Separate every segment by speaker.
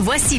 Speaker 1: Voici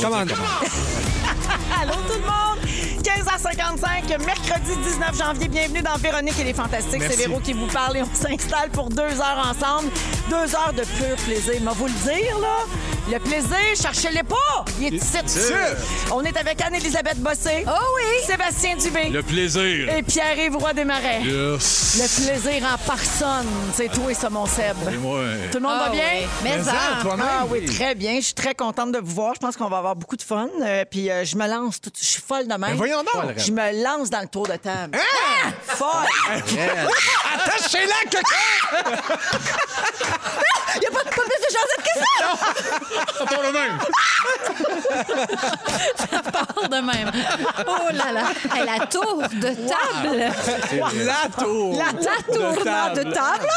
Speaker 2: Comment?
Speaker 3: Allô tout le monde! 15h55, mercredi 19 janvier. Bienvenue dans Véronique et les Fantastiques. C'est
Speaker 2: Merci.
Speaker 3: Véro qui vous parle et on s'installe pour deux heures ensemble. Deux heures de pur plaisir. Moi, vous le dire, là. Le plaisir, cherchez-le pas! Il est ici dessus. On est avec Anne-Élisabeth Bossé. Oh oui! Sébastien Dubé.
Speaker 4: Le plaisir.
Speaker 3: Et Pierre-Yves Roy Desmarais.
Speaker 4: Yes.
Speaker 3: Le plaisir en personne. C'est toi, ça, mon Seb.
Speaker 4: Et moi,
Speaker 3: Tout le monde va bien?
Speaker 2: Mais ça, ça, toi-même,
Speaker 3: Ah oui,
Speaker 2: oui.
Speaker 3: très bien. Je suis très contente de vous voir. Je pense qu'on va avoir beaucoup de fun. Euh, puis euh, je me lance tout. Je suis folle de même.
Speaker 2: Ben voyons donc. Folle,
Speaker 3: Je me lance dans le tour de table. Ah! Folle!
Speaker 2: Attachez-la, quelqu'un!
Speaker 3: Il n'y a pas, pas plus de chansons que ça!
Speaker 4: ça tourne le même.
Speaker 5: de même. Oh là là, elle a tour de table.
Speaker 2: La tour!
Speaker 3: La tour de table! De table.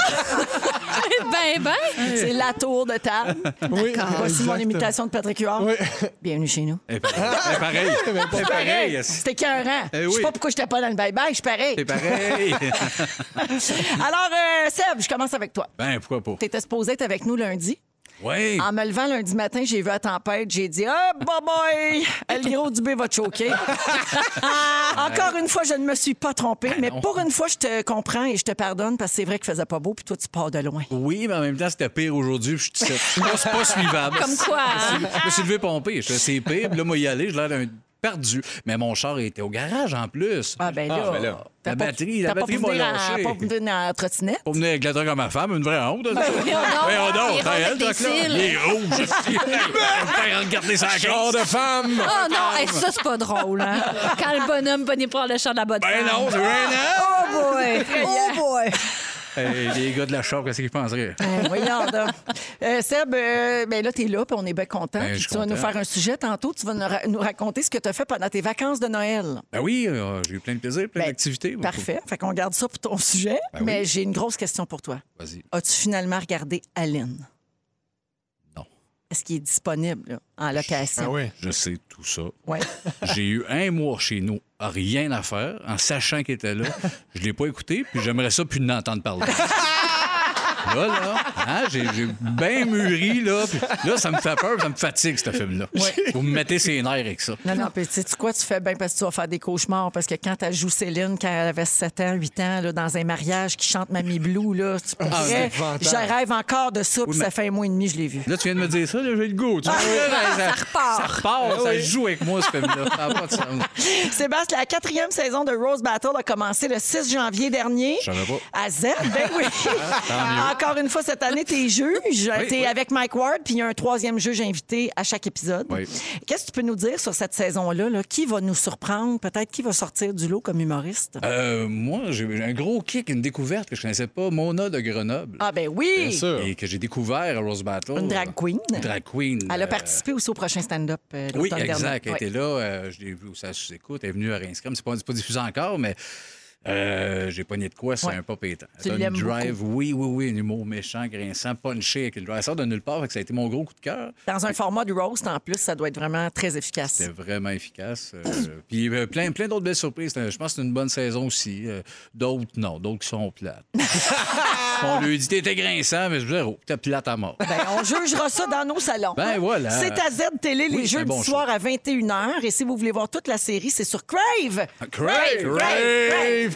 Speaker 5: Ben ben.
Speaker 3: C'est la tour de table.
Speaker 2: Oui,
Speaker 3: Voici mon
Speaker 2: exact.
Speaker 3: imitation de Patrick Huard.
Speaker 2: Oui.
Speaker 3: Bienvenue chez nous.
Speaker 4: Et Eh, pareil. C'est pareil.
Speaker 3: C'était écœurant.
Speaker 4: Eh
Speaker 3: Je sais
Speaker 4: oui.
Speaker 3: pas pourquoi j'étais pas dans le bye-bye. Je suis pareil.
Speaker 4: C'est pareil.
Speaker 3: Alors, euh, Seb, je commence avec toi.
Speaker 4: Ben, pourquoi pas?
Speaker 3: Tu étais supposé être avec nous lundi.
Speaker 4: Oui.
Speaker 3: En me levant lundi matin, j'ai vu la tempête, j'ai dit Ah, bye bye, El Giro Dubé va te choquer. Encore une fois, je ne me suis pas trompée, mais
Speaker 4: non.
Speaker 3: pour une fois, je te comprends et je te pardonne parce que c'est vrai qu'il faisait pas beau, puis toi, tu pars de loin.
Speaker 4: Oui, mais en même temps, c'était pire aujourd'hui, puis je suis tout seul. Moi, C'est pas suivable.
Speaker 5: Comme quoi, hein?
Speaker 4: Je me suis- Je me suis levé pompé. Je fais, C'est pire. Puis Là, moi, y aller, j'ai l'air d'un perdu. Mais mon char était au garage en plus.
Speaker 3: Ah, ben
Speaker 4: Ah,
Speaker 3: là.
Speaker 4: ben là.
Speaker 3: t'as
Speaker 4: La
Speaker 3: pas-
Speaker 4: batterie,
Speaker 3: t'as
Speaker 4: la
Speaker 3: pas
Speaker 4: batterie
Speaker 3: pu
Speaker 4: m'a
Speaker 3: venir en-
Speaker 4: lâché.
Speaker 3: pas pu venir Ben en trottinette.
Speaker 4: Pour venir avec le truc à ma femme, une vraie honte. ça.
Speaker 5: voyons donc.
Speaker 4: Voyons
Speaker 5: Il
Speaker 4: donc.
Speaker 5: rentre
Speaker 4: Elle,
Speaker 5: avec
Speaker 4: le
Speaker 5: des
Speaker 4: truc-là,
Speaker 5: fils.
Speaker 4: il est rouge. Regardez ça
Speaker 2: Genre de femme!
Speaker 5: Oh non, hey, ça c'est pas drôle, hein? Quand le bonhomme va venir prendre le char de la botte.
Speaker 4: Ben non, c'est vrai, non?
Speaker 3: Oh boy! Oh boy!
Speaker 4: Hey, les gars de la char, qu'est-ce qu'ils penseraient?
Speaker 3: Ben, voyons donc. Euh, Seb, euh, ben là, t'es là, puis on est bien content.
Speaker 4: Ben, je
Speaker 3: tu
Speaker 4: suis
Speaker 3: vas nous
Speaker 4: content.
Speaker 3: faire un sujet tantôt. Tu vas nous, ra- nous raconter ce que tu as fait pendant tes vacances de Noël.
Speaker 4: Ben oui, euh, j'ai eu plein de plaisir, plein
Speaker 3: Ben,
Speaker 4: d'activités.
Speaker 3: Parfait. Fait qu'on garde ça pour ton sujet.
Speaker 4: Ben oui.
Speaker 3: Mais j'ai une grosse question pour toi.
Speaker 4: Vas-y.
Speaker 3: As-tu finalement regardé Aline?
Speaker 4: Non.
Speaker 3: Est-ce qu'il est disponible là, en location?
Speaker 2: Ah oui.
Speaker 4: Je sais tout ça.
Speaker 3: Ouais.
Speaker 4: J'ai eu un mois chez nous, à rien à faire, en sachant qu'il était là. Je l'ai pas écouté, puis j'aimerais ça plus n'entendre parler. Là, là, hein, j'ai j'ai bien mûri, là. puis là, ça me fait peur, ça me fatigue, ce film-là. Vous me mettez ses nerfs avec ça.
Speaker 3: Non, non, puis tu sais quoi, tu fais bien parce que tu vas faire des cauchemars. Parce que quand elle joue Céline, quand elle avait 7 ans, 8 ans, là, dans un mariage qui chante Mamie Blue, là, tu
Speaker 4: Ah,
Speaker 3: pourrais.
Speaker 2: épouvantable.
Speaker 3: je rêve encore de ça, puis
Speaker 4: mais-
Speaker 3: ça fait un mois et demi, je l'ai vu.
Speaker 4: Là, tu viens de me dire ça, là, j'ai le goût. tu vois. Là, ça, repart. Ça repart, ça joue avec moi, ce film-là. Ça a pas de sens.
Speaker 3: Sébastien, la quatrième saison de Rose Battle a commencé le 6 janvier dernier.
Speaker 4: Je savais pas.
Speaker 3: À Z, ben oui. Encore une fois, cette année, t'es juge.
Speaker 4: Oui,
Speaker 3: t'es
Speaker 4: oui.
Speaker 3: avec Mike Ward, puis il y a un troisième juge invité à chaque épisode.
Speaker 4: Oui.
Speaker 3: Qu'est-ce que tu peux nous dire sur cette saison-là? là? Qui va nous surprendre? Peut-être qui va sortir du lot comme humoriste?
Speaker 4: Euh, moi, j'ai eu un gros kick, une découverte que je connaissais pas, Mona de Grenoble.
Speaker 3: Ah, ben oui!
Speaker 2: sûr.
Speaker 4: Et que j'ai découvert à Rose Battle.
Speaker 3: Une drag queen.
Speaker 4: Une drag queen.
Speaker 3: Elle
Speaker 4: Euh,
Speaker 3: a participé aussi au prochain stand-up euh, l'automne
Speaker 4: Oui,
Speaker 3: dernier.
Speaker 4: exact. Elle
Speaker 3: Ouais.
Speaker 4: était là. euh, je l'ai vu, ça se écoute. Elle est venue à Rinscrum. C'est pas, c'est pas diffusé encore, mais euh, j'ai pogné de quoi. C'est
Speaker 3: Ouais.
Speaker 4: un pas pétant.
Speaker 3: Tu
Speaker 4: C'est un
Speaker 3: l'aimes
Speaker 4: drive. Oui, oui, oui. Un humour méchant, grinçant, punché avec une drive. Elle sort de nulle part. fait que ça a été mon gros coup de cœur.
Speaker 3: Dans un format du roast, en plus, ça doit être vraiment très efficace.
Speaker 4: C'était vraiment efficace. Euh, puis euh, plein, plein d'autres belles surprises. Euh, Je pense que c'est une bonne saison aussi. Euh, d'autres, non. D'autres qui sont plates. On lui dit T'étais grinçant, mais je disais Oh, t'es plate à mort.
Speaker 3: Ben, on jugera ça dans nos salons. hein.
Speaker 4: Ben, voilà.
Speaker 3: C'est à Z Télé les
Speaker 4: Oui, c'est un
Speaker 3: jeudis
Speaker 4: bon
Speaker 3: soirs à 21h. Et si vous voulez voir toute la série, c'est sur Crave.
Speaker 4: Crave, crave, crave.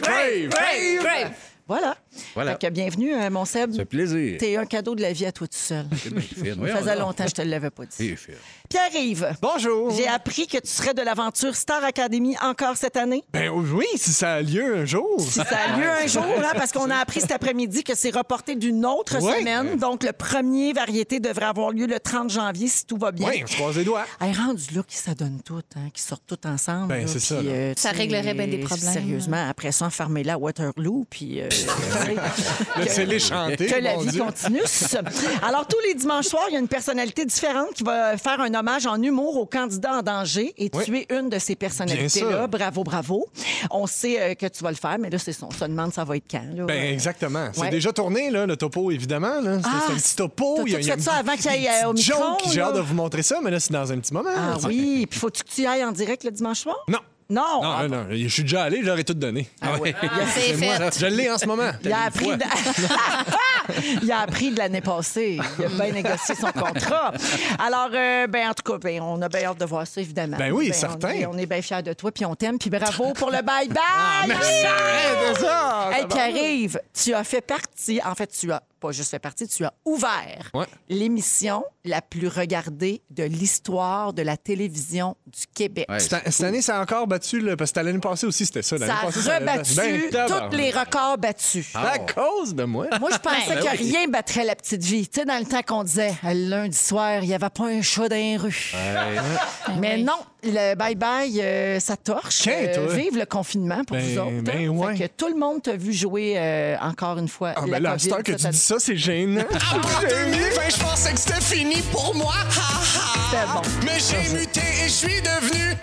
Speaker 3: Voilà.
Speaker 4: Voilà.
Speaker 3: Fait que bienvenue, euh, mon Seb.
Speaker 4: Ça fait plaisir.
Speaker 3: T'es un cadeau de la vie à toi tout seul.
Speaker 4: C'est bien fait.
Speaker 3: Ça
Speaker 4: Voyons
Speaker 3: faisait
Speaker 4: donc.
Speaker 3: longtemps que je te l'avais pas dit.
Speaker 4: C'est fait.
Speaker 3: Pierre-Yves,
Speaker 2: Bonjour!
Speaker 3: j'ai appris que tu serais de l'aventure Star Academy encore cette année.
Speaker 2: Ben oui, si ça a lieu un jour.
Speaker 3: Si ça a lieu un jour, hein, parce qu'on a appris cet après-midi que c'est reporté d'une autre
Speaker 2: Ouais.
Speaker 3: semaine. Donc, le premier variété devrait avoir lieu le 30 janvier, si tout va bien.
Speaker 2: Oui, on se croise les doigts.
Speaker 3: Hey, rendu là qu'ils s'adonnent tout, hein, qu'ils sortent tout ensemble.
Speaker 2: Ben,
Speaker 3: là,
Speaker 2: c'est ça,
Speaker 3: puis,
Speaker 2: là.
Speaker 3: euh, tu
Speaker 5: Ça
Speaker 3: sais,
Speaker 5: réglerait bien des problèmes.
Speaker 3: Sérieusement, après ça, enfermez-la à Waterloo, puis euh, laisser.
Speaker 2: Laissez-les chanter.
Speaker 3: Que la
Speaker 2: mon
Speaker 3: vie
Speaker 2: Dieu.
Speaker 3: continue. Alors, tous les dimanches soirs, il y a une personnalité différente qui va faire un hommage en humour au candidat en danger et
Speaker 2: Oui.
Speaker 3: tu es une de ces
Speaker 2: Bien
Speaker 3: personnalités-là.
Speaker 2: sûr.
Speaker 3: Bravo, bravo. On sait euh, que tu vas le faire, mais là, c'est ça. On se demande ça va être quand. là.
Speaker 2: Ben, exactement. C'est
Speaker 3: Ouais. Ah,
Speaker 2: déjà tourné, là, le topo, évidemment. là. C'est c'est un petit topo.
Speaker 3: t'as tout fait ça avant qu'il aille, euh, au
Speaker 2: petite
Speaker 3: micro,
Speaker 2: joke, J'ai
Speaker 3: là.
Speaker 2: hâte de vous montrer ça, mais là, c'est dans un petit moment.
Speaker 3: Ah oui, puis faut-tu que tu y ailles en direct le dimanche soir?
Speaker 2: Non.
Speaker 3: Non.
Speaker 2: Non,
Speaker 3: Ah,
Speaker 2: non, je suis déjà allé, j'aurais tout donné.
Speaker 3: ah ouais.
Speaker 5: C'est
Speaker 2: Et moi,
Speaker 5: fait.
Speaker 2: je l'ai en ce moment.
Speaker 3: Il a, appris de... il a appris de l'année passée. Il a bien négocié son contrat. Alors, euh, ben, en tout cas, ben, on a bien hâte de voir ça, évidemment.
Speaker 2: Ben oui,
Speaker 3: on
Speaker 2: certain.
Speaker 3: est- On est, bien fiers de toi, puis on t'aime, puis bravo pour le bye-bye.
Speaker 2: Ah, Arrête ça!
Speaker 3: Hey, Pierre-Yves, tu as fait partie, en fait, tu as pas juste fait partie, tu as ouvert
Speaker 2: Ouais.
Speaker 3: l'émission la plus regardée de l'histoire de la télévision du Québec.
Speaker 4: Ouais.
Speaker 2: Cette cette année, ça a encore battu, là, parce que c'était l'année passée aussi, c'était ça. l'année
Speaker 3: Ça a
Speaker 2: passée, ça
Speaker 3: rebattu
Speaker 2: Ben, tabarnak. Ah,
Speaker 3: tous les records battus.
Speaker 2: À cause de moi.
Speaker 3: Moi, je pensais
Speaker 2: Ben
Speaker 3: que rien battrait la petite vie. Tu sais, dans le temps qu'on disait, euh, le lundi soir, il n'y avait pas un chat dans les rues. Mais non, le bye-bye, euh, ça torche. Euh,
Speaker 2: Tiens, toi.
Speaker 3: vive le confinement pour
Speaker 2: Ben,
Speaker 3: vous autres. hein.
Speaker 2: ben
Speaker 3: Fait
Speaker 2: ouais.
Speaker 3: que tout le monde t'a vu jouer euh, encore une fois.
Speaker 2: Ah,
Speaker 3: la
Speaker 2: ben là, à
Speaker 3: COVID
Speaker 2: cette heure que tu
Speaker 3: cette
Speaker 2: dis ça, c'est gênant.
Speaker 6: En 2020, je pensais que c'était fini pour moi. Ha, ha.
Speaker 3: C'était bon.
Speaker 6: Mais j'ai muté et je suis devenu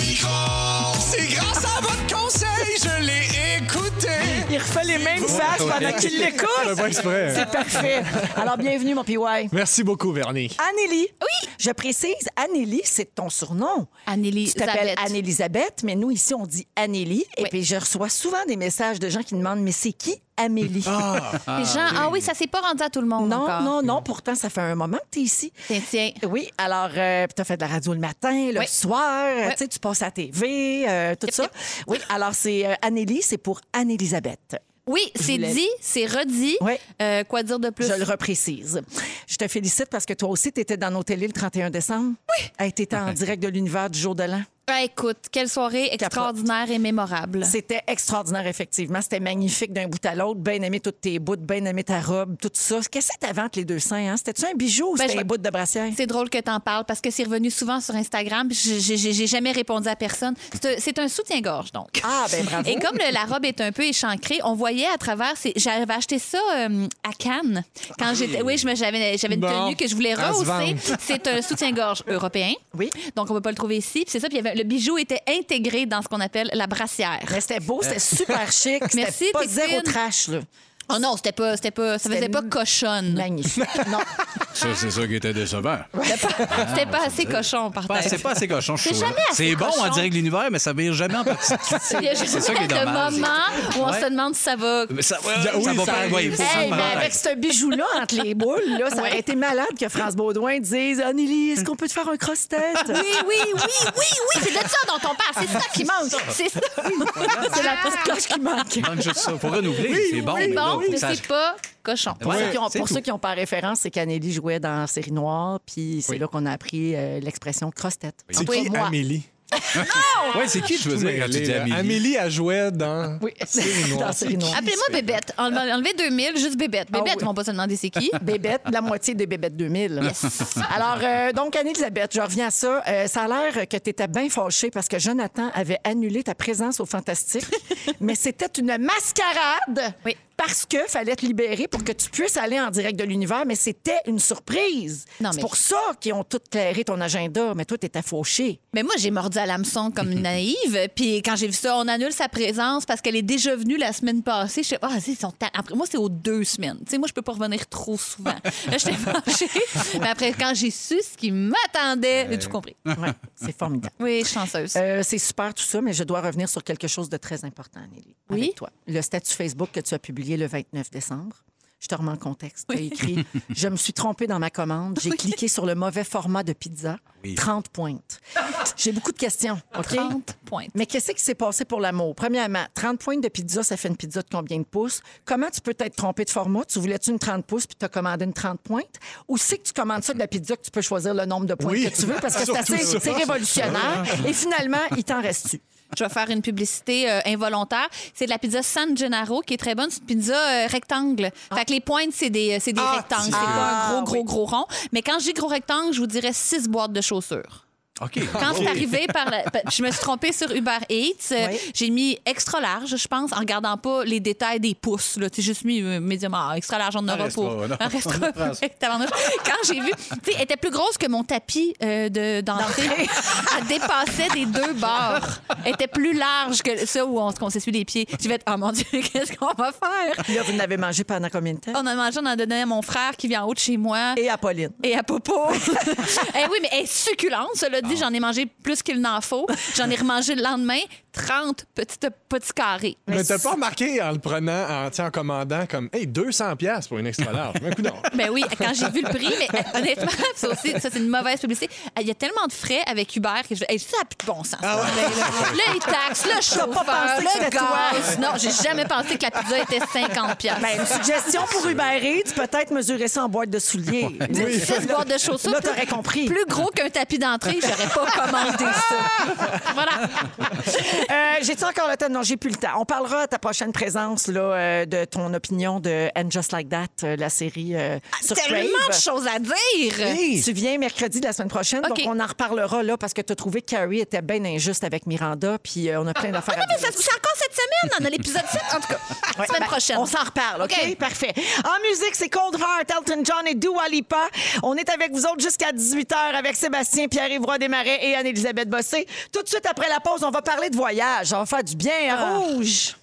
Speaker 6: Omicron. C'est grâce à votre conseil, je l'ai écouté.
Speaker 3: Il refait les mêmes faces pendant qu'il
Speaker 2: Je fais
Speaker 3: l'écoute.
Speaker 2: pas exprès. hein.
Speaker 3: C'est parfait. Alors, bienvenue, mon PY.
Speaker 2: Merci beaucoup, Vernier.
Speaker 3: Annélie. Oui. Je précise, Annélie, c'est ton surnom.
Speaker 5: Annélie
Speaker 3: Tu t'appelles
Speaker 5: Zabette.
Speaker 3: Anne-Elisabeth, mais nous, ici, on dit Amélie. Et
Speaker 5: Oui.
Speaker 3: puis, je reçois souvent des messages de gens qui demandent Mais c'est qui Amélie
Speaker 5: Les gens, ah oui, ça s'est pas rendu à tout le monde.
Speaker 3: Non,
Speaker 5: encore.
Speaker 3: non, non. Pourtant, ça fait un moment que tu es ici.
Speaker 5: Tiens, tiens.
Speaker 3: Oui, alors, euh, tu as fait de la radio le matin, le
Speaker 5: Oui.
Speaker 3: soir,
Speaker 5: Oui.
Speaker 3: tu sais, tu passes à la TV, euh, tout
Speaker 5: Yep,
Speaker 3: ça.
Speaker 5: yep.
Speaker 3: Oui, alors, c'est euh, Annélie, c'est pour Anne-Elisabeth.
Speaker 5: Oui,
Speaker 3: Je
Speaker 5: c'est
Speaker 3: voulais-
Speaker 5: dit, c'est redit.
Speaker 3: Oui.
Speaker 5: Euh, quoi dire de plus?
Speaker 3: Je le reprécise. Je te félicite parce que toi aussi, tu étais dans nos télés le 31 décembre. Oui. tu étais en direct de l'univers du jour de l'an.
Speaker 5: Ah, écoute, quelle soirée extraordinaire et mémorable.
Speaker 3: C'était extraordinaire, effectivement. C'était magnifique d'un bout à l'autre. Bien aimé toutes tes bouts, bien aimé ta robe, tout ça. Qu'est-ce que t'avais entre les deux seins? Hein? C'était-tu un bijou ou
Speaker 5: Ben,
Speaker 3: c'était
Speaker 5: je-
Speaker 3: un bout de brassière?
Speaker 5: C'est drôle que t'en parles parce que c'est revenu souvent sur Instagram. puis j'ai- J'ai j'ai jamais répondu à personne. C'est un- C'est un soutien-gorge, donc.
Speaker 3: Ah, ben bravo.
Speaker 5: Et comme le- la robe est un peu échancrée, on voyait à travers. ces- J'avais acheté ça euh, à Cannes quand j'étais. Oui, je me- j'avais j'avais une
Speaker 2: Bon,
Speaker 5: tenue que je voulais
Speaker 2: elle se
Speaker 5: rehausser.
Speaker 2: vend.
Speaker 5: C'est un soutien-gorge européen.
Speaker 3: Oui.
Speaker 5: Donc on peut pas le trouver ici. Puis c'est ça. Puis il y avait- le bijou était intégré dans ce qu'on appelle la brassière.
Speaker 3: Mais c'était beau, c'était super chic.
Speaker 5: Merci,
Speaker 3: C'était pas
Speaker 5: t'es
Speaker 3: zéro
Speaker 5: fine.
Speaker 3: trash, là.
Speaker 5: Oh non, c'était pas, c'était pas, ça faisait
Speaker 3: C'était
Speaker 5: pas cochonne.
Speaker 3: Magnifique. non.
Speaker 4: Ça, c'est ça qui était décevant.
Speaker 5: C'était pas assez cochon par
Speaker 4: Pas-
Speaker 5: terre.
Speaker 4: C'est pas assez cochon, je
Speaker 5: C'est
Speaker 4: trouve. hein.
Speaker 5: jamais assez
Speaker 4: C'est bon
Speaker 5: cochon.
Speaker 4: en direct de l'univers, mais ça vire jamais en partie.
Speaker 5: Il y a juste
Speaker 4: C'est ça qui est
Speaker 5: le
Speaker 4: dommage.
Speaker 5: moment où on
Speaker 4: Ouais.
Speaker 5: se demande si ça va.
Speaker 4: Mais ça,
Speaker 2: oui,
Speaker 4: ça
Speaker 2: ça
Speaker 4: va faire.
Speaker 2: arrive.
Speaker 4: ouais, faut
Speaker 2: Hey,
Speaker 4: faire
Speaker 3: Hey, mais
Speaker 4: une parenthèse.
Speaker 3: Eh ben, avec ce bijou-là entre les boules, là, ça aurait été malade que France Baudouin dise Annélie, est-ce qu'on peut te faire un cross-tête?
Speaker 5: Oui, oui, oui, oui, oui, c'est de ça dont on parle. C'est ça qui manque. C'est ça.
Speaker 3: C'est la petite cloche qui manque.
Speaker 4: Il manque juste ça. Faut renouveler. c'est bon.
Speaker 5: C'est
Speaker 4: mais là,
Speaker 5: bon, mais
Speaker 4: ça-
Speaker 5: c'est pas cochon.
Speaker 3: Pour,
Speaker 4: Ouais,
Speaker 3: ceux, qui ont,
Speaker 4: c'est
Speaker 3: pour
Speaker 4: tout.
Speaker 3: ceux qui n'ont pas référence, c'est qu'Anélie jouait dans la série noire, puis c'est là qu'on a appris euh, l'expression cross-tête. En
Speaker 2: C'est
Speaker 3: tout
Speaker 2: qui
Speaker 3: cas, moi.
Speaker 2: Amélie?
Speaker 4: Ouais, c'est qui, tu veux dire, quand tu dis
Speaker 2: là.
Speaker 4: Amélie?
Speaker 2: euh, Amélie, elle jouait dans...
Speaker 3: Oui,
Speaker 2: Série
Speaker 3: dans
Speaker 2: noire.
Speaker 3: la série noire.
Speaker 5: Appelez-moi Bébête. Enle- Enlevez 2000, juste Bébête.
Speaker 3: Ah
Speaker 5: Bébête,
Speaker 3: oui.
Speaker 5: ils vont pas se demander c'est qui.
Speaker 3: Bébête, la moitié des Bébêtes 2000. Alors, euh, donc, Anne-Elisabeth, je reviens à ça. Euh, ça a l'air que tu étais bien fâchée parce que Jonathan avait annulé ta présence au Fantastique, mais c'était une mascarade
Speaker 5: Oui.
Speaker 3: parce que fallait te libérer pour que tu puisses aller en direct de l'univers, mais c'était une surprise.
Speaker 5: Non,
Speaker 3: C'est
Speaker 5: mais-
Speaker 3: pour ça qu'ils ont tout clairé ton agenda, mais toi, t'étais fauchée.
Speaker 5: Mais moi, j'ai mordu à l'hameçon comme une naïve. Puis quand j'ai vu ça, on annule sa présence parce qu'elle est déjà venue la semaine passée. Je sais ah, c'est son temps. Après, moi, c'est aux deux semaines. Tu sais, moi, je peux pas revenir trop souvent. Là, j'étais fâchée. Mais après, quand j'ai su ce qui m'attendait, j'ai tout compris.
Speaker 3: Ouais, c'est formidable.
Speaker 5: Oui, chanceuse.
Speaker 3: Euh, c'est super tout ça, mais je dois revenir sur quelque chose de très important, Nelly.
Speaker 5: Oui?
Speaker 3: Avec toi. Le statut Facebook que tu as publié le 29 décembre. Je te remets en contexte. Tu as écrit Je me suis trompée dans ma commande. J'ai cliqué sur le mauvais format de pizza. 30 pointes. J'ai beaucoup de questions. OK?
Speaker 5: 30 pointes.
Speaker 3: Mais qu'est-ce qui s'est passé pour l'amour? Premièrement, 30 pointes de pizza, ça fait une pizza de combien de pouces? Comment tu peux t'être trompé de format? Tu voulais-tu une 30 pouces puis tu as commandé une 30 pointes? Ou c'est que tu commandes ça de la pizza que tu peux choisir le nombre de pointes
Speaker 2: Oui.
Speaker 3: que tu veux parce que c'est
Speaker 2: Surtout
Speaker 3: assez
Speaker 2: ça. Ah.
Speaker 3: c'est révolutionnaire? Et finalement, il t'en reste-tu?
Speaker 5: Je vais faire une publicité euh, involontaire. C'est de la pizza San Gennaro qui est très bonne. C'est une pizza euh, rectangle. Fait que les pointes, c'est des, euh, c'est des
Speaker 2: Ah,
Speaker 5: rectangles.
Speaker 2: tu-
Speaker 5: C'est pas
Speaker 3: Ah,
Speaker 5: un gros,
Speaker 3: oui.
Speaker 5: gros, gros rond. Mais quand je dis gros rectangle, je vous dirais six boîtes de chaussures.
Speaker 4: OK.
Speaker 5: Quand c'est arrivé par la- pa- Je me suis trompée sur Uber Eats. Euh,
Speaker 3: Oui.
Speaker 5: J'ai mis extra large, je pense, en regardant pas les détails des pouces. là. Tu sais, juste mis euh, médium. ah, extra large, on en aura
Speaker 4: reste
Speaker 5: pour.
Speaker 4: pas, non.
Speaker 5: Un reste
Speaker 4: On en
Speaker 5: pas.
Speaker 4: prend ça.
Speaker 5: Tabarnouche. Quand j'ai vu. Tu sais, elle était plus grosse que mon tapis euh, de- d'entrée. elle dépassait des deux bords. Elle était plus large que ça où on, se- qu'on s'essuie les pieds. J'ai fait, oh mon Dieu, qu'est-ce qu'on va faire?
Speaker 3: Là, vous n'avez mangé pendant combien de temps?
Speaker 5: On a mangé, on en a donné à mon frère qui vient en haut de chez moi.
Speaker 3: Et à Pauline.
Speaker 5: Et à popo. eh oui, mais elle est succulente. Cela
Speaker 3: Ah.
Speaker 5: dit, j'en ai mangé plus qu'il n'en faut. J'en ai remangé le lendemain 30 petites, petits carrés.
Speaker 2: Mais t'as pas remarqué en le prenant, en, tu sais, en commandant comme, hey, 200$ piastres pour une extra large. Mais coudonc.
Speaker 5: Ben oui, quand j'ai vu le prix, mais euh, honnêtement, ça aussi, ça c'est une mauvaise publicité. Eh, Il y a tellement de frais avec Uber que je fais, hey, ça n'a plus de bon sens.
Speaker 3: Ah
Speaker 5: ça. Ben là, là, les taxes, le
Speaker 3: pas
Speaker 5: chauffeur,
Speaker 3: pensé que
Speaker 5: le
Speaker 3: c'était toi.
Speaker 5: gaz. Non, j'ai jamais pensé que la pizza était 50 pièces.
Speaker 3: Ben, une suggestion pour Uber Eats, peut-être mesurer ça en boîte de souliers.
Speaker 5: Une petite boîte de chaussures.
Speaker 3: Là,
Speaker 5: plus-
Speaker 3: t'aurais compris.
Speaker 5: Plus gros qu'un tapis d'entrée, j'aurais pas commandé ça.
Speaker 3: Ah!
Speaker 5: Voilà.
Speaker 3: Euh, J'ai-tu encore le temps? Non, j'ai plus le temps. On parlera à ta prochaine présence là, euh, de ton opinion de And Just Like That, euh, la série euh, sur
Speaker 5: Ah, Tellement de
Speaker 3: Crave.
Speaker 5: choses à dire.
Speaker 3: Tu viens mercredi de la semaine prochaine,
Speaker 5: OK.
Speaker 3: donc on en reparlera là parce que tu as trouvé que Carrie était bien injuste avec Miranda, puis euh, on a plein d'affaires à
Speaker 5: Ah, mais
Speaker 3: dire.
Speaker 5: ça, c'est encore cette semaine. On a l'épisode 7, en tout cas.
Speaker 3: Ouais,
Speaker 5: semaine
Speaker 3: ben,
Speaker 5: prochaine.
Speaker 3: On s'en reparle, OK?
Speaker 5: OK.
Speaker 3: Parfait. En musique, c'est Cold Heart, Elton John et Dua Lipa. On est avec vous autres jusqu'à 18h avec Sébastien, Pierre-Yves Roy Desmarais et Anne-Élisabeth Bossé. Tout de suite après la pause, on va parler de voyage. On va faire du bien à
Speaker 5: Ah.
Speaker 3: Rouge.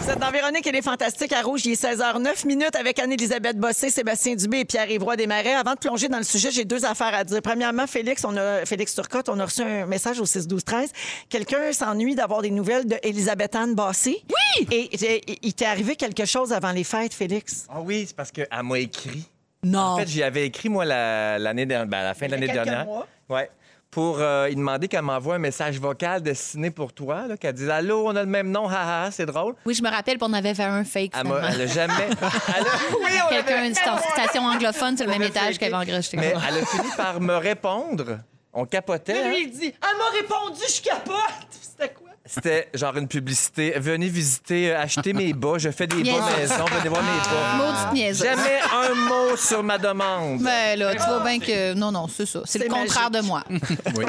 Speaker 3: Vous êtes dans Véronique et les Fantastiques à Rouge. Il est 16h09 minutes avec Anne-Élisabeth Bossé, Sébastien Dubé et Pierre-Yves Roy Desmarais. Avant de plonger dans le sujet, j'ai deux affaires à dire. Premièrement, Félix, on a, Félix Turcotte, on a reçu un message au 6-12-13. Quelqu'un s'ennuie d'avoir des nouvelles de Élisabeth Anne Bossé. Oui! Et, et- il t'est arrivé quelque chose avant les fêtes, Félix.
Speaker 7: Ah oui, c'est parce qu'elle m'a écrit.
Speaker 3: Non.
Speaker 7: En fait, j'y avais écrit, moi, la- l'année dernière, ben, à la fin de l'année
Speaker 3: quelques
Speaker 7: dernière.
Speaker 3: mois.
Speaker 7: Ouais. Pour euh, y demander qu'elle m'envoie un message vocal destiné pour toi, là, qu'elle dise Allô, on a le même nom, haha, c'est drôle.
Speaker 5: Oui, je me rappelle, puis on avait fait un fake.
Speaker 8: Ah,
Speaker 7: Elle
Speaker 5: finalement.
Speaker 7: m'a-
Speaker 8: euh,
Speaker 7: elle a jamais. elle a- Oui, on l'avait-
Speaker 5: Quelqu'un, une sta- station anglophone sur le même
Speaker 7: l'avait
Speaker 5: étage
Speaker 7: faké.
Speaker 5: qu'elle avait engrangé.
Speaker 7: Mais elle a fini par me répondre. On capotait. hein.
Speaker 3: il dit Elle m'a répondu, je capote. C'était quoi?
Speaker 7: C'était genre une publicité. Venez visiter, euh, acheter mes bas. Je fais des
Speaker 5: Niaiseux.
Speaker 7: bas maison. Venez voir mes
Speaker 3: Ah.
Speaker 7: bas.
Speaker 5: Maudite niaiseuse.
Speaker 7: Jamais un mot sur ma demande.
Speaker 5: Ben là, tu vois bien que. Non, non, c'est ça. C'est le
Speaker 3: C'est
Speaker 5: contraire de moi.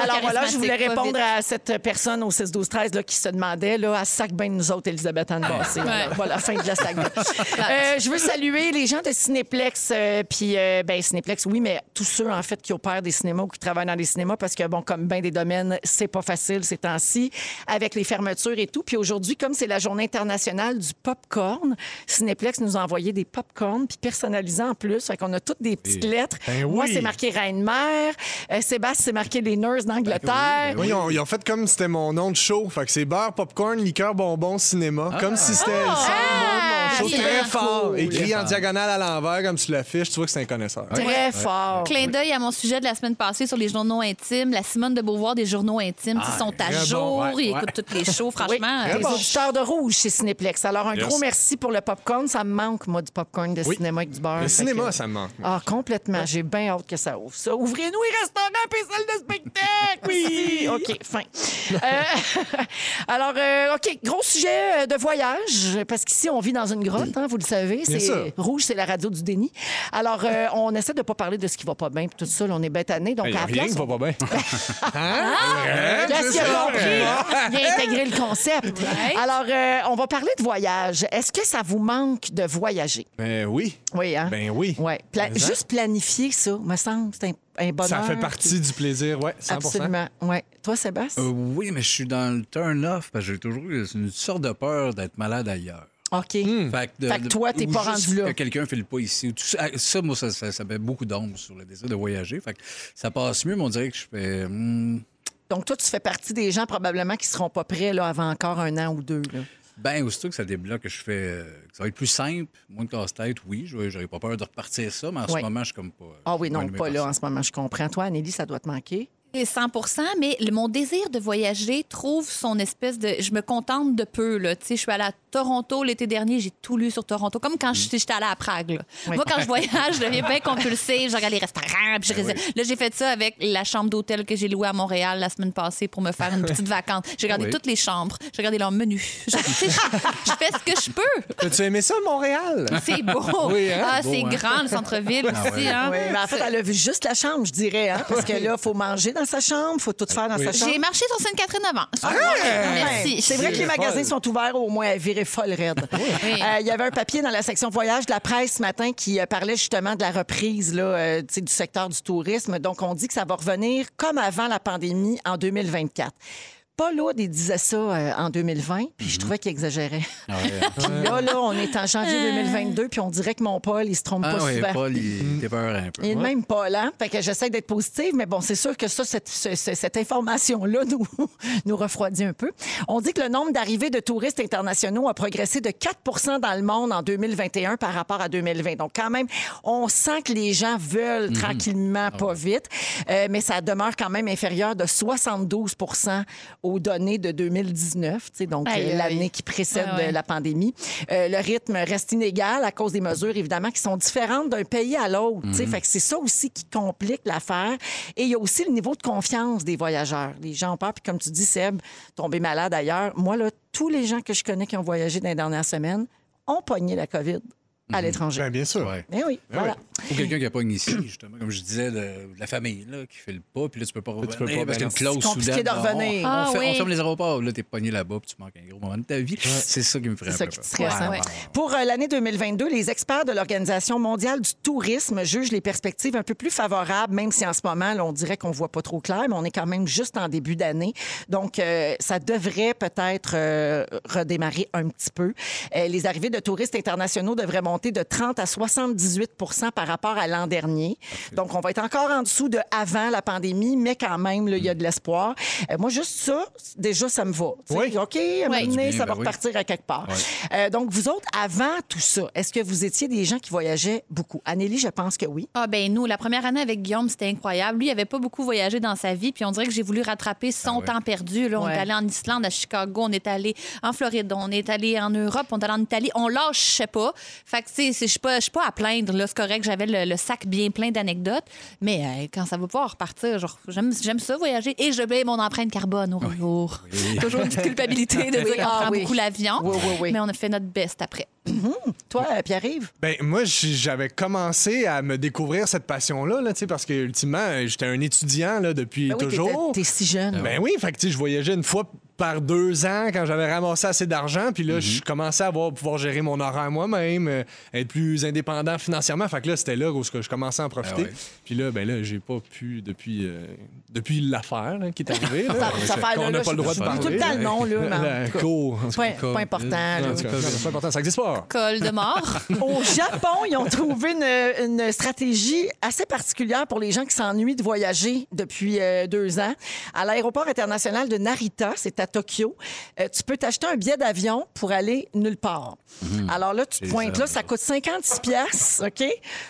Speaker 3: Alors voilà, je voulais
Speaker 5: Charismatique, pas
Speaker 3: répondre
Speaker 5: vite.
Speaker 3: à cette personne au 6 12 13 là, qui se demandait là à sac bain de nous autres Elisabeth Anne Bassé. Voilà, Voilà, fin de la sac bain. Euh, je veux saluer les gens de Cinéplex euh, puis euh, ben Cinéplex oui, mais tous ceux en fait qui opèrent des cinémas ou qui travaillent dans les cinémas parce que bon comme bien des domaines, c'est pas facile ces temps-ci avec les fermetures et tout. Puis aujourd'hui comme c'est la journée internationale du popcorn, Cinéplex nous a envoyé des popcorn puis personnalisés en plus, fait qu'on a toutes des petites lettres.
Speaker 2: Ben
Speaker 3: Moi
Speaker 2: oui.
Speaker 3: c'est marqué reine mère, Euh, Sébastien c'est marqué les nurses d'Angleterre.
Speaker 2: Ben Oui, ils ont, ils ont fait comme si c'était mon nom de show. Fait que c'est beurre, popcorn, liqueur, bonbon, cinéma. Comme si c'était le son
Speaker 5: Ah!
Speaker 2: de mon, mon show.
Speaker 5: C'est
Speaker 2: Très
Speaker 5: vraiment
Speaker 2: fort.
Speaker 5: cool.
Speaker 2: Écrit en diagonale à l'envers, comme sur l'affiche. Tu vois que c'est un connaisseur.
Speaker 3: Très fort.
Speaker 5: Clin d'œil à mon sujet de la semaine passée sur les journaux intimes. La Simone de Beauvoir des journaux intimes qui sont à
Speaker 4: très bon,
Speaker 5: jour.
Speaker 4: ouais,
Speaker 5: Ils
Speaker 4: ouais.
Speaker 5: écoutent toutes les shows.
Speaker 3: Oui,
Speaker 5: Franchement,
Speaker 3: les
Speaker 5: euh,
Speaker 3: auditeurs de rouge chez Cinéplex. Alors, un
Speaker 4: Yes.
Speaker 3: gros merci pour le popcorn. Ça me manque, moi, du popcorn de
Speaker 2: Oui.
Speaker 3: cinéma avec du beurre.
Speaker 2: Le
Speaker 3: Fait
Speaker 2: cinéma,
Speaker 3: que-
Speaker 2: ça me manque.
Speaker 3: Ah, complètement. J'ai bien hâte que ça ouvre ça. Ouvrez-nous les restaurants et salles de spectacle! Oui! OK, fin. Euh, alors, euh, OK, gros sujet euh, de voyage, parce qu'ici, on vit dans une grotte, hein, vous le savez.
Speaker 2: Bien
Speaker 3: C'est
Speaker 2: sûr.
Speaker 3: Rouge, c'est la radio du déni. Alors, euh, on essaie de ne pas parler de ce qui va pas bien, puis tout ça, là, on est bétané. Donc,
Speaker 2: Il
Speaker 3: à
Speaker 2: Ben, a rien
Speaker 3: la place, Ah!
Speaker 2: qui va pas bien. Hein? Hein?
Speaker 3: Là,
Speaker 2: C'est
Speaker 3: s'il a
Speaker 2: ça.
Speaker 3: compris, il a intégré le concept. Alors, euh, on va parler de voyage. Est-ce que ça vous manque de voyager?
Speaker 2: Ben oui.
Speaker 3: Oui, hein?
Speaker 2: Ben oui.
Speaker 3: Ouais. Pla-
Speaker 2: Mais ça-
Speaker 3: juste planifier ça, me semble, c'est un, un bonheur.
Speaker 2: Ça fait partie du plaisir, ouais, 100
Speaker 3: Absolument. Ouais. Toi, Sébastien?
Speaker 4: Euh, oui, mais je suis dans le turn-off parce que j'ai toujours eu une sorte de peur d'être malade ailleurs.
Speaker 2: Oh.
Speaker 3: OK.
Speaker 2: Hmm.
Speaker 4: Fait que, de-
Speaker 3: Fait que toi,
Speaker 4: de-
Speaker 3: t'es
Speaker 4: ou
Speaker 3: pas
Speaker 4: juste
Speaker 3: rendu là.
Speaker 4: Que quelqu'un ne file pas ici. ou tout ça, Ah, ça, moi, ça, ça, ça met beaucoup d'ombre sur le désir de voyager. Fait que ça passe mieux, mais on dirait que je fais. hmm,
Speaker 3: Donc, toi, tu fais partie des gens probablement qui seront pas prêts là, avant encore un an ou deux. là.
Speaker 4: ben, aussitôt que ça débloque, que je fais. euh, que ça va être plus simple, moins de casse-tête, oui. je- J'aurais pas peur de repartir ça, mais en
Speaker 3: Ouais.
Speaker 4: ce moment, je suis comme pas.
Speaker 3: Ah oui,
Speaker 4: je suis
Speaker 3: non,
Speaker 4: allumé
Speaker 3: pas
Speaker 4: par
Speaker 3: là
Speaker 4: ça.
Speaker 3: en ce moment. Je comprends. Toi, Anélie, ça doit te manquer.
Speaker 5: Et 100 mais le- mon désir de voyager trouve son espèce de. Je me contente de peu. Là. Tu sais, Je suis allée à Toronto l'été dernier, j'ai tout lu sur Toronto, comme quand je- j'étais allée à Prague. là.
Speaker 3: Oui.
Speaker 5: Moi, quand je voyage, je deviens bien compulsive. Je regarde les restaurants. puis je réserve. Là, j'ai fait ça avec la chambre d'hôtel que j'ai louée à Montréal la semaine passée pour me faire une petite vacance. J'ai regardé
Speaker 4: Oui.
Speaker 5: toutes les chambres, j'ai regardé leur menu. Je, tu sais, je- je fais ce que je peux.
Speaker 2: As-tu aimé ça, Montréal?
Speaker 5: C'est beau.
Speaker 2: Oui, hein?
Speaker 5: ah,
Speaker 4: Beau,
Speaker 5: c'est
Speaker 4: hein?
Speaker 5: grand, le centre-ville aussi.
Speaker 4: ouais.
Speaker 5: hein?
Speaker 3: Mais en fait, elle a vu juste la chambre, je dirais, hein, parce que là, il faut manger dans sa chambre, faut tout faire dans sa chambre.
Speaker 5: J'ai marché sur Sainte-Catherine avant. Merci.
Speaker 3: Ah C'est vrai que les magasins sont ouverts au moins à virer folle raide. Euh, Il y avait un papier dans la section voyage de la presse ce matin qui euh, parlait justement de la reprise là, euh, tu sais, du secteur du tourisme. Donc, on dit que ça va revenir comme avant la pandémie en 2024. Paul Aude, il disait ça euh, en 2020, puis
Speaker 4: Mhm.
Speaker 3: je trouvais qu'il exagérait.
Speaker 4: Ah hein.
Speaker 3: puis là, là, on est en janvier 2022, puis on dirait que mon Paul, il se trompe
Speaker 4: Euh. Ah
Speaker 3: pas
Speaker 4: oui,
Speaker 3: souvent.
Speaker 4: Paul, il était peur un peu.
Speaker 3: Il est de même pas là. Fait que j'essaie d'être positive, mais bon, c'est sûr que ça, cette, ce- ce- cette information-là nous, nous refroidit un peu. On dit que le nombre d'arrivées de touristes internationaux a progressé de 4 dans le monde en 2021 par rapport à 2020. Donc, quand même, on sent que les gens veulent tranquillement, pas vite, Euh, mais ça demeure quand même inférieur de 72 aux données de 2019, tu sais, donc
Speaker 5: Aïe,
Speaker 3: euh,
Speaker 5: aïe.
Speaker 3: l'année qui précède
Speaker 5: Ouais, ouais.
Speaker 3: euh, la pandémie. Euh, le rythme reste inégal à cause des mesures, évidemment, qui sont différentes d'un pays à l'autre. tu
Speaker 2: Mhm.
Speaker 3: sais. Fait que c'est ça aussi qui complique l'affaire. Et il y a aussi le niveau de confiance des voyageurs. Les gens ont peur. Puis comme tu dis, Seb, tomber malade ailleurs. Moi, là, tous les gens que je connais qui ont voyagé dans les dernières semaines ont pogné la COVID à l'étranger.
Speaker 2: Ben, bien Ben sûr.
Speaker 4: Ouais.
Speaker 3: Eh oui, voilà.
Speaker 4: Ou quelqu'un qui n'a pas une ici, justement, comme je disais, de, de la famille, là, qui fait le pas, puis là, tu peux pas revenir.
Speaker 2: peux pas,
Speaker 4: parce
Speaker 2: ben
Speaker 4: qu'il y a une clause
Speaker 3: C'est compliqué
Speaker 4: soudaine.
Speaker 3: de revenir.
Speaker 4: On, on
Speaker 5: Ah
Speaker 4: fait- on
Speaker 5: oui.
Speaker 4: ferme les aéroports, là, t'es pogné là-bas, puis tu manques un gros moment de ta vie. C'est ça qui me ferait
Speaker 3: C'est
Speaker 4: un
Speaker 3: ça
Speaker 4: peu
Speaker 3: qui te
Speaker 4: peur.
Speaker 3: stresse.
Speaker 5: Ouais,
Speaker 3: hein?
Speaker 5: ouais.
Speaker 3: Pour euh, l'année 2022, les experts de l'Organisation mondiale du tourisme jugent les perspectives un peu plus favorables, même si en ce moment, là, on dirait qu'on voit pas trop clair, mais on est quand même juste en début d'année. Donc, euh, ça devrait peut-être euh, redémarrer un petit peu. Euh, les arrivées de touristes internationaux devraient monter de 30 à 78 par rapport à l'an dernier. Donc, on va être encore en dessous de avant la pandémie, mais quand même, là, il y a de l'espoir. Euh, moi, juste ça, déjà, ça me va. Tu sais,
Speaker 2: Oui.
Speaker 3: OK, à un moment
Speaker 5: Oui.
Speaker 2: Eh
Speaker 3: donné,
Speaker 4: Du
Speaker 3: ça va
Speaker 4: bien, ben oui.
Speaker 3: repartir à quelque part.
Speaker 4: Ouais.
Speaker 3: Euh, donc, vous autres, avant tout ça, est-ce que vous étiez des gens qui voyageaient beaucoup? Anélie, je pense que oui.
Speaker 5: Ah ben nous, la première année avec Guillaume, c'était incroyable. Lui, il avait pas beaucoup voyagé dans sa vie, puis on dirait que j'ai voulu rattraper son
Speaker 4: Ah ouais.
Speaker 5: temps perdu. Là, on
Speaker 3: Ouais.
Speaker 5: est allé en Islande, à Chicago, on est allé en Floride, on est allé en Europe, on est allé en Italie. On lâchait pas. Fait que tu sais, c'est- je suis pas, je suis pas à plaindre. Là, c'est correct, j'avais le, le sac bien plein d'anecdotes, mais euh, quand ça va pouvoir repartir, genre, j'aime, j'aime ça voyager et je mets mon empreinte carbone au retour. Toujours une petite culpabilité de
Speaker 3: Oui,
Speaker 5: dire qu'on
Speaker 3: ah
Speaker 5: prend
Speaker 3: oui.
Speaker 5: beaucoup l'avion,
Speaker 3: Oui, oui, oui.
Speaker 5: mais on a fait notre best après.
Speaker 3: Toi, euh, Pierre-Yves?
Speaker 2: Ben, moi, j- j'avais commencé à me découvrir cette passion-là, là, tu sais, parce que, ultimement, euh, j'étais un étudiant là, depuis
Speaker 3: Ben oui, t'étais-
Speaker 2: toujours.
Speaker 3: T'es si jeune.
Speaker 2: Ben oui, fait que, tu sais, je voyageais une fois par deux ans quand j'avais ramassé assez d'argent. Puis là, je commençais à avoir, pouvoir gérer mon horaire moi-même, euh, être plus indépendant financièrement. Fait que là, c'était là où ce que je commençais à en profiter.
Speaker 4: ouais.
Speaker 2: Puis là, ben là, j'ai pas pu depuis, euh, depuis l'affaire là, qui est arrivée. là.
Speaker 3: Cette affaire-là,
Speaker 2: On n'a
Speaker 3: là,
Speaker 2: pas le
Speaker 3: je-
Speaker 2: droit
Speaker 3: je
Speaker 2: de
Speaker 3: dis
Speaker 2: parler.
Speaker 3: tout le temps le nom, là, mais en
Speaker 2: La-
Speaker 3: tout cas,
Speaker 2: cour, en tout cas.
Speaker 3: Pas, pas important. là.
Speaker 2: En tout cas, C'est pas important, ça existe pas.
Speaker 5: Col de mort.
Speaker 3: Au Japon, ils ont trouvé une, une stratégie assez particulière pour les gens qui s'ennuient de voyager depuis euh, deux ans. À l'aéroport international de Narita, c'est à Tokyo, euh, tu peux t'acheter un billet d'avion pour aller nulle part. Alors là, tu te pointes là, Hmm. ça coûte 56 pièces, OK?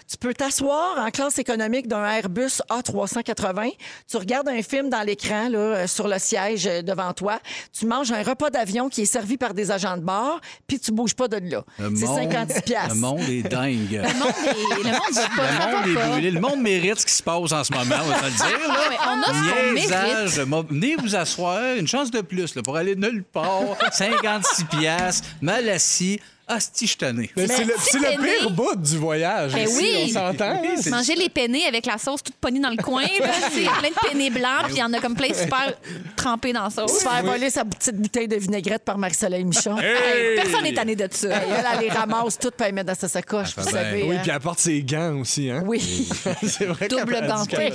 Speaker 3: Tu peux t'asseoir en classe économique d'un Airbus A380. Tu regardes un film dans l'écran, là, euh, sur le siège euh, devant toi. Tu manges un repas d'avion qui est servi par des agents de bord, puis tu bouges pas de là.
Speaker 4: Le
Speaker 3: C'est
Speaker 4: monde-
Speaker 3: 56 piastres.
Speaker 4: Le monde est dingue.
Speaker 5: Le monde est, le monde va pas, ça
Speaker 4: Le
Speaker 5: va
Speaker 4: monde est
Speaker 5: pas.
Speaker 4: brûlé. Le monde mérite ce qui se passe en ce moment, on va te le dire. là.
Speaker 5: Ah ouais, on a ce qu'on mérite.
Speaker 4: Niaisage de mo- Venez vous asseoir, une chance de plus là, pour aller nulle part. 56 piastres, mal assis. Asti, je tanné.
Speaker 2: Mais c'est le,
Speaker 5: si
Speaker 2: c'est le
Speaker 5: t'es né-
Speaker 2: pire bout du voyage.
Speaker 3: Eh
Speaker 5: Ben
Speaker 2: ici,
Speaker 5: oui.
Speaker 2: On s'entend. hein?
Speaker 4: Oui, c'est-
Speaker 5: Manger les penne avec la sauce toute pognée dans le coin, là, c'est plein de penne blancs, puis il y en a comme plein super trempés dans la
Speaker 3: Se
Speaker 5: sauce.
Speaker 3: faire voler sa petite bouteille de vinaigrette par Marie-Soleil Michon.
Speaker 5: Hey, Personne n'est tanné de ça.
Speaker 3: Elle, elle les ramasse toutes pour les mettre dans sa sacoche,
Speaker 4: Ah,
Speaker 3: vous
Speaker 4: ben,
Speaker 3: savez.
Speaker 2: Oui,
Speaker 3: hein.
Speaker 2: puis elle porte ses gants aussi. Hein?
Speaker 3: Oui.
Speaker 2: c'est vrai qu'elle
Speaker 5: Double
Speaker 2: porte-
Speaker 5: ganté.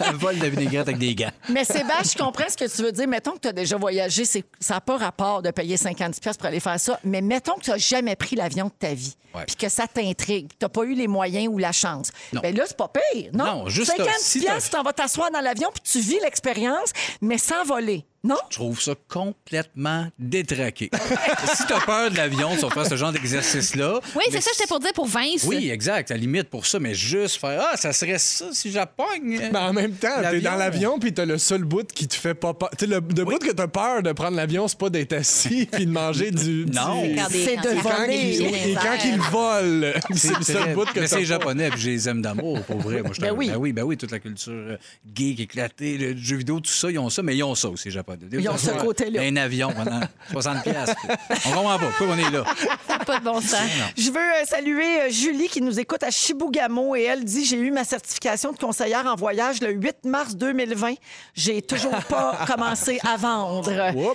Speaker 4: Un vol de vinaigrette avec des gants.
Speaker 3: Mais Sébastien, je comprends ce que tu veux dire. Mettons que tu as déjà voyagé, c'est- ça n'a pas rapport de payer 50$ piastres pour aller faire ça. Mais mettons que tu n'as jamais pris l'avion de ta vie,
Speaker 4: Ouais.
Speaker 3: puis que ça t'intrigue, tu n'as pas eu les moyens ou la chance.
Speaker 4: Non.
Speaker 3: Bien là, c'est pas pire. Non,
Speaker 4: Non, juste là,
Speaker 3: 50$,
Speaker 4: si t'as-
Speaker 3: piastres, tu t'en vas t'asseoir dans l'avion, puis tu vis l'expérience, mais sans voler. Non?
Speaker 4: Je trouve ça complètement détraqué. si t'as peur de l'avion, tu vas faire ce genre d'exercice-là.
Speaker 5: Oui, c'est
Speaker 4: Mais
Speaker 5: ça, j'étais pour dire pour Vince.
Speaker 4: Oui, exact, à la limite pour ça, mais juste faire Ah, ça serait ça si j'appogne.
Speaker 2: Mais Ben, en même temps, t'es dans l'avion, puis t'as le seul bout qui te fait pas peur. T'sais, le, le bout que t'as peur de prendre l'avion, c'est pas d'être assis puis de manger du.
Speaker 4: Non.
Speaker 2: du-
Speaker 5: Regardez,
Speaker 3: C'est de
Speaker 5: quand-
Speaker 2: Quand
Speaker 3: voler.
Speaker 2: il,
Speaker 3: Volé.
Speaker 2: et quand il vole, c'est le seul bout que
Speaker 4: mais
Speaker 2: t'as
Speaker 4: c'est
Speaker 2: pas.
Speaker 4: japonais, puis je les aime d'amour, pour vrai. Moi, je
Speaker 3: Ben
Speaker 4: t'en-
Speaker 3: oui.
Speaker 4: ben oui, ben oui, toute la culture euh, geek, éclatée, le jeu vidéo, tout ça, ils ont ça, mais ils ont ça aussi, les pas de...
Speaker 3: Ils ont ce côté-là.
Speaker 4: Un avion pendant 60 piastres. On comprend pas. Pourquoi on est là?
Speaker 5: Ça n'a pas de bon sens.
Speaker 3: Je veux euh, saluer euh, Julie qui nous écoute à Chibougamau et elle dit J'ai eu ma certification de conseillère en voyage le 8 mars 2020. J'ai toujours pas commencé à vendre.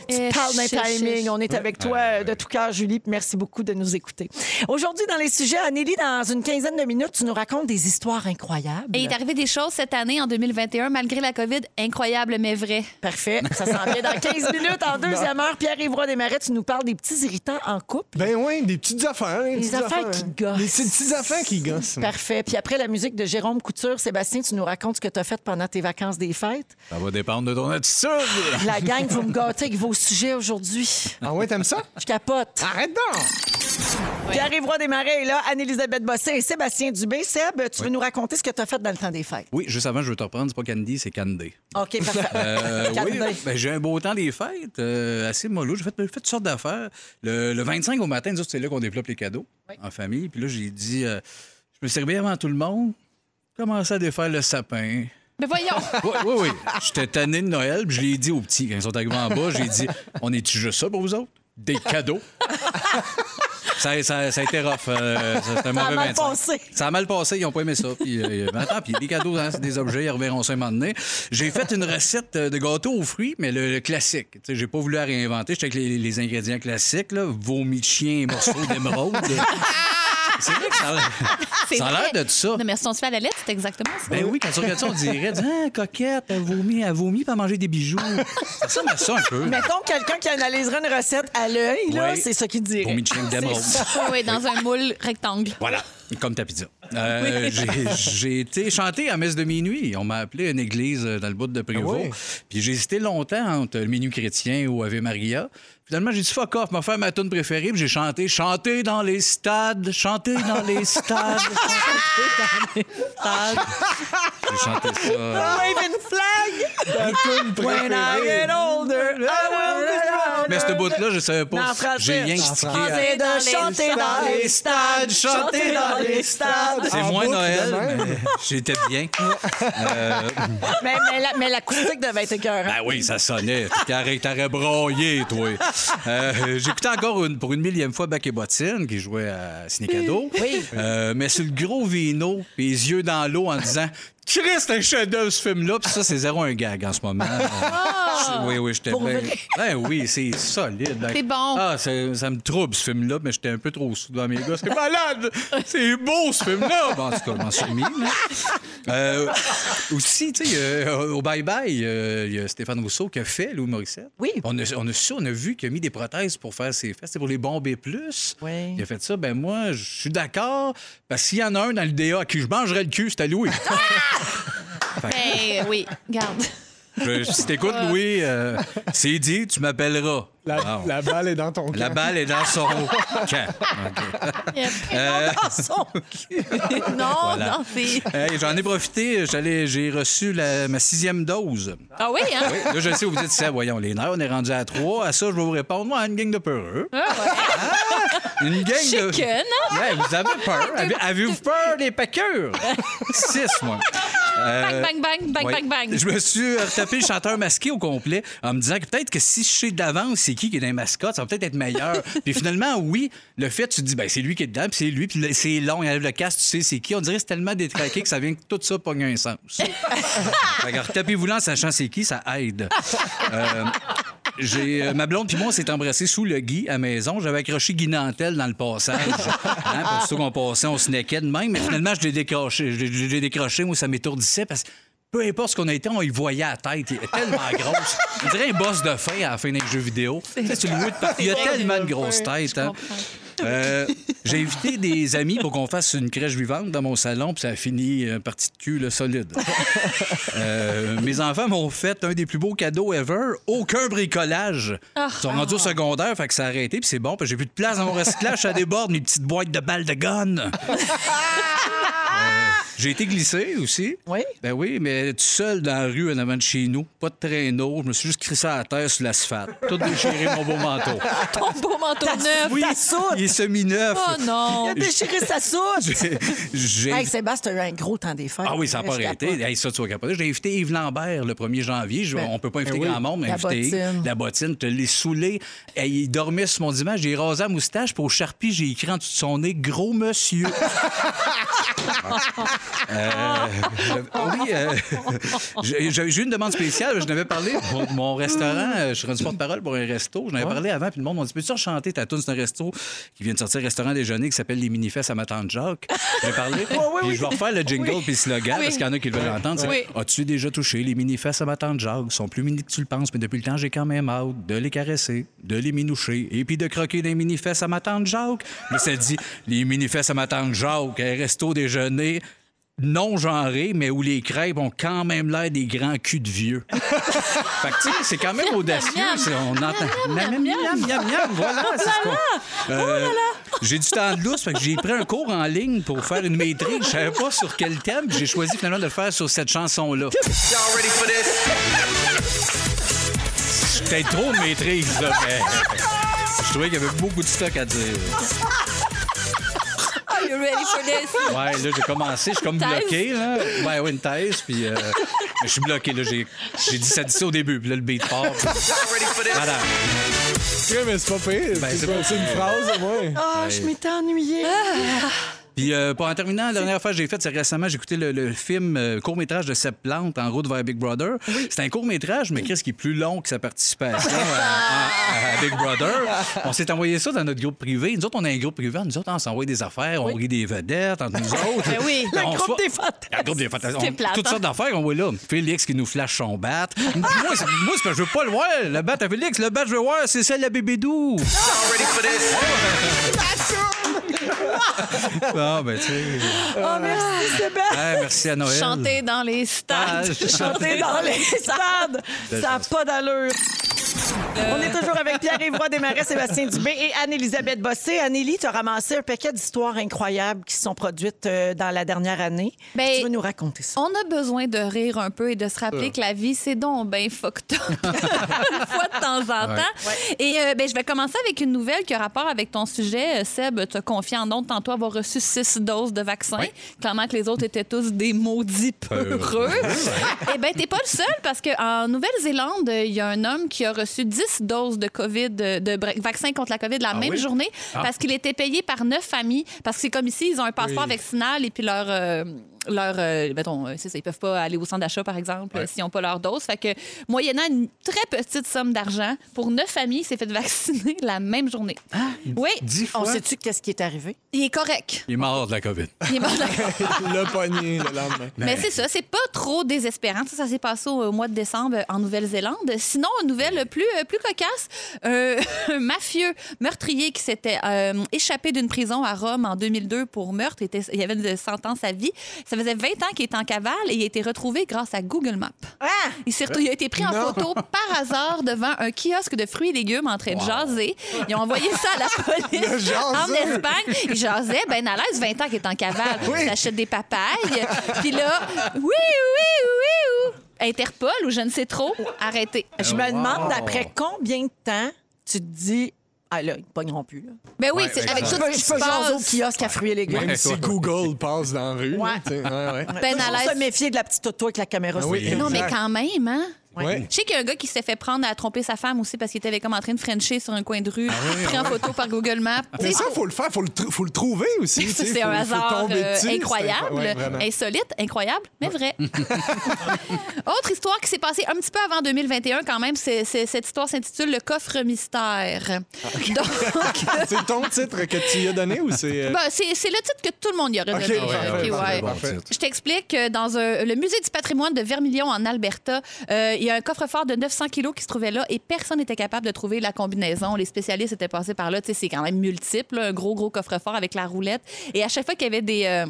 Speaker 3: Tu
Speaker 5: Eh,
Speaker 3: parles d'un
Speaker 5: chiche,
Speaker 3: timing.
Speaker 5: chiche.
Speaker 3: On est avec toi euh, de tout cœur, Julie. puis Merci beaucoup de nous écouter. Aujourd'hui, dans les sujets, Anélie, dans une quinzaine de minutes, tu nous racontes des histoires incroyables.
Speaker 5: Et il est arrivé des choses cette année, en 2021, malgré la COVID, incroyable mais vrai.
Speaker 3: Parfait. Ça s'en vient dans 15 minutes. En deuxième heure, Pierre-Yves Roy Desmarais, tu nous parles des petits irritants en couple.
Speaker 2: Ben oui, des petites affaires. hein, Des, petites
Speaker 3: affaires qui gossent.
Speaker 2: Des petites, petites affaires qui gossent.
Speaker 3: Parfait. Puis après la musique de Jérôme Couture, Sébastien, tu nous racontes ce que tu as fait pendant tes vacances des fêtes.
Speaker 4: Ça va dépendre de ton attitude.
Speaker 3: La gang, vous me gâtez avec vos sujets aujourd'hui.
Speaker 2: Ah ouais, t'aimes ça?
Speaker 3: Je capote.
Speaker 2: Arrête donc!
Speaker 3: Pierre-Yves Roy Desmarais est là, Anne-Élisabeth Bossé et Sébastien Dubé. Seb, tu veux nous raconter ce que tu as fait dans le temps des fêtes?
Speaker 4: Oui, juste avant, je veux te reprendre. C'est pas Candy, c'est Candé.
Speaker 3: OK, parfait.
Speaker 4: Euh, oui,
Speaker 3: Calvin.
Speaker 4: ben, j'ai un beau temps des fêtes, euh, assez mollo. J'ai fait, j'ai fait toutes sortes d'affaires. Le, le 25 au matin, nous autres, c'est là qu'on développe les cadeaux en famille. Puis là, j'ai dit, euh, je me suis réveillé avant tout le monde, commencé à défaire le sapin.
Speaker 5: Mais voyons!
Speaker 4: Oui, oui, oui. J'étais tanné de Noël, puis je l'ai dit aux petits. Quand ils sont arrivés en bas, j'ai dit On est-tu juste ça pour vous autres Des cadeaux Ça, ça- ça a été rough. euh, ça, c'était un
Speaker 3: Ça a
Speaker 4: mauvais
Speaker 3: mal
Speaker 4: 25.
Speaker 3: passé.
Speaker 4: Ça a mal passé, ils n'ont pas aimé ça. Puis, euh, ben attends, puis des cadeaux, hein, c'est des objets, ils reverront ça un moment donné. J'ai fait une recette euh, de gâteau aux fruits, mais le, le classique. Tu sais, j'ai pas voulu la réinventer. J'étais avec les, les ingrédients classiques, là, vomi de chien et morceaux d'émeraude. c'est vrai que ça a l'air-
Speaker 5: C'est
Speaker 4: ça a l'air
Speaker 5: vrai.
Speaker 4: de ça.
Speaker 5: Non, mais si on se fait à la lettre, c'est exactement ça.
Speaker 4: Ben oui, quand tu regardes ça, on dirait ah, coquette, elle vomit, elle vomit pas manger des bijoux. Ça ressemble à ça un peu.
Speaker 3: Mettons quelqu'un qui analysera une recette à l'œil, là,
Speaker 4: Ouais.
Speaker 3: c'est ça qu'il dirait.
Speaker 4: Vomi de chien d'émeraude.
Speaker 5: Oui, oui, dans un moule rectangle.
Speaker 4: Voilà, comme ta pizza. Euh, j'ai- J'ai été chanté à messe de minuit. On m'a appelé à une église euh, dans le bout de Prévost.
Speaker 2: Ah ouais?
Speaker 4: Puis j'ai hésité longtemps entre le menu chrétien ou Ave Maria. Finalement, j'ai dit fuck off, m'a fait ma tune préférée. Puis j'ai chanté, chanté dans les stades, chanté dans les stades, chanté dans les stades. J'ai chanté ça. euh,
Speaker 3: Wave and flag!
Speaker 2: Ta toune
Speaker 3: When I
Speaker 2: préférée.
Speaker 3: get older, I will be louder.
Speaker 4: Mais ce bout-là, je savais
Speaker 3: Mais en
Speaker 4: pas.
Speaker 3: Euh, français.
Speaker 4: J'ai rien
Speaker 2: En
Speaker 4: stické
Speaker 2: français.
Speaker 4: à-
Speaker 3: C'est de chanter dans les stades, chanter dans les stades.
Speaker 4: C'est
Speaker 2: En
Speaker 4: moins
Speaker 2: boucle
Speaker 4: Noël,
Speaker 2: de même.
Speaker 4: mais j'étais bien.
Speaker 3: Mais, mais, la, mais l'acoustique devait être écœurante.
Speaker 4: Ben oui, ça sonnait. T'aurais, t'aurais broyé, toi. Euh, j'écoutais encore une- pour une millième fois Bac et Bottine qui jouait à Cinecado.
Speaker 3: Oui.
Speaker 4: Euh, mais sur le gros vino, puis les yeux dans l'eau en disant Christ, un chef-d'œuvre ce film-là. Puis ça, c'est zéro un gag en ce moment. Euh, oui, oui,
Speaker 3: Ah!
Speaker 4: j'étais
Speaker 3: Pour
Speaker 4: bien.
Speaker 3: vrai?
Speaker 4: Ben oui, c'est solide.
Speaker 5: C'est bon.
Speaker 4: Ah, ça, ça me trouble ce film-là, mais j'étais un peu trop sous dans mes gars. C'est malade! C'est beau ce film-là! Bon, en tout cas, je m'en suis remis, là. Euh, aussi, tu sais, euh, au Bye Bye, euh, il y a Stéphane Rousseau qui a fait Louis Morissette.
Speaker 3: Oui.
Speaker 4: On a, on a su, on a vu qu'il a mis des prothèses pour faire ses fesses. C'est pour les bomber plus.
Speaker 3: Oui.
Speaker 4: Il a fait ça. Ben moi, je suis d'accord. Parce s'il y en a un dans l'IDA à qui je mangerais le cul, c'était Louis.
Speaker 5: Ben oui, garde.
Speaker 4: Je- si t'écoutes, Louis, euh, c'est dit, tu m'appelleras.
Speaker 2: La,
Speaker 4: Wow.
Speaker 2: la balle est dans ton
Speaker 4: La
Speaker 2: camp.
Speaker 4: balle est dans son camp. OK. Euh,
Speaker 5: Non,
Speaker 4: Voilà.
Speaker 5: non, c'est.
Speaker 4: hey, J'en ai profité. J'allais, j'ai reçu la- ma sixième dose.
Speaker 5: Ah oui, hein?
Speaker 4: Oui, euh, là, je sais, vous dites, ça, voyons, les nerfs, on est rendu à trois. À ça, je vais vous répondre, moi, une gang de peureux. Ah, une gang de.
Speaker 5: Chicken, hein?
Speaker 4: Ouais, vous avez peur. Avez- Avez-vous peur des piqûres? Six, moi. Euh,
Speaker 5: Bang, bang, bang,
Speaker 4: ouais.
Speaker 5: bang, bang.
Speaker 4: Je me suis euh, retapé le chanteur masqué au complet en me disant que peut-être que si je sais d'avance c'est qui qui est dans les mascottes, ça va peut-être être meilleur. puis finalement, oui, le fait, tu te dis, ben, c'est lui qui est dedans, puis c'est lui, puis le- c'est long, il enlève le casque, tu sais c'est qui. On dirait que c'est tellement détraqué que ça vient que tout ça pogne un sens. fait que retapez-vous là en sachant c'est qui, ça aide. Euh, j'ai, euh, ma blonde puis moi, on s'est embrassés sous le gui à maison. J'avais accroché Guy Nantel dans le passage. Hein, pour ceux qu'on passait, on se neckait de même. Mais finalement, je l'ai décroché. Je l'ai- je l'ai décroché. Moi, ça m'étourdissait parce que peu importe ce qu'on a été, on y voyait à la tête. Il était tellement grosse. On dirait un boss de fin à la fin d'un jeu vidéo. Tu sais, sur le bout de papier, Il y a tellement de grosses têtes. hein. Euh, j'ai invité des amis pour qu'on fasse une crèche vivante dans mon salon, puis ça a fini euh, partie de cul là, solide. Euh, mes enfants m'ont fait un des plus beaux cadeaux ever. Aucun bricolage.
Speaker 3: Ah.
Speaker 4: Ils sont rendus au secondaire, fait que ça a arrêté, puis c'est bon, puis j'ai plus de place dans mon recyclage, ça déborde mes petites boîtes de balles de gun. Euh, J'ai été glissé aussi.
Speaker 3: Oui.
Speaker 4: Ben oui, mais tout seul dans la rue en avant de chez nous, pas de traîneau, je me suis juste crissé à la terre sur l'asphalte. Tout déchiré mon beau manteau.
Speaker 5: Ton beau manteau neuf.
Speaker 3: Ta soude.
Speaker 4: il semi-neufs.
Speaker 5: Oh non!
Speaker 4: Ben,
Speaker 3: Il a déchiré sa soute.
Speaker 4: J'ai-
Speaker 3: Hey, Sébastien, t'as eu un gros temps des fêtes.
Speaker 4: Ah oui, ça n'a pas
Speaker 3: Je
Speaker 4: arrêté.
Speaker 3: capote.
Speaker 4: Hey, ça, tu vas capoter. J'ai invité Yves Lambert le 1er janvier. Je-
Speaker 3: Ben,
Speaker 4: on peut pas inviter
Speaker 3: ben oui.
Speaker 4: grand monde, mais
Speaker 3: La
Speaker 4: inviter
Speaker 3: bottine.
Speaker 4: la bottine. Te l'ai saoulé. Hey, il dormait sur mon dimanche. J'ai rasé la moustache. Puis au charpie, j'ai écrit en dessous de son nez Gros monsieur. Euh, je- oui, euh, j'ai j'ai- j'ai eu une demande spéciale. Je n'avais parlé pour mon restaurant. euh, Je suis rendu porte-parole pour un resto. Je n'avais parlé avant. Puis le monde m'a dit Peux-tu chanter ta tune C'est un resto qui vient de sortir, un restaurant déjeuner qui s'appelle Les Minifestes à ma tante Jacques. J'ai parlé. Puis je vais refaire le jingle puis le slogan
Speaker 5: Oui.
Speaker 4: parce qu'il y en a qui le veulent entendre. C'est,
Speaker 5: Oui.
Speaker 4: As-tu déjà touché les mini-fesses à ma tante Jacques Sont plus mini que tu le penses, mais depuis le temps, j'ai quand même hâte de les caresser, de les minoucher et puis de croquer les mini-fesses à ma tante Jacques. Mais ça dit Les mini-fesses à ma tante Jacques, un resto déjeuner non genré, mais où les crêpes ont quand même l'air des grands culs de vieux. fait que, tu sais, c'est quand même audacieux.
Speaker 5: miam.
Speaker 4: c'est- On entend. Miam, miam, miam, miam, miam, voilà. c'est ce qu'on- Euh, J'ai du temps de lousse, fait que j'ai pris un cours en ligne pour faire une maîtrise. Je savais pas sur quel thème, puis j'ai choisi finalement de le faire sur cette chanson-là. C'est peut-être trop de maîtrise, là, mais je trouvais qu'il y avait beaucoup de stock à dire.
Speaker 5: Are you ready for this?
Speaker 4: Ouais, là, j'ai commencé, je suis comme
Speaker 5: Thèse.
Speaker 4: bloqué, là. Ouais, ouais, une thèse, puis euh, mais je suis bloqué, là. J'ai j'ai dit ça, dit ça au début, puis là, le beat part. puis- Voilà.
Speaker 2: Ouais, mais c'est pas pire.
Speaker 4: Ben,
Speaker 2: c'est
Speaker 4: c'est
Speaker 2: pas-
Speaker 4: pas-
Speaker 2: c'est une phrase, ouais.
Speaker 3: Ah, je m'étais ennuyée.
Speaker 4: Puis euh, pour en terminant, la dernière fois que j'ai fait, c'est récemment, j'ai écouté le, le film euh, court-métrage de Sepp Plante, En route vers Big Brother. C'est un court-métrage, mais qu'est-ce qui est plus long que sa participation euh, à, à- à Big Brother? On s'est envoyé ça dans notre groupe privé. Nous autres, on a un groupe privé. Nous autres, on s'envoie des affaires, on rit des vedettes entre nous autres.
Speaker 5: Ben oui.
Speaker 4: On
Speaker 3: Le
Speaker 4: reçoit-
Speaker 3: groupe des fantasmes.
Speaker 4: Le groupe des fantasmes.
Speaker 5: C'était
Speaker 4: On-
Speaker 5: plate,
Speaker 4: Toutes
Speaker 5: hein?
Speaker 4: sortes d'affaires, on voit là. Félix qui nous flash son bat. moi, c'est- moi, c'est parce que je veux pas le voir. Le bat à Félix, le bat, je veux voir, c'est celle à Bébédou. Ah, ben, tu sais.
Speaker 3: Oh, merci, Sébastien.
Speaker 4: Ah, merci à Noël.
Speaker 5: Chanter dans les stades.
Speaker 4: Ah,
Speaker 3: Chanter dans les stades.
Speaker 4: Ben,
Speaker 3: Ça n'a pas d'allure. On est toujours avec Pierre-Yves Roy Desmarais, Sébastien Dubé et Anne-Élisabeth Bossé. Annélie, tu as ramassé un paquet d'histoires incroyables qui se sont produites euh, dans la dernière année.
Speaker 5: Ben,
Speaker 3: tu veux nous raconter ça?
Speaker 5: On a besoin de rire un peu et de se rappeler que la vie, c'est donc ben fucked up. une fois de temps en temps. Et euh, ben, je vais commencer avec une nouvelle qui a rapport avec ton sujet. Euh, Seb, tu as confié en honte tantôt avoir reçu six doses de vaccin.
Speaker 4: Oui.
Speaker 5: Clairement que les autres étaient tous des maudits peureux. Eh bien, t'es pas le seul parce qu'en Nouvelle-Zélande, euh, il y a un homme qui a reçu 10 doses de COVID, euh, de bra- vaccin contre la COVID la même
Speaker 4: oui?
Speaker 5: journée parce qu'il était payé par neuf familles. Parce que c'est comme ici, ils ont un passeport vaccinal et puis leur. euh, leur euh, mettons, euh, c'est ça, ils peuvent pas aller au centre d'achat, par exemple, euh, s'ils n'ont pas leur dose. Fait que, moyennant une très petite somme d'argent, pour neuf familles, il s'est fait vacciner la même journée. oui,
Speaker 4: Dix
Speaker 3: On
Speaker 4: fois.
Speaker 3: sait-tu qu'est-ce qui est arrivé?
Speaker 5: il est correct.
Speaker 4: Il est mort de la COVID.
Speaker 5: Il est mort d'accord.
Speaker 2: Le pogné le lendemain.
Speaker 5: Mais c'est ça, c'est pas trop désespérant. Ça, ça s'est passé au mois de décembre euh, en Nouvelle-Zélande. Sinon, une nouvelle plus, euh, plus cocasse, euh, un mafieux meurtrier qui s'était euh, échappé d'une prison à Rome en 2002 pour meurtre, était, il y avait une sentence à vie. Ça faisait 20 ans qu'il était en cavale et il a été retrouvé grâce à Google Maps. Il, s'est retou- il a été pris en photo par hasard devant un kiosque de fruits et légumes en train de jaser. Ils ont envoyé ça à la police en Espagne. Il jasait, ben à l'aise, 20 ans qu'il est en cavale. Il achète des papayes. Puis là, oui, oui, oui, oui. Interpol ou je ne sais trop, arrêtez.
Speaker 3: Je
Speaker 4: Oh,
Speaker 3: me demande d'après combien de temps tu te dis. Ah là, ils ne pogneront plus. là.
Speaker 5: Ben oui,
Speaker 4: Ouais,
Speaker 5: c'est
Speaker 4: ouais,
Speaker 5: avec
Speaker 3: Je
Speaker 5: tout
Speaker 3: peux,
Speaker 5: ce qui
Speaker 3: je
Speaker 5: se
Speaker 3: peux jaser au
Speaker 5: passe.
Speaker 3: kiosque à fruits et légumes.
Speaker 2: Même
Speaker 4: Ouais,
Speaker 2: si
Speaker 4: ouais.
Speaker 2: Google passe dans la rue.
Speaker 3: Ouais.
Speaker 2: tu sais, ouais, ouais.
Speaker 3: Ben
Speaker 5: Ben à
Speaker 3: se
Speaker 5: l'aise.
Speaker 3: méfier de la petite auto avec la caméra.
Speaker 2: Ah
Speaker 3: sur
Speaker 2: oui,
Speaker 3: le-
Speaker 5: Non, mais
Speaker 2: Exact.
Speaker 5: quand même, hein?
Speaker 2: Ouais.
Speaker 5: Je sais qu'il y a un gars qui s'est fait prendre à tromper sa femme aussi parce qu'il était comme en train de frencher sur un coin de rue, pris en photo par Google Maps.
Speaker 2: Mais
Speaker 5: Tu sais,
Speaker 2: ça, faut le faire, faut le, tr- faut le trouver aussi. tu sais,
Speaker 5: C'est
Speaker 2: faut-
Speaker 5: un
Speaker 2: faut
Speaker 5: hasard
Speaker 2: tomber
Speaker 5: euh,
Speaker 2: dessus, c'est
Speaker 5: incroyable,
Speaker 2: ouais, vraiment.
Speaker 5: insolite, incroyable, mais vrai. Autre histoire qui s'est passée un petit peu avant 2021 quand même, c'est- c'est- cette histoire s'intitule Le coffre mystère.
Speaker 2: Ah,
Speaker 5: Donc,
Speaker 2: C'est ton titre que tu y as donné ou c'est. euh,
Speaker 5: ben, c'est c'est le titre que tout le monde y aurait
Speaker 2: Ok,
Speaker 5: donné.
Speaker 2: ouais,
Speaker 5: genre.
Speaker 2: ouais,
Speaker 5: Ok,
Speaker 2: parfait,
Speaker 5: ouais.
Speaker 2: parfait.
Speaker 5: Je t'explique que dans un- le musée du patrimoine de Vermilion en Alberta, euh, il y a un coffre-fort de 900 kilos qui se trouvait là et personne n'était capable de trouver la combinaison. Les spécialistes étaient passés par là. Tu sais, c'est quand même multiple, là, un gros, gros coffre-fort avec la roulette. Et à chaque fois qu'il y avait des... euh,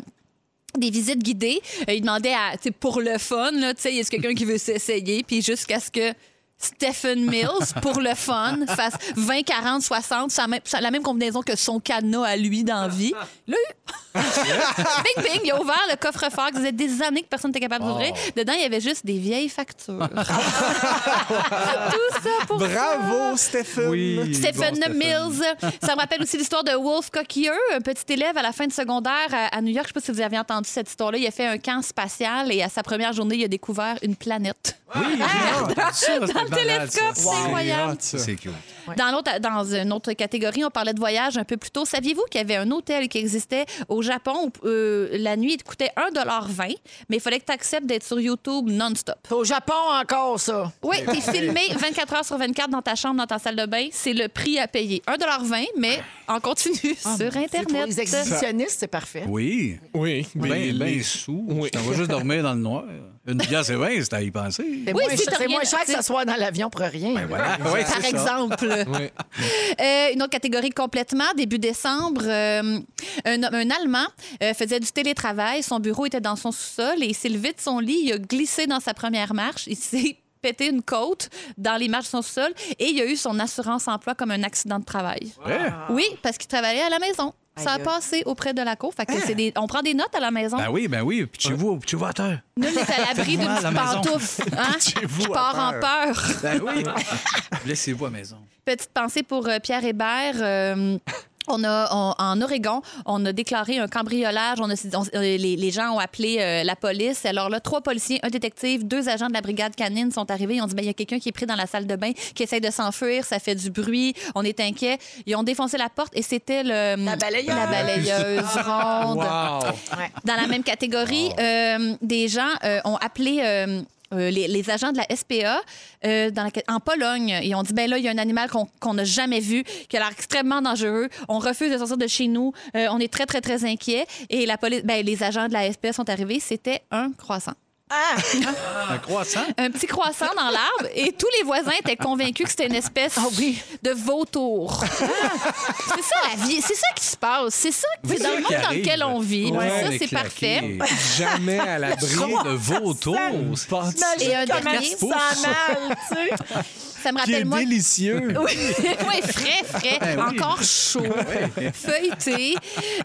Speaker 5: des visites guidées. Euh, il demandait à, tu sais, pour le fun, là, tu sais, est-ce quelqu'un qui veut s'essayer? Puis jusqu'à ce que Stephen Mills, pour le fun, fasse 20, 40, 60, sa même- sa- la même combinaison que son cadenas à lui dans la vie. Là, Bing, bing, il a ouvert le coffre-fort que ça faisait des années que personne n'était capable
Speaker 2: Oh.
Speaker 5: d'ouvrir. Dedans, il y avait juste des vieilles factures. Tout ça pour
Speaker 2: Bravo, Stéphane!
Speaker 4: Oui.
Speaker 5: Stephen
Speaker 4: Bon,
Speaker 5: Mills. Ça me rappelle aussi l'histoire de Wolf Coquilleux, un petit élève à la fin de secondaire à, à New York. Je ne sais pas si vous avez entendu cette histoire-là. Il a fait un camp spatial et à sa première journée, il a découvert une planète.
Speaker 4: Oui, dans,
Speaker 5: dans le télescope, c'est incroyable.
Speaker 4: C'est cute.
Speaker 5: Dans, l'autre, dans une autre catégorie, on parlait de voyage un peu plus tôt. Saviez-vous qu'il y avait un hôtel qui existait au Japon où euh, la nuit il coûtait 1,20 mais il fallait que tu acceptes d'être sur YouTube non-stop?
Speaker 3: C'est au Japon encore, ça.
Speaker 5: Oui, t'es filmé 24 heures sur 24 dans ta chambre, dans ta salle de bain. C'est le prix à payer. 1,20 mais en
Speaker 3: Ah,
Speaker 5: continu sur
Speaker 3: Pour
Speaker 5: Internet.
Speaker 3: les exhibitionnistes, c'est parfait.
Speaker 4: Oui.
Speaker 2: Oui,
Speaker 4: Ben,
Speaker 2: ben, ben,
Speaker 4: les sous. Tu t'en vas juste dormir dans le noir. Une bière, c'est 20, c'est à y penser.
Speaker 3: C'est
Speaker 5: Oui,
Speaker 3: moins,
Speaker 5: si
Speaker 3: cher-
Speaker 5: t'as
Speaker 3: c'est
Speaker 5: rien-
Speaker 3: moins cher que s'asseoir dans l'avion pour rien. là.
Speaker 4: Ben Ouais,
Speaker 5: Par
Speaker 4: c'est ça.
Speaker 5: exemple.
Speaker 2: Oui.
Speaker 5: Euh, une autre catégorie complètement, début décembre, euh, un, un Allemand euh, faisait du télétravail. Son bureau était dans son sous-sol et il s'est levé de son lit. Il a glissé dans sa première marche. Il s'est pété une côte dans les marches de son sous-sol et il a eu son assurance emploi comme un accident de travail.
Speaker 4: Ouais.
Speaker 5: Oui, parce qu'il travaillait à la maison. Ça a passé auprès de la cour. Fait que c'est des- On prend des notes à la maison.
Speaker 4: Ah. Ben oui, ben oui. Puis tu vois, puis tu vois à terre.
Speaker 5: Nul n'est à l'abri d'une
Speaker 4: Faites-moi à la
Speaker 5: petite
Speaker 4: maison.
Speaker 5: pantoufle. Hein?
Speaker 2: Pitchez-vous
Speaker 5: Je
Speaker 2: à
Speaker 5: pars en
Speaker 2: terre.
Speaker 5: peur.
Speaker 4: Ben oui. Laissez-vous à la maison.
Speaker 5: Petite pensée pour euh, Pierre Hébert. euh, on a, on- en Oregon, on a déclaré un cambriolage. On a, on- euh, les, les gens ont appelé euh, la police. Alors là, trois policiers, un détective, deux agents de la brigade canine sont arrivés. Ils ont dit ben, il y a quelqu'un qui est pris dans la salle de bain, qui essaie de s'enfuir. Ça fait du bruit. On est inquiet. Ils ont défoncé la porte et c'était le,
Speaker 3: La balayeuse.
Speaker 5: la balayeuse ronde.
Speaker 2: Wow!
Speaker 5: Dans la même catégorie, euh, des gens euh, ont appelé. euh, euh, les, les agents de la SPA euh, dans la- en Pologne, ils ont dit ben là, il y a un animal qu'on qu'on n'a jamais vu, qui a l'air extrêmement dangereux. On refuse de sortir de chez nous. Euh, on est très, très, très inquiets. Et la police, ben, les agents de la SPA sont arrivés. C'était un croissant.
Speaker 3: Ah!
Speaker 4: Un croissant?
Speaker 5: Un petit croissant dans l'arbre. Et tous les voisins étaient convaincus que c'était une espèce de vautour. c'est ça la vie. C'est ça qui se passe. C'est ça, c'est dans le
Speaker 4: qui
Speaker 5: monde dans
Speaker 4: arrive.
Speaker 5: lequel on vit.
Speaker 4: Ouais,
Speaker 5: ça,
Speaker 4: on est
Speaker 5: c'est
Speaker 4: claqué.
Speaker 5: parfait.
Speaker 2: ben, Jamais à l'abri
Speaker 4: Bris de
Speaker 2: de
Speaker 4: vautour.
Speaker 2: ce parti
Speaker 5: Et un dernier.
Speaker 3: Ça mal, tu sais.
Speaker 5: Ça me
Speaker 2: qui est
Speaker 5: rappelle moi.
Speaker 2: délicieux.
Speaker 5: Oui, oui, frais, frais,
Speaker 4: Ben oui.
Speaker 5: encore chaud, feuilleté.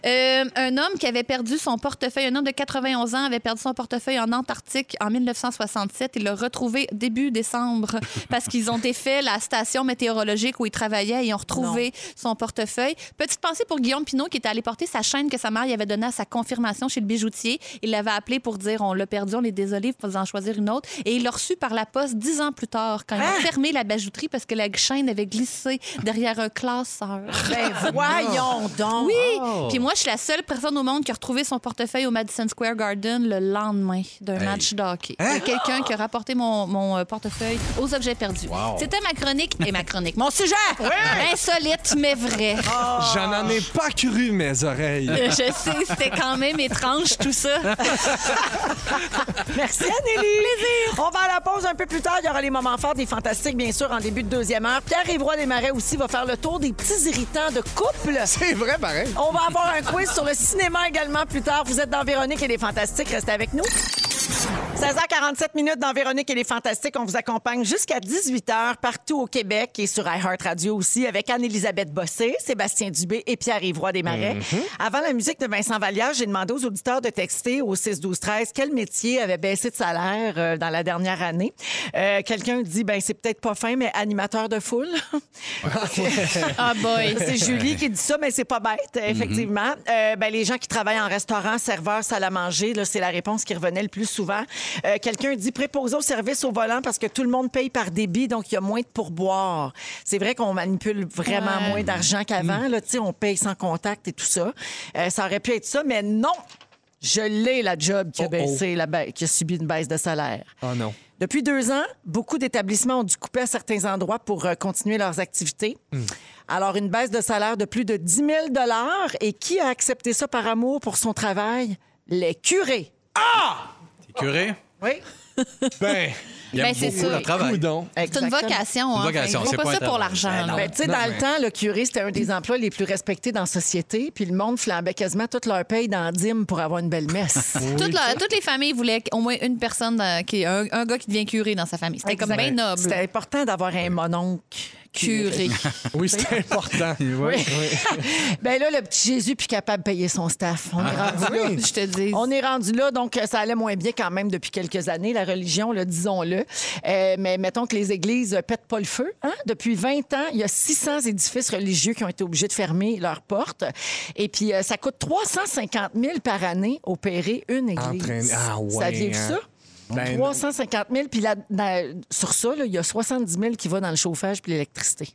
Speaker 5: Euh, un homme qui avait perdu son portefeuille, un homme de 91 ans avait perdu son portefeuille en Antarctique en 1967. Il l'a retrouvé début décembre parce qu'ils ont défait la station météorologique où il travaillait et ils ont retrouvé son portefeuille. Petite pensée pour Guillaume Pinot qui était allé porter sa chaîne que sa mère lui avait donnée à sa confirmation chez le bijoutier. Il l'avait appelé pour dire on l'a perdu, on est désolé, vous en choisir une autre. Et il l'a reçu par la poste dix ans plus tard quand il a fermé la bijouterie parce que la chaîne avait glissé derrière un classeur.
Speaker 3: Ben voyons donc.
Speaker 5: Oui! Puis moi, je suis la seule personne au monde qui a retrouvé son portefeuille au Madison Square Garden le lendemain d'un match de hockey. Il y a quelqu'un qui a rapporté mon, mon, euh, portefeuille aux objets perdus. C'était ma chronique et ma chronique. Mon sujet! Insolite, mais vrai.
Speaker 2: J'en en ai pas cru mes oreilles.
Speaker 5: Je sais, c'était quand même étrange tout ça.
Speaker 3: Merci, Anneli. On va à la pause un peu plus tard. Il y aura les moments forts des Fantastiques, bien sûr, en début de deuxième heure. Pierre-Évroy Desmarais aussi va faire le tour des petits irritants de couple.
Speaker 2: C'est vrai, pareil.
Speaker 3: On va avoir un quiz sur le cinéma également plus tard. Vous êtes dans Véronique et les Fantastiques. Restez avec nous. 16h47 minutes dans Véronique et les Fantastiques. On vous accompagne jusqu'à 18h partout au Québec et sur iHeartRadio aussi avec Anne-Élisabeth Bossé, Sébastien Dubé et Pierre-Yvroy Desmarais. Avant la musique de Vincent Vallière, j'ai demandé aux auditeurs de texter au 6-12-13 quel métier avait baissé de salaire euh, dans la dernière année. Euh, Quelqu'un dit, ben c'est peut-être pas fin, mais animateur de foule.
Speaker 5: Ah boy.
Speaker 3: C'est Julie qui dit ça, mais c'est pas bête, effectivement. Euh, ben, les gens qui travaillent en restaurant, serveurs, salle à manger, là, c'est la réponse qui revenait le plus souvent. Euh, Quelqu'un dit préposé au service au volant parce que tout le monde paye par débit, donc il y a moins de pourboire. C'est vrai qu'on manipule vraiment moins d'argent qu'avant. là, tu sais, On paye sans contact et tout ça. Euh, ça aurait pu être ça, mais non! Je l'ai, la job qui a, baissé, la ba- qui a subi une baisse de salaire.
Speaker 2: Oh non.
Speaker 3: Depuis deux ans, beaucoup d'établissements ont dû couper à certains endroits pour euh, continuer leurs activités. Alors, une baisse de salaire de plus de 10 000 Et qui a accepté ça par amour pour son travail? Les curés.
Speaker 4: T'es curé?
Speaker 3: Oui.
Speaker 2: Ben,
Speaker 4: Il aime
Speaker 5: Ben, c'est
Speaker 4: beaucoup
Speaker 5: ça.
Speaker 4: le travail.
Speaker 2: coudon.
Speaker 5: C'est une vocation.
Speaker 4: Une
Speaker 5: hein.
Speaker 4: vocation,
Speaker 5: Ils font
Speaker 4: c'est pas
Speaker 5: pas
Speaker 4: un
Speaker 5: ça
Speaker 4: talent.
Speaker 5: pour l'argent.
Speaker 4: Ben non.
Speaker 5: là.
Speaker 3: Ben, tu sais, dans le temps, le curé, c'était un des emplois les plus respectés dans la société, puis le monde flambait quasiment toute leur paye dans la dîme pour avoir une belle messe.
Speaker 5: Toutes, leurs- toutes les familles voulaient au moins une personne, dans- qui est un, un gars qui devient curé dans sa famille. C'était comme bien noble.
Speaker 3: C'était important d'avoir un mononcle
Speaker 5: Curé.
Speaker 2: Oui, c'est important. Oui.
Speaker 3: ben là, le petit Jésus, puis capable de payer son staff. On est rendu là.
Speaker 5: Je te dis.
Speaker 3: On est rendu là, donc euh, ça allait moins bien quand même depuis quelques années, la religion, là, disons-le. Euh, mais mettons que les églises euh, pètent pas le feu. hein. Depuis 20 ans, il y a 600 édifices religieux qui ont été obligés de fermer leurs portes. Et puis, euh, ça coûte 350 000 par année opérer une église.
Speaker 2: Entraîner- Ah ouais,
Speaker 3: Ça vient
Speaker 2: hein.
Speaker 3: ça?
Speaker 2: Ben,
Speaker 3: 350 000, puis là, dans- sur ça, là, il y a 70 000 qui va dans le chauffage puis l'électricité.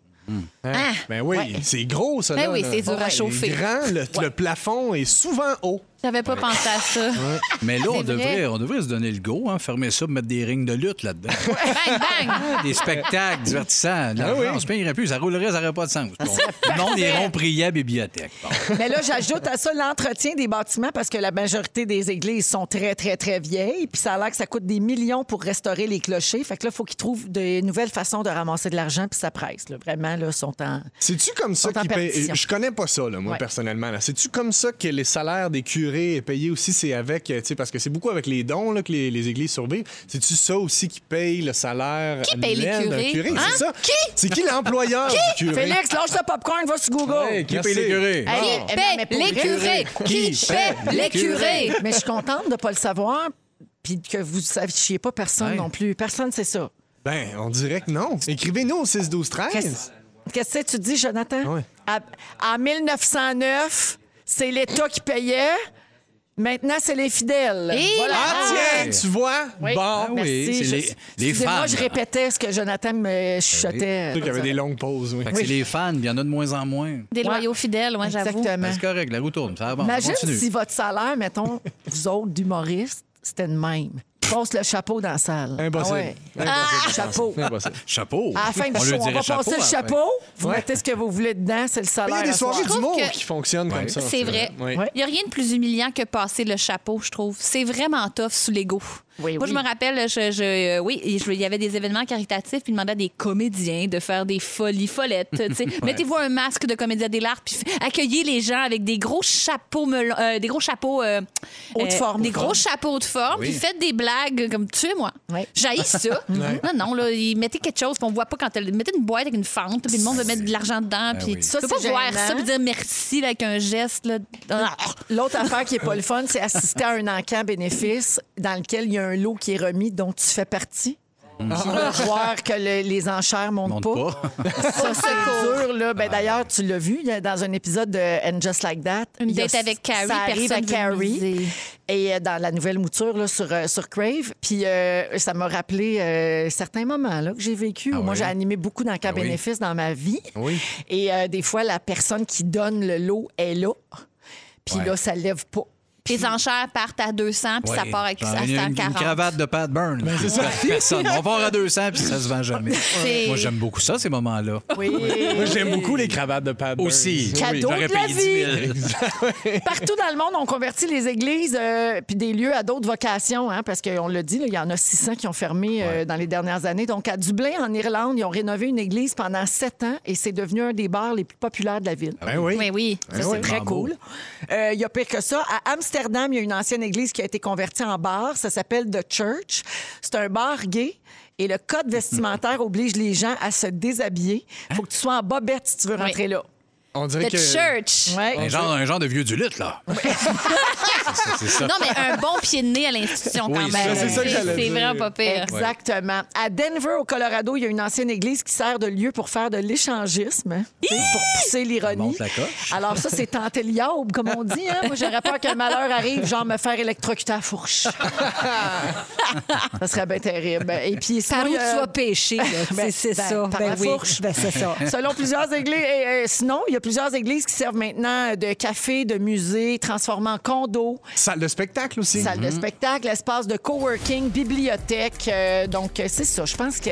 Speaker 2: Hein? Ben oui, c'est gros, ça.
Speaker 5: Ben
Speaker 2: là,
Speaker 5: oui,
Speaker 2: là.
Speaker 5: c'est dur à chauffer.
Speaker 2: grand, le, le plafond est souvent haut.
Speaker 5: J'avais pas pensé à ça.
Speaker 4: Mais là, on
Speaker 5: C'est vrai.
Speaker 4: devrait, on devrait se donner le go, hein, fermer ça, mettre des rings de lutte là-dedans.
Speaker 5: Bang, bang!
Speaker 4: des spectacles
Speaker 5: Ah
Speaker 4: divertissants. Là,
Speaker 2: oui.
Speaker 4: On se payerait plus, ça roulerait, ça n'aurait pas de sens. Bon, non, ils iront prier à la bibliothèque. Bon.
Speaker 3: Mais là, j'ajoute à ça l'entretien des bâtiments parce que la majorité des églises sont très, très, très vieilles. Puis ça a l'air que ça coûte des millions pour restaurer les clochers. Fait que là, il faut qu'ils trouvent des nouvelles façons de ramasser de l'argent. Puis ça presse. là. Vraiment, là, sont en.
Speaker 2: C'est-tu comme ça
Speaker 3: Sont en
Speaker 2: qu'ils payent?
Speaker 3: perdition.
Speaker 2: Je connais pas ça, là, moi,
Speaker 3: Ouais.
Speaker 2: personnellement. là. C'est-tu comme ça que les salaires des curés est payé aussi? C'est avec, euh, tu sais, parce que c'est beaucoup avec les dons là, que les, les églises survivent. C'est-tu ça aussi qui paye le salaire
Speaker 5: Qui paye les
Speaker 2: annuel d'un
Speaker 5: curés?
Speaker 2: curé?
Speaker 5: Hein?
Speaker 2: C'est ça.
Speaker 5: Qui?
Speaker 2: C'est qui l'employeur du curé?
Speaker 3: Félix, lâche le popcorn, va sur Google.
Speaker 2: Hey,
Speaker 4: Qui
Speaker 2: merci.
Speaker 4: paye les curés?
Speaker 3: Hey,
Speaker 5: Qui
Speaker 3: non, mais
Speaker 5: paie
Speaker 3: pour
Speaker 5: les
Speaker 3: vrai,
Speaker 5: curés?
Speaker 4: Qui
Speaker 5: Qui
Speaker 4: paie
Speaker 5: paie
Speaker 4: les
Speaker 5: les curés?
Speaker 3: Mais je suis contente de ne pas le savoir. Puis que vous ne sachiez pas personne
Speaker 4: Ouais.
Speaker 3: non plus. Personne, c'est ça.
Speaker 2: Ben, on dirait que non. Écrivez-nous au 6 12 13
Speaker 3: Qu'est-ce qu'est-ce que tu dis, Jonathan?
Speaker 2: Ouais.
Speaker 3: À- en 1909, c'est l'État qui payait. Maintenant, c'est les fidèles.
Speaker 5: Et
Speaker 2: Ah, tiens, tu vois?
Speaker 3: Ah,
Speaker 5: Ah
Speaker 2: Bon.
Speaker 4: oui, c'est les- les
Speaker 3: Moi,
Speaker 4: femmes.
Speaker 3: je répétais ce que Jonathan me chuchotait.
Speaker 2: C'est sûr qu'il y avait des longues pauses, oui.
Speaker 4: Fait que C'est les fans, il y en a de moins en moins.
Speaker 5: Des loyaux fidèles, moi, j'avoue.
Speaker 3: Exactement.
Speaker 4: Ben, C'est correct, la roue tourne, ça avance.
Speaker 3: Imagine
Speaker 4: continue.
Speaker 3: si votre salaire, mettons, vous autres d'humoristes, c'était le même. Passe le chapeau dans la salle.
Speaker 2: Impossible.
Speaker 3: Ah ouais.
Speaker 2: Impossible.
Speaker 3: chapeau.
Speaker 2: Impossible.
Speaker 4: Chapeau.
Speaker 2: Ah,
Speaker 3: À la fin du
Speaker 4: On
Speaker 3: show,
Speaker 4: le
Speaker 3: on
Speaker 4: dirait
Speaker 3: va
Speaker 4: chapeau,
Speaker 3: passer le
Speaker 4: à la fin.
Speaker 3: chapeau. Vous
Speaker 2: Ouais.
Speaker 3: mettez ce que vous voulez dedans, c'est le
Speaker 2: Il
Speaker 3: salaire.
Speaker 2: y a des
Speaker 3: à soir.
Speaker 2: soirées
Speaker 5: trouve
Speaker 2: d'humour
Speaker 5: que-
Speaker 2: qui fonctionnent comme
Speaker 4: Ouais.
Speaker 2: ça.
Speaker 5: C'est vrai.
Speaker 2: Oui.
Speaker 3: Ouais.
Speaker 5: Il n'y a rien de plus humiliant que passer le chapeau, je trouve. C'est vraiment tough sous l'ego.
Speaker 3: Oui,
Speaker 5: Moi,
Speaker 3: oui.
Speaker 5: je me rappelle, je, je- euh, oui, et je- il y avait des événements caritatifs, puis ils demandaient à des comédiens de faire des folies follettes. tu sais. Mettez-vous un masque de comédien des lards, puis f- accueillez les gens avec des gros chapeaux, melon- euh, des gros chapeaux euh,
Speaker 3: Haute forme.
Speaker 5: des
Speaker 3: Haute
Speaker 5: gros chapeaux de forme,
Speaker 4: Oui.
Speaker 5: puis faites des blagues comme tuez-moi.
Speaker 3: Ouais.
Speaker 5: J'haïs ça. Non, non, là, ils mettaient quelque chose qu'on voit pas quand elle mettez une boîte avec une fente, puis le monde veut mettre de l'argent dedans, puis
Speaker 4: oui.
Speaker 5: tu
Speaker 3: Ça,
Speaker 5: peux
Speaker 3: c'est
Speaker 5: pas voir
Speaker 3: gênant.
Speaker 5: ça puis dire merci là, avec un geste là. Ah.
Speaker 3: L'autre affaire qui est pas le fun, c'est assister à un encamp bénéfice dans lequel il y a un lot qui est remis dont tu fais partie.
Speaker 5: Mm.
Speaker 3: Puis là, de voir que le- les enchères montent
Speaker 4: Monte
Speaker 3: pas.
Speaker 4: pas.
Speaker 3: Ça, c'est dur, là. Ben, D'ailleurs, tu l'as vu il y a- dans un épisode de And Just Like That.
Speaker 5: Une
Speaker 3: Il y a-
Speaker 5: date avec Carrie,
Speaker 3: ça arrive à
Speaker 5: personne veut le
Speaker 3: Carrie.
Speaker 5: miser.
Speaker 3: Et euh, dans la nouvelle mouture là, sur, euh, sur Crave. Puis euh, ça m'a rappelé euh, certains moments là, que j'ai vécu.
Speaker 4: Ah
Speaker 3: Moi,
Speaker 4: oui?
Speaker 3: j'ai animé beaucoup d'encarts
Speaker 4: Ah oui.
Speaker 3: bénéfices dans ma vie.
Speaker 2: Oui.
Speaker 3: Et euh, des fois, la personne qui donne le lot est là. Puis
Speaker 4: Ouais.
Speaker 3: là, ça lève pas.
Speaker 5: Les enchères partent à 200 puis ça
Speaker 4: Ouais.
Speaker 5: part avec
Speaker 4: Genre,
Speaker 5: à
Speaker 4: une, une
Speaker 5: 140.
Speaker 4: cravate de Pat Burns.
Speaker 2: Ben,
Speaker 4: Personne. On part à 200 puis ça se vend jamais.
Speaker 5: C'est-
Speaker 4: Moi, j'aime beaucoup ça, ces moments-là.
Speaker 3: Oui.
Speaker 2: Moi, j'aime beaucoup les cravates de Pat Burns.
Speaker 4: Aussi.
Speaker 3: Cadeau
Speaker 4: Oui, j'aurais
Speaker 3: de la
Speaker 4: payé
Speaker 3: vie.
Speaker 4: 10 000.
Speaker 3: Partout dans le monde, on convertit les églises euh, puis des lieux à d'autres vocations, hein, parce qu'on le dit, là, il y en a 600 qui ont fermé euh, dans les dernières années. Donc, à Dublin, en Irlande, ils ont rénové une église pendant sept ans et c'est devenu un des bars les plus populaires de la ville.
Speaker 2: Ben oui.
Speaker 5: Oui, oui.
Speaker 3: Ça, c'est très
Speaker 4: Bravo.
Speaker 3: cool. Euh, Il y a pire que ça. À Amsterdam, il y a une ancienne église qui a été convertie en bar. Ça s'appelle The Church. C'est un bar gay. Et le code vestimentaire oblige les gens à se déshabiller. faut que tu sois en bobette si tu veux rentrer là.
Speaker 2: On dirait
Speaker 5: The
Speaker 2: que.
Speaker 5: church.
Speaker 3: Ouais.
Speaker 4: Un genre, un genre de vieux du lutte, là. C'est- c'est ça.
Speaker 5: Non, mais un bon pied de nez à l'institution quand
Speaker 4: Oui, ça,
Speaker 5: même.
Speaker 4: c'est
Speaker 2: ça que j'allais
Speaker 5: C'est
Speaker 2: dire.
Speaker 5: vraiment pas pire.
Speaker 3: Exactement. À Denver, au Colorado, il y a une ancienne église qui sert de lieu pour faire de l'échangisme, hein, tu sais, pour pousser l'ironie.
Speaker 4: Monte la coche.
Speaker 3: Alors ça, c'est tenter le yaoub, comme on dit. hein. Moi, j'aurais peur qu'un malheur arrive, genre me faire électrocuter à fourche. ça serait bien terrible. Et puis,
Speaker 9: Par où
Speaker 3: sinon, il y a-
Speaker 9: tu vas pêcher, là.
Speaker 3: Ben,
Speaker 9: C'est- c'est
Speaker 3: ben,
Speaker 9: ça.
Speaker 3: par
Speaker 9: Ben
Speaker 3: la
Speaker 9: oui,
Speaker 3: fourche.
Speaker 9: ben c'est ça.
Speaker 3: Selon plusieurs églises, et, euh, sinon, il y a plusieurs églises qui servent maintenant de cafés, de musées, transformés en condos.
Speaker 2: Salle de spectacle aussi.
Speaker 3: Salle
Speaker 4: Mhm.
Speaker 3: de spectacle, espace de coworking, bibliothèque. Euh, donc, euh, c'est ça. Je pense que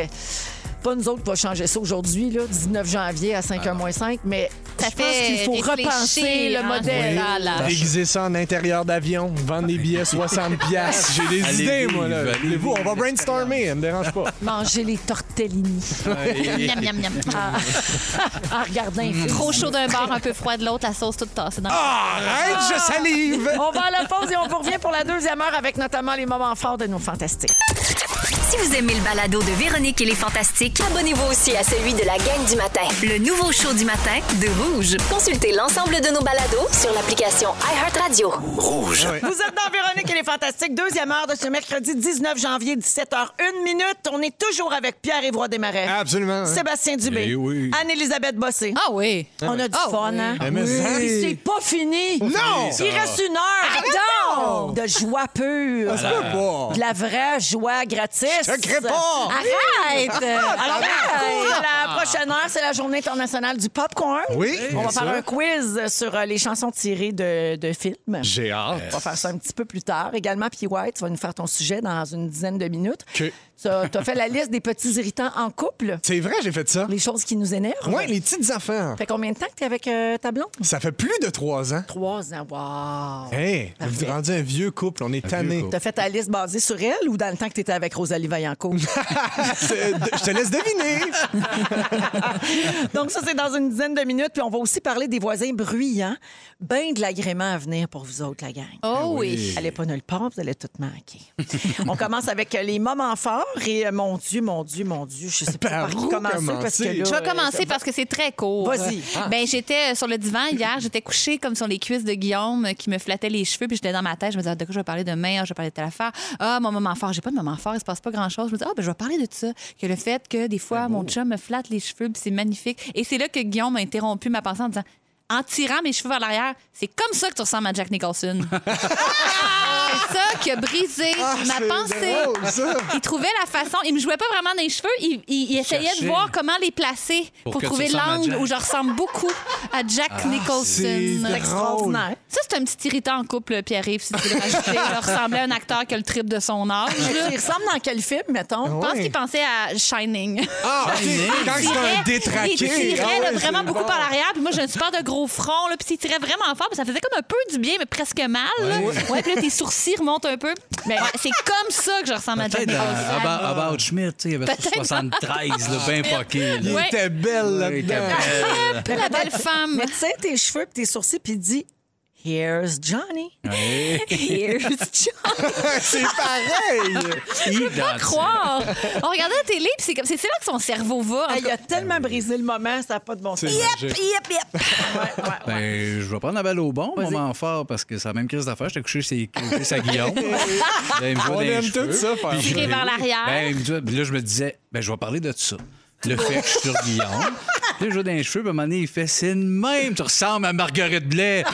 Speaker 3: pas nous autres qui va changer ça aujourd'hui, là, 19 janvier à
Speaker 4: Ah
Speaker 3: 5h moins 5, mais
Speaker 5: Ça
Speaker 3: je pense
Speaker 5: fait
Speaker 3: qu'il faut
Speaker 5: réfléchir,
Speaker 3: repenser le
Speaker 5: hein,
Speaker 3: modèle.
Speaker 5: ça, là.
Speaker 2: Déguiser ça en intérieur d'avion, vendre des billets 60$. piastres. J'ai des
Speaker 4: Allez
Speaker 2: idées,
Speaker 4: vivre,
Speaker 2: moi, là.
Speaker 4: allez
Speaker 2: Voulez-vous? On va brainstormer, elle me dérange pas.
Speaker 3: Manger les tortellini
Speaker 5: Miam, miam, miam.
Speaker 4: Ah.
Speaker 3: en regardant un film.
Speaker 4: Mhm.
Speaker 5: Trop chaud d'un bord, un peu froid de l'autre, la sauce toute tassée dans
Speaker 4: Ah!
Speaker 2: Arrête, je salive!
Speaker 3: On va à la pause et on vous revient pour la deuxième heure avec notamment les moments forts de nos fantastiques.
Speaker 1: Si vous aimez le balado de Véronique et les Fantastiques,
Speaker 10: Abonnez-vous aussi à celui de la gang du matin.
Speaker 1: le nouveau show du matin de Rouge.
Speaker 10: Consultez l'ensemble de nos balados sur l'application iHeartRadio.
Speaker 3: Vous êtes dans Véronique et les Fantastiques, deuxième heure de ce mercredi 19 janvier, 17h01 minute. On est toujours avec Pierre-Évoix Desmarais.
Speaker 2: Absolument. hein.
Speaker 3: Sébastien Dubé.
Speaker 4: Eh oui.
Speaker 3: Anne-Elisabeth Bossé.
Speaker 5: Ah oui.
Speaker 3: On a du
Speaker 5: Ah
Speaker 3: fun,
Speaker 5: oui.
Speaker 3: hein?
Speaker 2: Eh, mais ça-
Speaker 3: Et C'est pas fini.
Speaker 2: Non!
Speaker 3: Il reste une
Speaker 2: Ah, ben
Speaker 3: heure donc, de joie pure.
Speaker 2: Ça se peut pas.
Speaker 3: De la vraie joie gratis.
Speaker 2: Ah, ben Je crée pas. Ah, ben,
Speaker 3: Arrête! Alors, la prochaine heure, c'est la journée internationale du popcorn.
Speaker 2: Oui,
Speaker 3: On va
Speaker 2: bien
Speaker 3: faire
Speaker 2: sûr.
Speaker 3: un quiz sur euh, les chansons tirées de, de films.
Speaker 2: J'ai hâte.
Speaker 3: On va faire ça un petit peu plus tard. Également, P. White, tu vas nous faire ton sujet dans une dizaine de minutes.
Speaker 2: OK.
Speaker 3: Tu as, t'as fait la liste des petits irritants en couple,
Speaker 2: C'est vrai, j'ai fait ça.
Speaker 3: les choses qui nous énervent.
Speaker 2: Ouais, les petites affaires.
Speaker 3: Fait combien de temps que t'es avec euh, ta blonde?
Speaker 2: Ça fait plus de trois ans.
Speaker 3: Trois ans. Wow!
Speaker 2: Hey, vous
Speaker 3: Parfait.
Speaker 2: êtes rendu un vieux couple, on est tanné.
Speaker 4: couple.
Speaker 3: T'as fait ta liste basée sur elle ou dans le temps que t'étais avec Rosalie Vaillancourt?
Speaker 2: C'est- Je te laisse deviner.
Speaker 3: Donc, ça, c'est dans une dizaine de minutes. Puis, on va aussi parler des voisins bruyants. Ben de l'agrément à venir pour vous autres, la gang.
Speaker 4: Ah
Speaker 5: Oh oui.
Speaker 3: Allez pas nulle part, vous allez tout manquer. on commence avec euh, les moments forts. Et euh, mon Dieu, mon Dieu, mon Dieu, je sais pas
Speaker 2: Par
Speaker 3: par, qui
Speaker 2: où
Speaker 3: commencer, parce que
Speaker 2: commencer?
Speaker 3: là,
Speaker 5: Je vais
Speaker 3: euh,
Speaker 5: commencer parce que c'est très court.
Speaker 3: Vas-y.
Speaker 2: Ah.
Speaker 5: Ben, j'étais euh, sur le divan hier, j'étais couchée comme sur les cuisses de Guillaume euh, qui me flattait les cheveux, puis j'étais dans ma tête, je me disais, ah, de quoi je vais parler demain, Ah, je vais parler de telle affaire. Ah, mon moment fort, j'ai pas de moment fort, il se passe pas grand-chose. Je me disais, ah, ben, je vais parler de ça, que le fait que des
Speaker 2: Ben
Speaker 5: fois, mon chum me flatte les cheveux, puis c'est magnifique. Et c'est là que Guillaume a interrompu ma pensée en disant, en tirant mes cheveux vers l'arrière, c'est comme ça que tu ressembles à Jack Nicholson. c'est ça qui a brisé
Speaker 2: Ah,
Speaker 5: ma
Speaker 2: c'est
Speaker 5: pensée.
Speaker 2: drôle, ça.
Speaker 5: Il trouvait la façon. Il me jouait pas vraiment dans les cheveux. Il, il- il essayait
Speaker 4: cherchait.
Speaker 5: de voir comment les placer pour,
Speaker 4: Pour que tu
Speaker 5: trouver
Speaker 4: ressembles à
Speaker 5: l'angle
Speaker 4: Jack.
Speaker 5: où je ressemble beaucoup à Jack
Speaker 2: c'est
Speaker 5: Nicholson.
Speaker 3: c'est extraordinaire.
Speaker 5: Ça, c'est un petit irritant en couple, Pierre-Yves, si tu veux le rajouter. Il ressemblait à un acteur qui a le triple de son âge. là.
Speaker 3: Il ressemble dans quel film, mettons?
Speaker 5: Je pense
Speaker 2: Ouais.
Speaker 5: qu'il pensait à Shining.
Speaker 2: Ah, ok, quand c'est un détraqué.
Speaker 5: Il tirait
Speaker 2: Ah
Speaker 5: là,
Speaker 2: ouais,
Speaker 5: vraiment
Speaker 2: c'est
Speaker 5: beaucoup
Speaker 2: bon.
Speaker 5: par l'arrière. Puis moi, j'ai un super de gros front. Là, puis il tirait vraiment fort. Puis ça faisait comme un peu du bien, mais presque mal. là. Ouais, puis là, tes sourcils remontent un peu. Mais c'est comme ça que je ressemble à Jack
Speaker 4: Peut-être Ah, ben,
Speaker 5: Nicholson.
Speaker 4: à About, euh, About Schmidt, tu sais, il y avait ça
Speaker 5: Peut-être.
Speaker 4: 73, là, bien poqué. là.
Speaker 2: Ah, Il
Speaker 5: Ouais.
Speaker 2: était belle
Speaker 4: Il était
Speaker 2: là-dedans.
Speaker 4: belle.
Speaker 5: La belle femme.
Speaker 3: Mais tu sais, tes cheveux pis tes sourcils, puis il dit « Here's Johnny
Speaker 5: Here's John.
Speaker 2: C'est pareil.
Speaker 4: Identique.
Speaker 5: Croire. On regardait la télé, puis c'est comme c'est c'est là que son cerveau va. ». En tout
Speaker 3: Il
Speaker 5: cas,
Speaker 3: a tellement brisé le moment, ça n'a pas de bon sens.
Speaker 2: ben C'est magique.
Speaker 4: Ben, je vais prendre la balle au bon, moment fort, parce que c'est la même crise d'affaires. J'étais couché chez couché chez Guillaume. Là, il me voit
Speaker 2: On
Speaker 4: dans les
Speaker 2: aime
Speaker 4: cheveux.
Speaker 2: tout ça, faire
Speaker 4: Puis je
Speaker 5: Tirer
Speaker 4: l'ai-
Speaker 5: vers l'arrière.
Speaker 4: Ben, il me dit- puis là, je me disais, ben, je vais parler de ça. Le fait que je suis sur Guillaume. Puis Là, je vois dans les cheveux, puis à un moment donné, il fait c'est de même, tu ressembles à Marguerite Blais. là,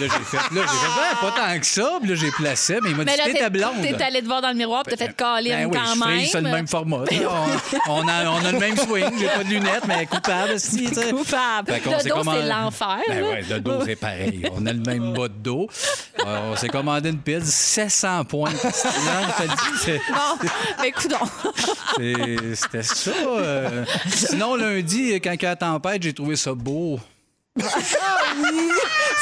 Speaker 4: j'ai fait, là, j'ai fait, ben, pas tant que ça. Puis là, j'ai placé, mais il m'a dit,
Speaker 5: mais là,
Speaker 4: t'es ta blonde.
Speaker 5: t'es allé te voir dans le miroir, puis t'as fait caline
Speaker 4: Ben oui,
Speaker 5: quand
Speaker 4: je frise, c'est le
Speaker 5: même.
Speaker 4: même format. là. On, on a, on a le même swing, j'ai pas de lunettes, mais coupable aussi. tu sais.
Speaker 5: Coupable.
Speaker 4: Fait qu'on
Speaker 5: Le
Speaker 4: s'est
Speaker 5: dos, c'est l'enfer,
Speaker 4: Ben
Speaker 5: là.
Speaker 4: ouais, le dos, c'est pareil. On a le même bas de dos. Euh, on s'est commandé une pizza, 700 points. Non, je te le dis, c'est-
Speaker 5: Bon, mais écoute
Speaker 4: c'est- C'était ça. euh. Sinon, lundi, quand il y a la tempête, j'ai trouvé ça beau.
Speaker 3: C'est beau!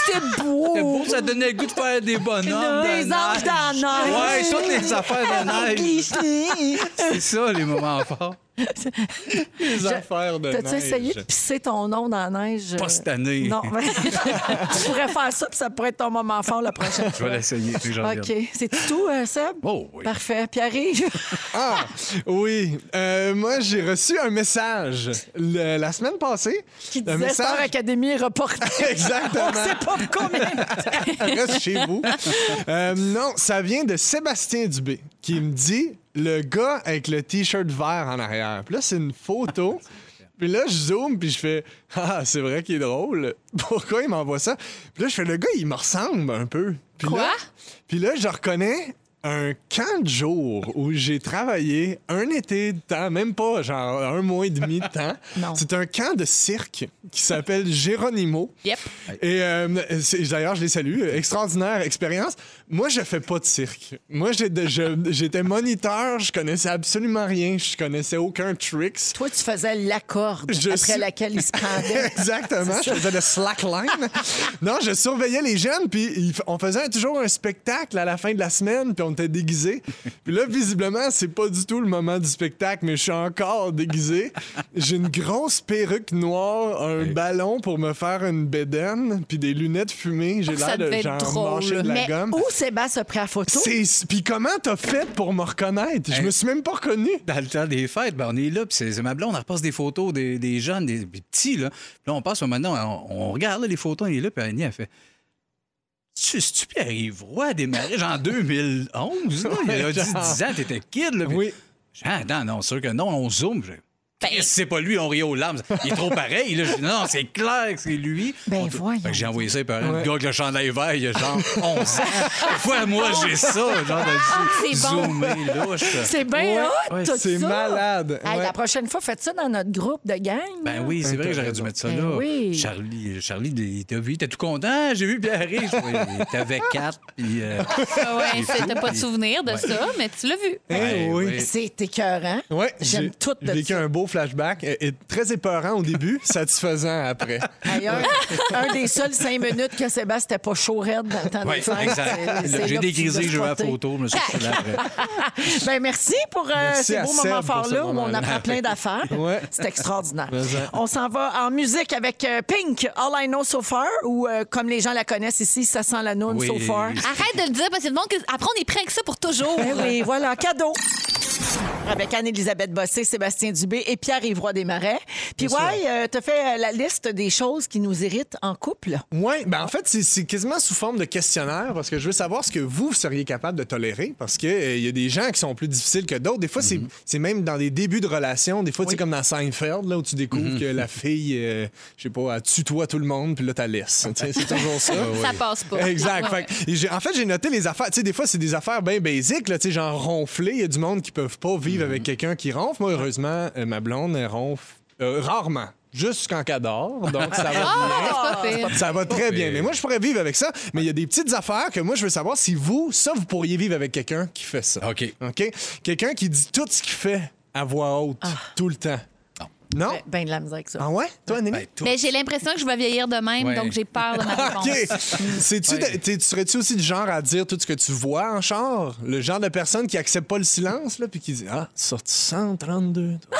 Speaker 4: C'était beau, ça donnait le goût de faire des bonhommes.
Speaker 3: Des anges dans la neige.
Speaker 4: Ouais, toutes les affaires de neige.
Speaker 3: Cliché.
Speaker 4: C'est ça, les moments forts.
Speaker 2: Les affaires de
Speaker 3: T'as-tu
Speaker 2: neige.
Speaker 3: essayé de pisser ton nom dans la neige? euh?
Speaker 4: Pas cette année.
Speaker 3: Non. mais- tu pourrais faire ça, puis ça pourrait être ton moment fort la prochaine
Speaker 4: Je
Speaker 3: fois.
Speaker 4: vais l'essayer. puis j'en reviens.
Speaker 3: OK. C'est tout, euh, Seb?
Speaker 4: Oh, oui.
Speaker 3: Parfait. Puis arrive.
Speaker 2: Ah, oui. Euh, moi, j'ai reçu un message le- la semaine passée.
Speaker 3: Qui
Speaker 2: un
Speaker 3: disait Star Academy reporté.
Speaker 2: Exactement.
Speaker 3: On sait pas pour combien.
Speaker 2: Reste chez vous. Euh, non, ça vient de Sébastien Dubé qui me dit le gars avec le t-shirt vert en arrière. Puis là, c'est une photo. Puis là, je zoome, puis je fais Ah, c'est vrai qu'il est drôle. Pourquoi il m'envoie ça? Puis là, je fais Le gars, il me ressemble un peu. Puis
Speaker 5: Quoi?
Speaker 2: Là, puis là, je reconnais un camp de jour où j'ai travaillé un été de temps, même pas genre un mois et demi de temps. C'est un camp de cirque qui s'appelle Geronimo.
Speaker 5: Yep.
Speaker 2: Et euh, c'est- d'ailleurs, je les salue. Extraordinaire expérience. Moi, je fais pas de cirque. Moi, j'ai de- je- j'étais moniteur, je connaissais absolument rien, je connaissais aucun tricks.
Speaker 3: Toi, tu faisais la corde
Speaker 2: Je
Speaker 3: après
Speaker 2: suis-
Speaker 3: laquelle il se pendait.
Speaker 2: Exactement, je faisais le slackline. non, je surveillais les jeunes, puis ils f- on faisait toujours un spectacle à la fin de la semaine, puis on était déguisés. Puis là, visiblement, c'est pas du tout le moment du spectacle, mais je suis encore déguisé. J'ai une grosse perruque noire, un ballon pour me faire une bédaine, puis des lunettes fumées. J'ai
Speaker 5: Oh, Ça
Speaker 2: l'air de
Speaker 5: devait être
Speaker 2: genre
Speaker 5: drôle,
Speaker 2: mâcher de la
Speaker 5: mais
Speaker 2: gomme.
Speaker 3: Où Sébastien a pris la photo?
Speaker 2: C'est- Puis comment t'as fait pour me reconnaître? Je
Speaker 4: Hey.
Speaker 2: me suis même pas reconnu.
Speaker 4: Dans le temps des fêtes, ben, on est là, puis c'est c'est ma blonde, on repasse des photos des, des jeunes, des, des petits, là. Puis là, on passe maintenant, on, on regarde là, les photos, on est là, puis Annie, elle fait. Tu tu pierre Roy a démarré genre en 2011, là. Il y a
Speaker 2: Ouais,
Speaker 4: 10,
Speaker 2: genre.
Speaker 4: 10 ans, t'étais kid, là. puis-
Speaker 2: Oui.
Speaker 4: Ah, non, non, sûr que non, on zoome. Je... Chris, c'est pas lui, on rit aux larmes. Il est trop pareil. Là. Je dis, non, c'est clair que c'est lui.
Speaker 3: Ben,
Speaker 4: On-
Speaker 3: voyons.
Speaker 4: Fait que j'ai envoyé ça par un gars avec le chandail vert, il a genre 11 ans. Des fois, moi, j'ai ça, genre de
Speaker 5: c'est bon.
Speaker 4: zoomé, louche.
Speaker 3: C'est bien hot,
Speaker 4: ouais,
Speaker 3: tout
Speaker 2: C'est
Speaker 3: ça.
Speaker 2: malade.
Speaker 3: Hey,
Speaker 2: Ouais.
Speaker 3: La prochaine fois, faites ça dans notre groupe de gang. là.
Speaker 4: Ben oui, c'est vrai que j'aurais dû mettre ça
Speaker 3: Ben
Speaker 4: là.
Speaker 3: oui.
Speaker 4: Charlie, Charlie, il t'a vu, il était tout content. J'ai vu Pierre arrive. Il t'avais quatre, puis. euh,
Speaker 5: Ah ouais,
Speaker 4: c'est
Speaker 5: c'est- t'as
Speaker 4: fou,
Speaker 5: pas de
Speaker 4: puis-
Speaker 5: souvenir de ça, mais tu l'as vu.
Speaker 2: Eh
Speaker 4: Ouais,
Speaker 2: oui.
Speaker 4: ouais.
Speaker 3: C'est écœurant.
Speaker 2: Ouais,
Speaker 3: J'aime
Speaker 2: j'ai-
Speaker 3: tout de
Speaker 2: J'ai vécu
Speaker 3: ça.
Speaker 2: un beau flashback. euh, Et, très épeurant au début, satisfaisant après.
Speaker 3: D'ailleurs, un des seuls cinq minutes que Sébastien n'était pas chaud raide dans le temps
Speaker 4: Ouais,
Speaker 3: des fêtes.
Speaker 4: exact.
Speaker 3: C'est- c'est
Speaker 4: J'ai
Speaker 3: là que tu
Speaker 4: dégrisé,
Speaker 3: l'as
Speaker 4: je veux la
Speaker 3: spoté.
Speaker 4: photo, je me suis reculé après.
Speaker 3: Ben, merci pour euh,
Speaker 2: Merci
Speaker 3: ces
Speaker 2: à
Speaker 3: beaux
Speaker 2: Seb pour
Speaker 3: moments
Speaker 2: ce
Speaker 3: forts-là où on
Speaker 2: moment-là.
Speaker 3: apprend plein d'affaires.
Speaker 2: Ouais.
Speaker 3: C'est extraordinaire.
Speaker 2: Mais ça.
Speaker 3: On s'en va en musique avec euh, Pink, All I Know So Far, ou euh, comme les gens la connaissent ici, ça sent la noun
Speaker 4: Oui.
Speaker 3: so far.
Speaker 5: Arrête de le dire parce que le monde, que- après, on est prêt avec ça pour toujours.
Speaker 3: Ben oui, voilà, cadeau. Avec Anne-Élisabeth Bossé, Sébastien Dubé et Pierre-Yvroy Desmarais. Puis, ouais, euh, t'as fait euh, la liste des choses qui nous irritent en couple.
Speaker 2: Oui, ben en fait, c'est- c'est quasiment sous forme de questionnaire parce que je veux savoir ce que vous seriez capable de tolérer parce qu'il y a des gens qui sont plus difficiles que d'autres. Des fois,
Speaker 5: Mm-hmm.
Speaker 2: c'est- c'est même dans des débuts de relation. Des fois, c'est comme dans Seinfeld là, où tu
Speaker 5: Mm-hmm.
Speaker 2: découvres que la fille, euh, je sais pas, elle tutoie tout le monde puis là, t'as laisse. Tu sais, C'est toujours ça.
Speaker 5: Ça passe pas.
Speaker 2: Exact.
Speaker 5: Ouais.
Speaker 2: Fait que j'ai- en fait, j'ai noté les affaires. Tu sais, des fois, c'est des affaires bien basiques, là, tu sais, genre ronfler. Il y a du monde qui peuvent pas vivre
Speaker 5: Mm-hmm.
Speaker 2: avec quelqu'un qui ronfle. Moi, heureusement, euh, ma blonde, elle ronfle euh, rarement. Juste quand elle dort. Donc, ça va bien.
Speaker 5: Ah, c'est pas pire.
Speaker 2: Ça va très bien. Mais moi, je pourrais vivre avec ça. Mais il y a des petites affaires que moi, je veux savoir si vous, ça, vous pourriez vivre avec quelqu'un qui fait ça.
Speaker 4: OK.
Speaker 2: OK? Quelqu'un qui dit tout ce qu'il fait à voix haute, tout le temps. Non.
Speaker 3: Ben, ben de la misère avec ça.
Speaker 2: Ah ouais? Toi, Anélie?
Speaker 4: Ben, tout.
Speaker 5: Mais j'ai l'impression que je vais vieillir de même,
Speaker 4: Ouais.
Speaker 5: donc j'ai peur de ma réponse.
Speaker 2: Ah, OK. C'est-tu
Speaker 4: Ouais.
Speaker 2: de- t'es- tu serais-tu aussi du genre à dire tout ce que tu vois en char? Le genre de personne qui accepte pas le silence, là, puis qui dit Ah, sorti 132. toi.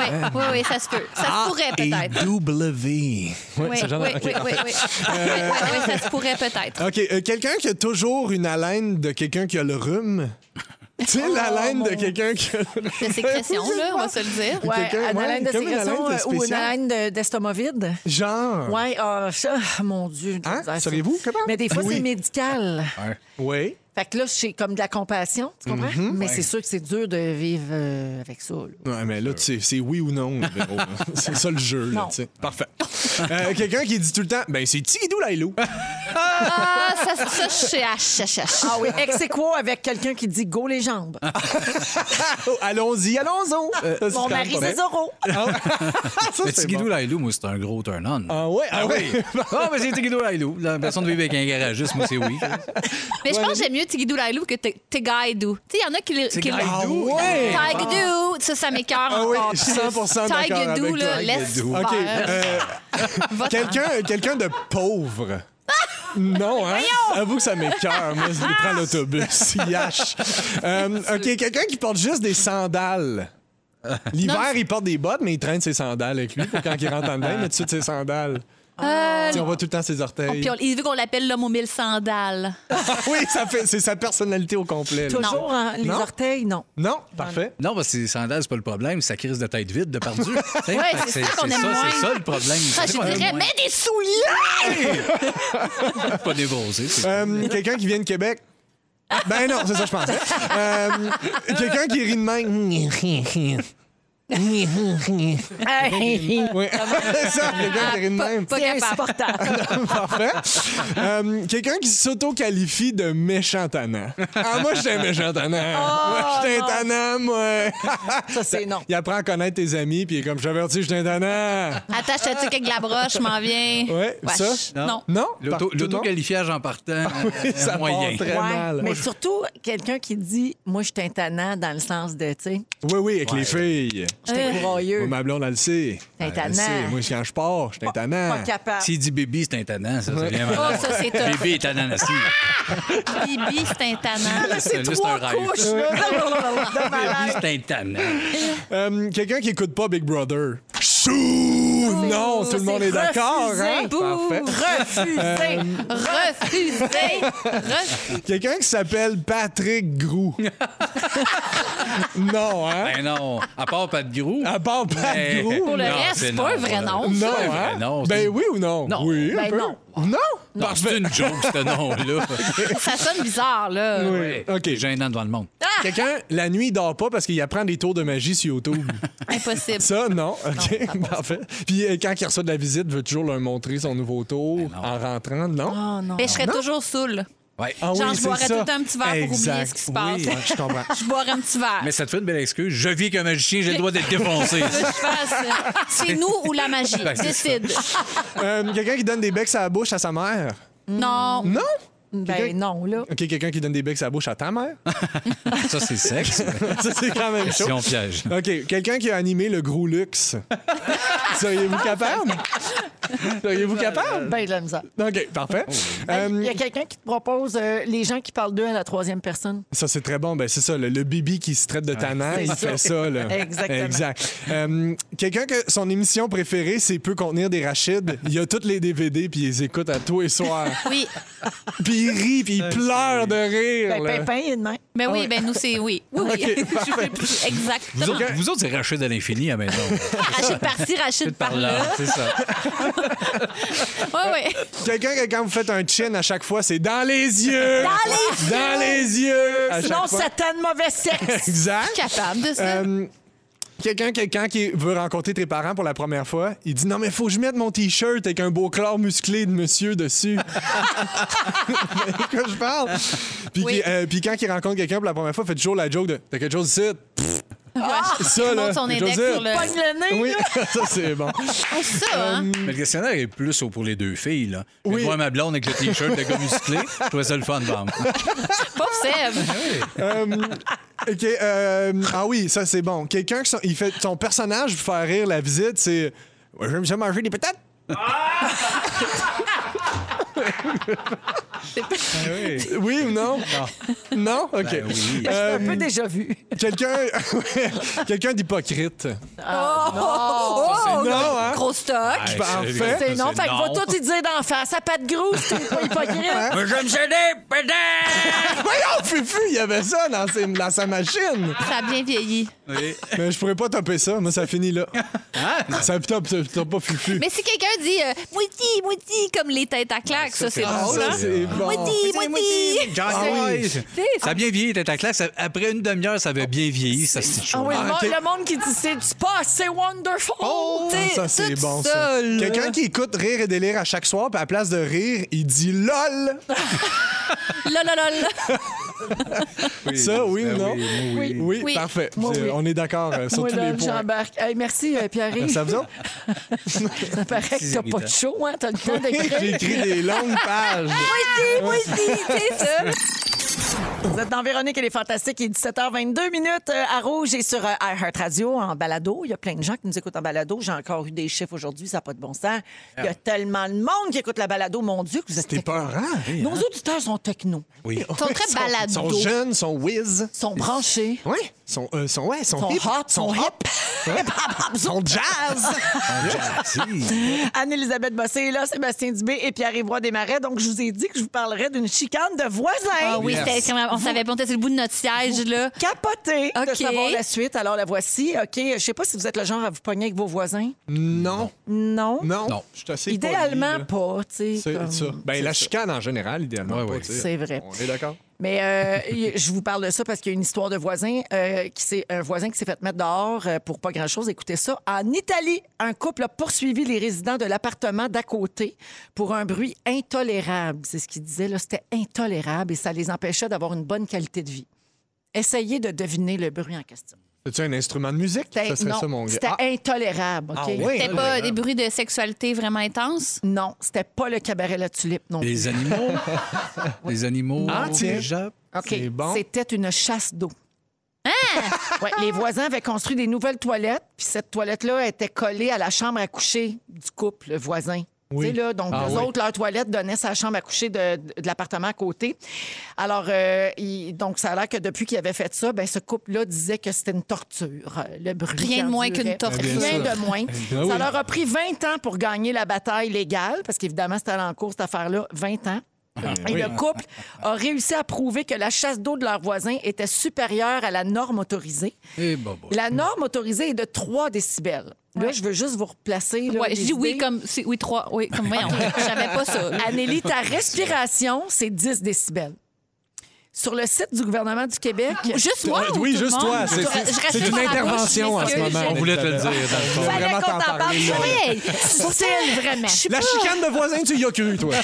Speaker 5: Oui, oui, oui, ça se peut. Ça se pourrait peut-être.
Speaker 2: Et W. Ouais,
Speaker 5: Oui,
Speaker 2: ce
Speaker 5: oui,
Speaker 2: genre de-
Speaker 5: oui,
Speaker 2: OK.
Speaker 5: oui, oui. Oui, oui, ça se pourrait peut-être.
Speaker 2: OK, euh, quelqu'un qui a toujours une haleine de quelqu'un qui a le rhume. tu sais, l'haleine de quelqu'un qui a le
Speaker 5: De sécrétion, là, on va se le dire.
Speaker 3: Ouais,
Speaker 2: quelqu'un-
Speaker 3: une
Speaker 2: ouais,
Speaker 3: haleine de
Speaker 2: comme une
Speaker 3: sécrétion
Speaker 2: haleine
Speaker 3: euh, ou une
Speaker 2: spéciale.
Speaker 3: haleine de- d'estomac vide.
Speaker 2: Genre.
Speaker 3: Oui, ça, mon Dieu. j'ai
Speaker 2: Hein?
Speaker 3: de la misère, ça.
Speaker 2: Seriez-vous capable?
Speaker 3: Mais des fois,
Speaker 2: Oui.
Speaker 3: c'est médical.
Speaker 2: Oui.
Speaker 3: Fait que là, c'est comme de la compassion, tu comprends?
Speaker 2: Mm-hmm.
Speaker 3: Mais c'est sûr que c'est dur de vivre euh, avec ça. là.
Speaker 2: Ouais, mais là, tu sais, c'est oui ou non, le Véro, là. c'est ça le jeu, là,
Speaker 3: Non.
Speaker 2: tu sais. Parfait. Euh, quelqu'un qui dit tout le temps, ben c'est Tidou Lailou.
Speaker 5: Ah, ça, ça, je sais. Ah, je sais, je sais.
Speaker 3: Ah oui, ex aequo avec quelqu'un qui dit go les jambes.
Speaker 2: Oh, allons-y, allons-y. Euh, ça, Ah, c'est
Speaker 3: Mon
Speaker 2: quand même
Speaker 3: mari,
Speaker 2: pas
Speaker 3: c'est
Speaker 2: mal.
Speaker 3: Zorro.
Speaker 2: Ça,
Speaker 4: Mais
Speaker 2: c'est
Speaker 4: Tigidou
Speaker 2: bon.
Speaker 4: Lailou, moi, c'est un gros turn-on.
Speaker 2: Ah ouais, Ben, ah ouais.
Speaker 4: Ah, mais c'est Tigidou Lailou. La personne de vivre avec un garagiste, moi, c'est oui.
Speaker 5: Mais je pense que j'aime mieux Tigidou Lailou que T- Tigaidou. Tu sais, il y en a qui le. qui le-
Speaker 2: Ah ouais.
Speaker 5: Tigaidou, ça, ça m'écœure
Speaker 2: Ah oui,
Speaker 5: encore.
Speaker 2: je suis 100% d'accord
Speaker 5: Tigaidou,
Speaker 2: avec
Speaker 5: là,
Speaker 2: toi.
Speaker 5: laisse
Speaker 2: OK.
Speaker 5: faire.
Speaker 2: euh,
Speaker 5: Va-t'en.
Speaker 2: quelqu'un quelqu'un de pauvre. Non, hein? Avoue que ça m'écœure. Moi, je prends l'autobus. Yash. Euh, OK, quelqu'un qui porte juste des sandales. L'hiver, il porte des bottes, mais il traîne ses sandales avec lui pour quand il rentre en dedans, il met tout de suite ses sandales. Tu sais, on voit tout le temps ses orteils.
Speaker 5: Ah, Puis on- il veut qu'on l'appelle l'homme aux mille sandales.
Speaker 2: oui, ça fait, c'est sa personnalité au complet. là.
Speaker 3: Toujours hein, les
Speaker 2: Non.
Speaker 3: orteils, non.
Speaker 2: Non, parfait.
Speaker 4: Non, parce que les sandales, c'est pas le problème, c'est sa crise de tête vide de pardu. Oui,
Speaker 5: c'est ça qu'on aime moins.
Speaker 4: C'est ça le problème.
Speaker 5: Ça, je dirais, mets des souliers!
Speaker 4: mais pas névrosé. c'est-
Speaker 2: Euh, quelqu'un qui vient de Québec. Ben non, c'est ça, je pensais. Euh, quelqu'un qui rit de même.
Speaker 3: Hey,
Speaker 2: Oui, c'est ça, le gars qui rit de même.
Speaker 5: Pas
Speaker 3: C'est
Speaker 5: capable.
Speaker 3: insupportable.
Speaker 2: Parfait. Euh, Quelqu'un qui s'auto-qualifie de méchant tannant. Ah, moi, j'étais un méchant tannant.
Speaker 3: Oh,
Speaker 2: moi, j'étais un tannant, moi.
Speaker 3: Ça, c'est non.
Speaker 2: Il apprend à connaître tes amis, puis il est comme, j'avertis, je suis un tannant.
Speaker 5: Attache ta tuque avec la broche, je m'en viens.
Speaker 2: Ouais,
Speaker 5: Wesh.
Speaker 2: ça?
Speaker 5: Non.
Speaker 2: Non? Par-
Speaker 4: L'auto-
Speaker 2: tout le monde?
Speaker 4: L'auto-qualifiage en partant, euh,
Speaker 2: ça
Speaker 4: moyen.
Speaker 2: part très
Speaker 3: Ouais,
Speaker 2: mal.
Speaker 3: Mais surtout, quelqu'un qui dit Moi, je suis un tannant dans le sens de, tu sais,
Speaker 2: Oui, oui, avec les filles.
Speaker 3: je suis un
Speaker 2: Hein? Moi,
Speaker 3: broyeux.
Speaker 2: ma blonde, elle le sait.
Speaker 3: C'est
Speaker 2: Elle le
Speaker 3: tannant.
Speaker 2: sait. Moi, quand je pars, je suis un tannant.
Speaker 3: Pas
Speaker 5: Ah.
Speaker 3: capable.
Speaker 4: S'il dit bébé, c'est un tannant, ça, c'est bien
Speaker 5: Oh,
Speaker 4: malade.
Speaker 5: ça, c'est tough.
Speaker 4: Bébé est tannant, aussi.
Speaker 5: Ah, Bibi, c'est un tannant.
Speaker 3: C'est
Speaker 4: Là, c'est
Speaker 3: trois
Speaker 4: un rêve.
Speaker 3: couches, là. De
Speaker 4: Bébé,
Speaker 3: malade.
Speaker 4: c'est un tannant.
Speaker 2: Euh, Quelqu'un qui écoute pas Big Brother. Chou!
Speaker 3: Oh,
Speaker 2: Non, tout le monde est d'accord. Hein? Parfait. Euh,
Speaker 3: Refusé. Ben
Speaker 5: Refusé. Refusé.
Speaker 2: Quelqu'un qui s'appelle Patrick Grou. non, hein?
Speaker 4: Ben non, à part Pat Grou.
Speaker 2: À part Ah, Pat
Speaker 4: Mais-
Speaker 2: Grou.
Speaker 5: Pour le
Speaker 4: Non,
Speaker 5: reste, c'est
Speaker 4: c'est
Speaker 5: pas un
Speaker 4: non,
Speaker 5: vrai
Speaker 4: là.
Speaker 5: nom.
Speaker 2: Non,
Speaker 4: c'est
Speaker 2: hein?
Speaker 4: vrai, non, c'est-
Speaker 2: ben oui ou non?
Speaker 4: Non.
Speaker 2: Oui, un
Speaker 3: Ben
Speaker 2: peu.
Speaker 3: non.
Speaker 2: Non?
Speaker 4: Non, c'est une joke, ce nom-là.
Speaker 5: Ça sonne bizarre, là.
Speaker 4: Ouais.
Speaker 2: OK.
Speaker 4: Gênant devant le monde.
Speaker 2: Quelqu'un, la nuit, il dort pas parce qu'il apprend des tours de magie sur YouTube.
Speaker 5: Impossible.
Speaker 2: Ça, non. OK, parfait. Puis euh, quand il reçoit de la visite, veut toujours leur montrer son nouveau tour
Speaker 4: Ben, non.
Speaker 2: en rentrant, non?
Speaker 3: Oh non.
Speaker 5: Mais je serais toujours saoul.
Speaker 4: Ouais.
Speaker 2: Ah
Speaker 5: Genre, je
Speaker 2: c'est
Speaker 5: boirais
Speaker 2: ça.
Speaker 5: tout le temps un petit verre pour oublier
Speaker 2: Exact.
Speaker 5: ce qui se passe.
Speaker 2: Oui, ouais, je comprends.
Speaker 5: Je boirais un petit verre.
Speaker 4: Mais ça te fait une belle excuse. Je vis qu'un magicien, j'ai le droit d'être défoncé.
Speaker 5: Que je fasse. C'est nous ou la magie.
Speaker 4: Ben, c'est ça.
Speaker 5: Décide.
Speaker 2: Euh, quelqu'un qui donne des becs à la bouche à sa mère?
Speaker 5: Non.
Speaker 4: Mm.
Speaker 2: Non?
Speaker 3: Ben non, là.
Speaker 2: OK, quelqu'un qui donne des becs à la bouche à ta mère?
Speaker 4: ça, c'est sexe.
Speaker 2: Ça, c'est quand même chaud.
Speaker 4: Si on piège.
Speaker 2: OK, quelqu'un qui a animé le gros luxe. Seriez-vous capable? Seriez-vous capable?
Speaker 3: Ben de la misère.
Speaker 2: OK, parfait.
Speaker 5: Oh, Ben,
Speaker 3: Il y
Speaker 2: Euh,
Speaker 3: a quelqu'un qui te propose euh, les gens qui parlent d'eux à la troisième personne.
Speaker 2: ça, c'est très bon. Ben, c'est ça, le, le bibi qui se traite de tannant,
Speaker 3: c'est
Speaker 2: il
Speaker 3: ça.
Speaker 2: fait ça. Là.
Speaker 3: Exactement.
Speaker 2: Exact. Euh, quelqu'un que son émission préférée, c'est Peut contenir des rachides. Il a tous les DVD, puis il les écoute à tous les soirs.
Speaker 5: Oui.
Speaker 2: Puis il rit, puis il pleure de rire.
Speaker 3: Ben,
Speaker 2: là.
Speaker 3: Pimpin, il est de même.
Speaker 5: Mais oui, ben nous, c'est oui. Oui, oui.
Speaker 2: OK, parfait.
Speaker 4: Ah Vous
Speaker 5: Exactement.
Speaker 4: autres, vous autres, c'est Rachid à l'infini à la maison.
Speaker 5: Rachid par-ci, Rachid
Speaker 4: Par là,
Speaker 5: par-là.
Speaker 4: c'est ça.
Speaker 5: Oui, oui.
Speaker 2: Quelqu'un que quand vous faites un chin à chaque fois, c'est dans les yeux.
Speaker 5: Dans les
Speaker 2: Dans les yeux. à
Speaker 3: Sinon,
Speaker 2: chaque fois.
Speaker 3: Satan, mauvais sexe.
Speaker 2: Exact.
Speaker 5: Capable de ça.
Speaker 2: Euh, Quelqu'un quelqu'un qui veut rencontrer tes parents pour la première fois, il dit non mais faut que je mette mon t-shirt avec un beau corps musclé de monsieur dessus. Mais de quoi je parle Puis,
Speaker 5: Oui.
Speaker 2: qui- euh, puis quand il rencontre quelqu'un pour la première fois, il fait toujours la joke de t'as quelque chose ici.
Speaker 5: Wesh.
Speaker 2: Ça
Speaker 5: Il
Speaker 2: là.
Speaker 5: monte son
Speaker 2: quelque
Speaker 5: index
Speaker 2: chose
Speaker 5: sur
Speaker 2: ici.
Speaker 5: le.
Speaker 3: Pogne le nez.
Speaker 2: Oui, ça c'est bon.
Speaker 5: Ah, Ça, hein?
Speaker 4: Mais le questionnaire est plus pour les deux filles. Là.
Speaker 2: Oui.
Speaker 4: Oui. Moi, ma blonde avec le t-shirt de gars musclé, je trouvais ça le fun, bam.
Speaker 5: Pauvre Seb.
Speaker 2: Euh, ok, euh, ah oui, ça c'est bon. Quelqu'un qui son, il fait son personnage pour faire rire la visite, c'est Ouais, j'aime ça manger des patates. Oui ou non? Non. OK.
Speaker 3: Ah
Speaker 4: Ben oui.
Speaker 2: Euh,
Speaker 3: Un peu déjà vu.
Speaker 2: quelqu'un quelqu'un d'hypocrite.
Speaker 5: Ah,
Speaker 3: Oh,
Speaker 2: Non, hein?
Speaker 5: Gros stock.
Speaker 4: Hey,
Speaker 2: parfait.
Speaker 4: sérieux,
Speaker 3: Ah, C'est non.
Speaker 4: ça,
Speaker 3: Fait qu'il va tout y dire d'en face. À pas de gros, c'est pas hypocrite.
Speaker 4: Moi, je me suis dit, peut-être!
Speaker 2: Voyons, Fufu, il y avait ça dans, ses- dans sa machine.
Speaker 5: Ça a bien vieilli.
Speaker 4: Oui.
Speaker 2: Mais je pourrais pas taper ça. Moi, ça finit là. Ça top, t'as pas Fufu.
Speaker 5: Mais si quelqu'un dit euh, mouti, mouti, comme les têtes à claque, ça, c'est
Speaker 2: Ah,
Speaker 5: drôle,
Speaker 2: ça,
Speaker 5: hein?
Speaker 2: c'est bon.
Speaker 5: Mouti, mouti.
Speaker 4: John
Speaker 2: Ah oui.
Speaker 4: Boy. Ça a bien vieilli, t'es à classe. Après une demi-heure, ça avait bien vieilli, ça, c'est
Speaker 3: Ah
Speaker 4: chaud.
Speaker 3: oui, le,
Speaker 2: Ah,
Speaker 3: monde,
Speaker 2: quel-
Speaker 3: le monde qui dit c'est pas assez wonderful.
Speaker 2: Oh,
Speaker 3: T'sais,
Speaker 2: ça c'est
Speaker 5: tout
Speaker 2: bon ça.
Speaker 5: ça, là.
Speaker 2: Quelqu'un qui écoute rire et délire à chaque soir, puis à la place de rire, il dit lol.
Speaker 5: Lololol.
Speaker 2: ça, oui ou non?
Speaker 4: ben Oui.
Speaker 2: Oui,
Speaker 5: Oui.
Speaker 2: parfait.
Speaker 3: Moi,
Speaker 2: C'est-
Speaker 3: oui.
Speaker 2: On est d'accord euh, sur
Speaker 3: Moi,
Speaker 2: tous
Speaker 3: là,
Speaker 2: les points.
Speaker 3: j'embarque. Hey, merci, euh, Pierre-Yves.
Speaker 2: Ça vous autres?
Speaker 3: Ça paraît que t'as pas de chaud, hein? T'as le temps
Speaker 2: J'ai
Speaker 3: d'écrire.
Speaker 2: écrit des longues pages.
Speaker 5: C'est ça.
Speaker 3: Vous êtes dans Véronique et les Fantastiques, il est 17h22 minutes euh, à Rouge et sur euh, iHeartRadio en balado. Il y a plein de gens qui nous écoutent en balado. J'ai encore eu des chiffres aujourd'hui, ça n'a pas de bon sens. Il y
Speaker 2: Ah.
Speaker 3: a tellement de monde qui écoute la balado, mon Dieu, que vous êtes
Speaker 2: T'es
Speaker 3: techno.
Speaker 2: peur, hein?
Speaker 3: Nos auditeurs sont techno,
Speaker 4: Oui.
Speaker 5: Ils sont très
Speaker 2: Ils sont
Speaker 5: balado.
Speaker 2: jeunes, sont whiz.
Speaker 3: sont branchés,
Speaker 2: Oui, sont, euh, sont, ouais, sont,
Speaker 3: sont
Speaker 2: hip,
Speaker 3: hot, sont hip.
Speaker 2: Ouais. sont jazz.
Speaker 3: Anne-Elisabeth Bossé est là, Sébastien Dubé et Pierre-Yves Roy Desmarais. Donc, je vous ai dit que je vous parlerais d'une chicane de voisins.
Speaker 5: Ah oui,
Speaker 4: Yes.
Speaker 5: c'était quand on savait pas, on était sur le bout de notre siège, là.
Speaker 3: Capoté de
Speaker 5: OK.
Speaker 3: savoir la suite. Alors, la voici. OK, je sais pas si vous êtes le genre à vous pogner avec vos voisins.
Speaker 2: Non,
Speaker 3: Non.
Speaker 2: non,
Speaker 4: Non.
Speaker 2: je suis assez
Speaker 3: Idéalement
Speaker 2: poli, là.
Speaker 3: pas, tu sais.
Speaker 2: C'est
Speaker 3: comme-
Speaker 2: ça. Ben, la
Speaker 3: c'est
Speaker 2: chicane en général, idéalement.
Speaker 4: Ouais,
Speaker 2: pas,
Speaker 4: ouais.
Speaker 2: tu sais.
Speaker 3: C'est vrai.
Speaker 2: On est d'accord.
Speaker 3: Mais euh, y- je vous parle de ça parce qu'il y a une histoire de voisin euh, qui s'est un voisin qui s'est fait mettre dehors euh, pour pas grand-chose. Écoutez ça. En Italie, un couple a poursuivi les résidents de l'appartement d'à côté pour un bruit intolérable. C'est ce qu'ils disaient là, c'était intolérable et ça les empêchait d'avoir une bonne qualité de vie. Essayez de deviner le bruit en question.
Speaker 2: C'est-tu un instrument de musique?
Speaker 5: Ben,
Speaker 3: C'était-
Speaker 2: Ça serait
Speaker 3: non,
Speaker 2: ça, mon gars.
Speaker 3: C'était
Speaker 2: Ah,
Speaker 3: intolérable, OK?
Speaker 2: Ah oui?
Speaker 5: C'était pas des bruits de sexualité vraiment intense?
Speaker 3: Non, c'était pas le cabaret La Tulipe non plus.
Speaker 4: Des animaux. Des animaux.
Speaker 2: Ah, tiens.
Speaker 4: des jappes.
Speaker 3: OK.
Speaker 2: C'est bon.
Speaker 3: C'était une chasse d'eau.
Speaker 5: Hein?
Speaker 3: Ouais, les voisins avaient construit des nouvelles toilettes, puis cette toilette-là était collée à la chambre à coucher du couple voisin.
Speaker 2: Oui.
Speaker 3: Tu sais, Là, donc,
Speaker 4: Ah
Speaker 3: eux
Speaker 4: oui.
Speaker 3: autres, leur toilette donnait sa chambre à coucher de, de l'appartement à côté. Alors, euh, il- donc, ça a l'air que depuis qu'il avait fait ça, ben, ce couple-là disait que c'était une torture, euh, le bruit.
Speaker 5: Rien de
Speaker 3: qu'il
Speaker 5: moins
Speaker 3: endurait.
Speaker 5: qu'une torture.
Speaker 2: Eh bien,
Speaker 3: Rien
Speaker 2: ça.
Speaker 3: de moins.
Speaker 2: bien,
Speaker 3: Ça
Speaker 2: oui.
Speaker 3: leur a pris 20 ans pour gagner la bataille légale, parce qu'évidemment, c'était en cours, cette affaire-là, 20 ans.
Speaker 5: Ah,
Speaker 3: Et
Speaker 2: oui.
Speaker 3: Ben le couple a réussi à prouver que la chasse d'eau de leurs voisins était supérieure à la norme autorisée.
Speaker 4: Et bobo.
Speaker 5: Mm.
Speaker 3: La norme autorisée est de 3 décibels. Là, je veux juste vous replacer. là,
Speaker 5: Ouais,
Speaker 3: les
Speaker 5: je dis oui
Speaker 3: idées.
Speaker 5: comme. c'est- Oui, trois. Oui, comme. Voyons, j'avais pas ça. là.
Speaker 3: Anélie, ta respiration, c'est 10 décibels. Sur le site du gouvernement du Québec,
Speaker 5: Ah, Juste moi. ou
Speaker 2: Oui,
Speaker 5: tout le
Speaker 2: juste
Speaker 5: monde?
Speaker 2: toi. C'est-
Speaker 5: Je
Speaker 2: c'est-
Speaker 5: reste
Speaker 2: c'est
Speaker 5: pas
Speaker 2: une
Speaker 5: ma bouche,
Speaker 2: intervention en ce
Speaker 5: m'excuse.
Speaker 2: moment.
Speaker 4: On voulait te le dire, dans
Speaker 2: Je
Speaker 4: le fond.
Speaker 2: voulais vraiment t'en parler. là.
Speaker 5: Hey, Cyril, vraiment.
Speaker 2: La chicane de voisin, tu y as cru, toi.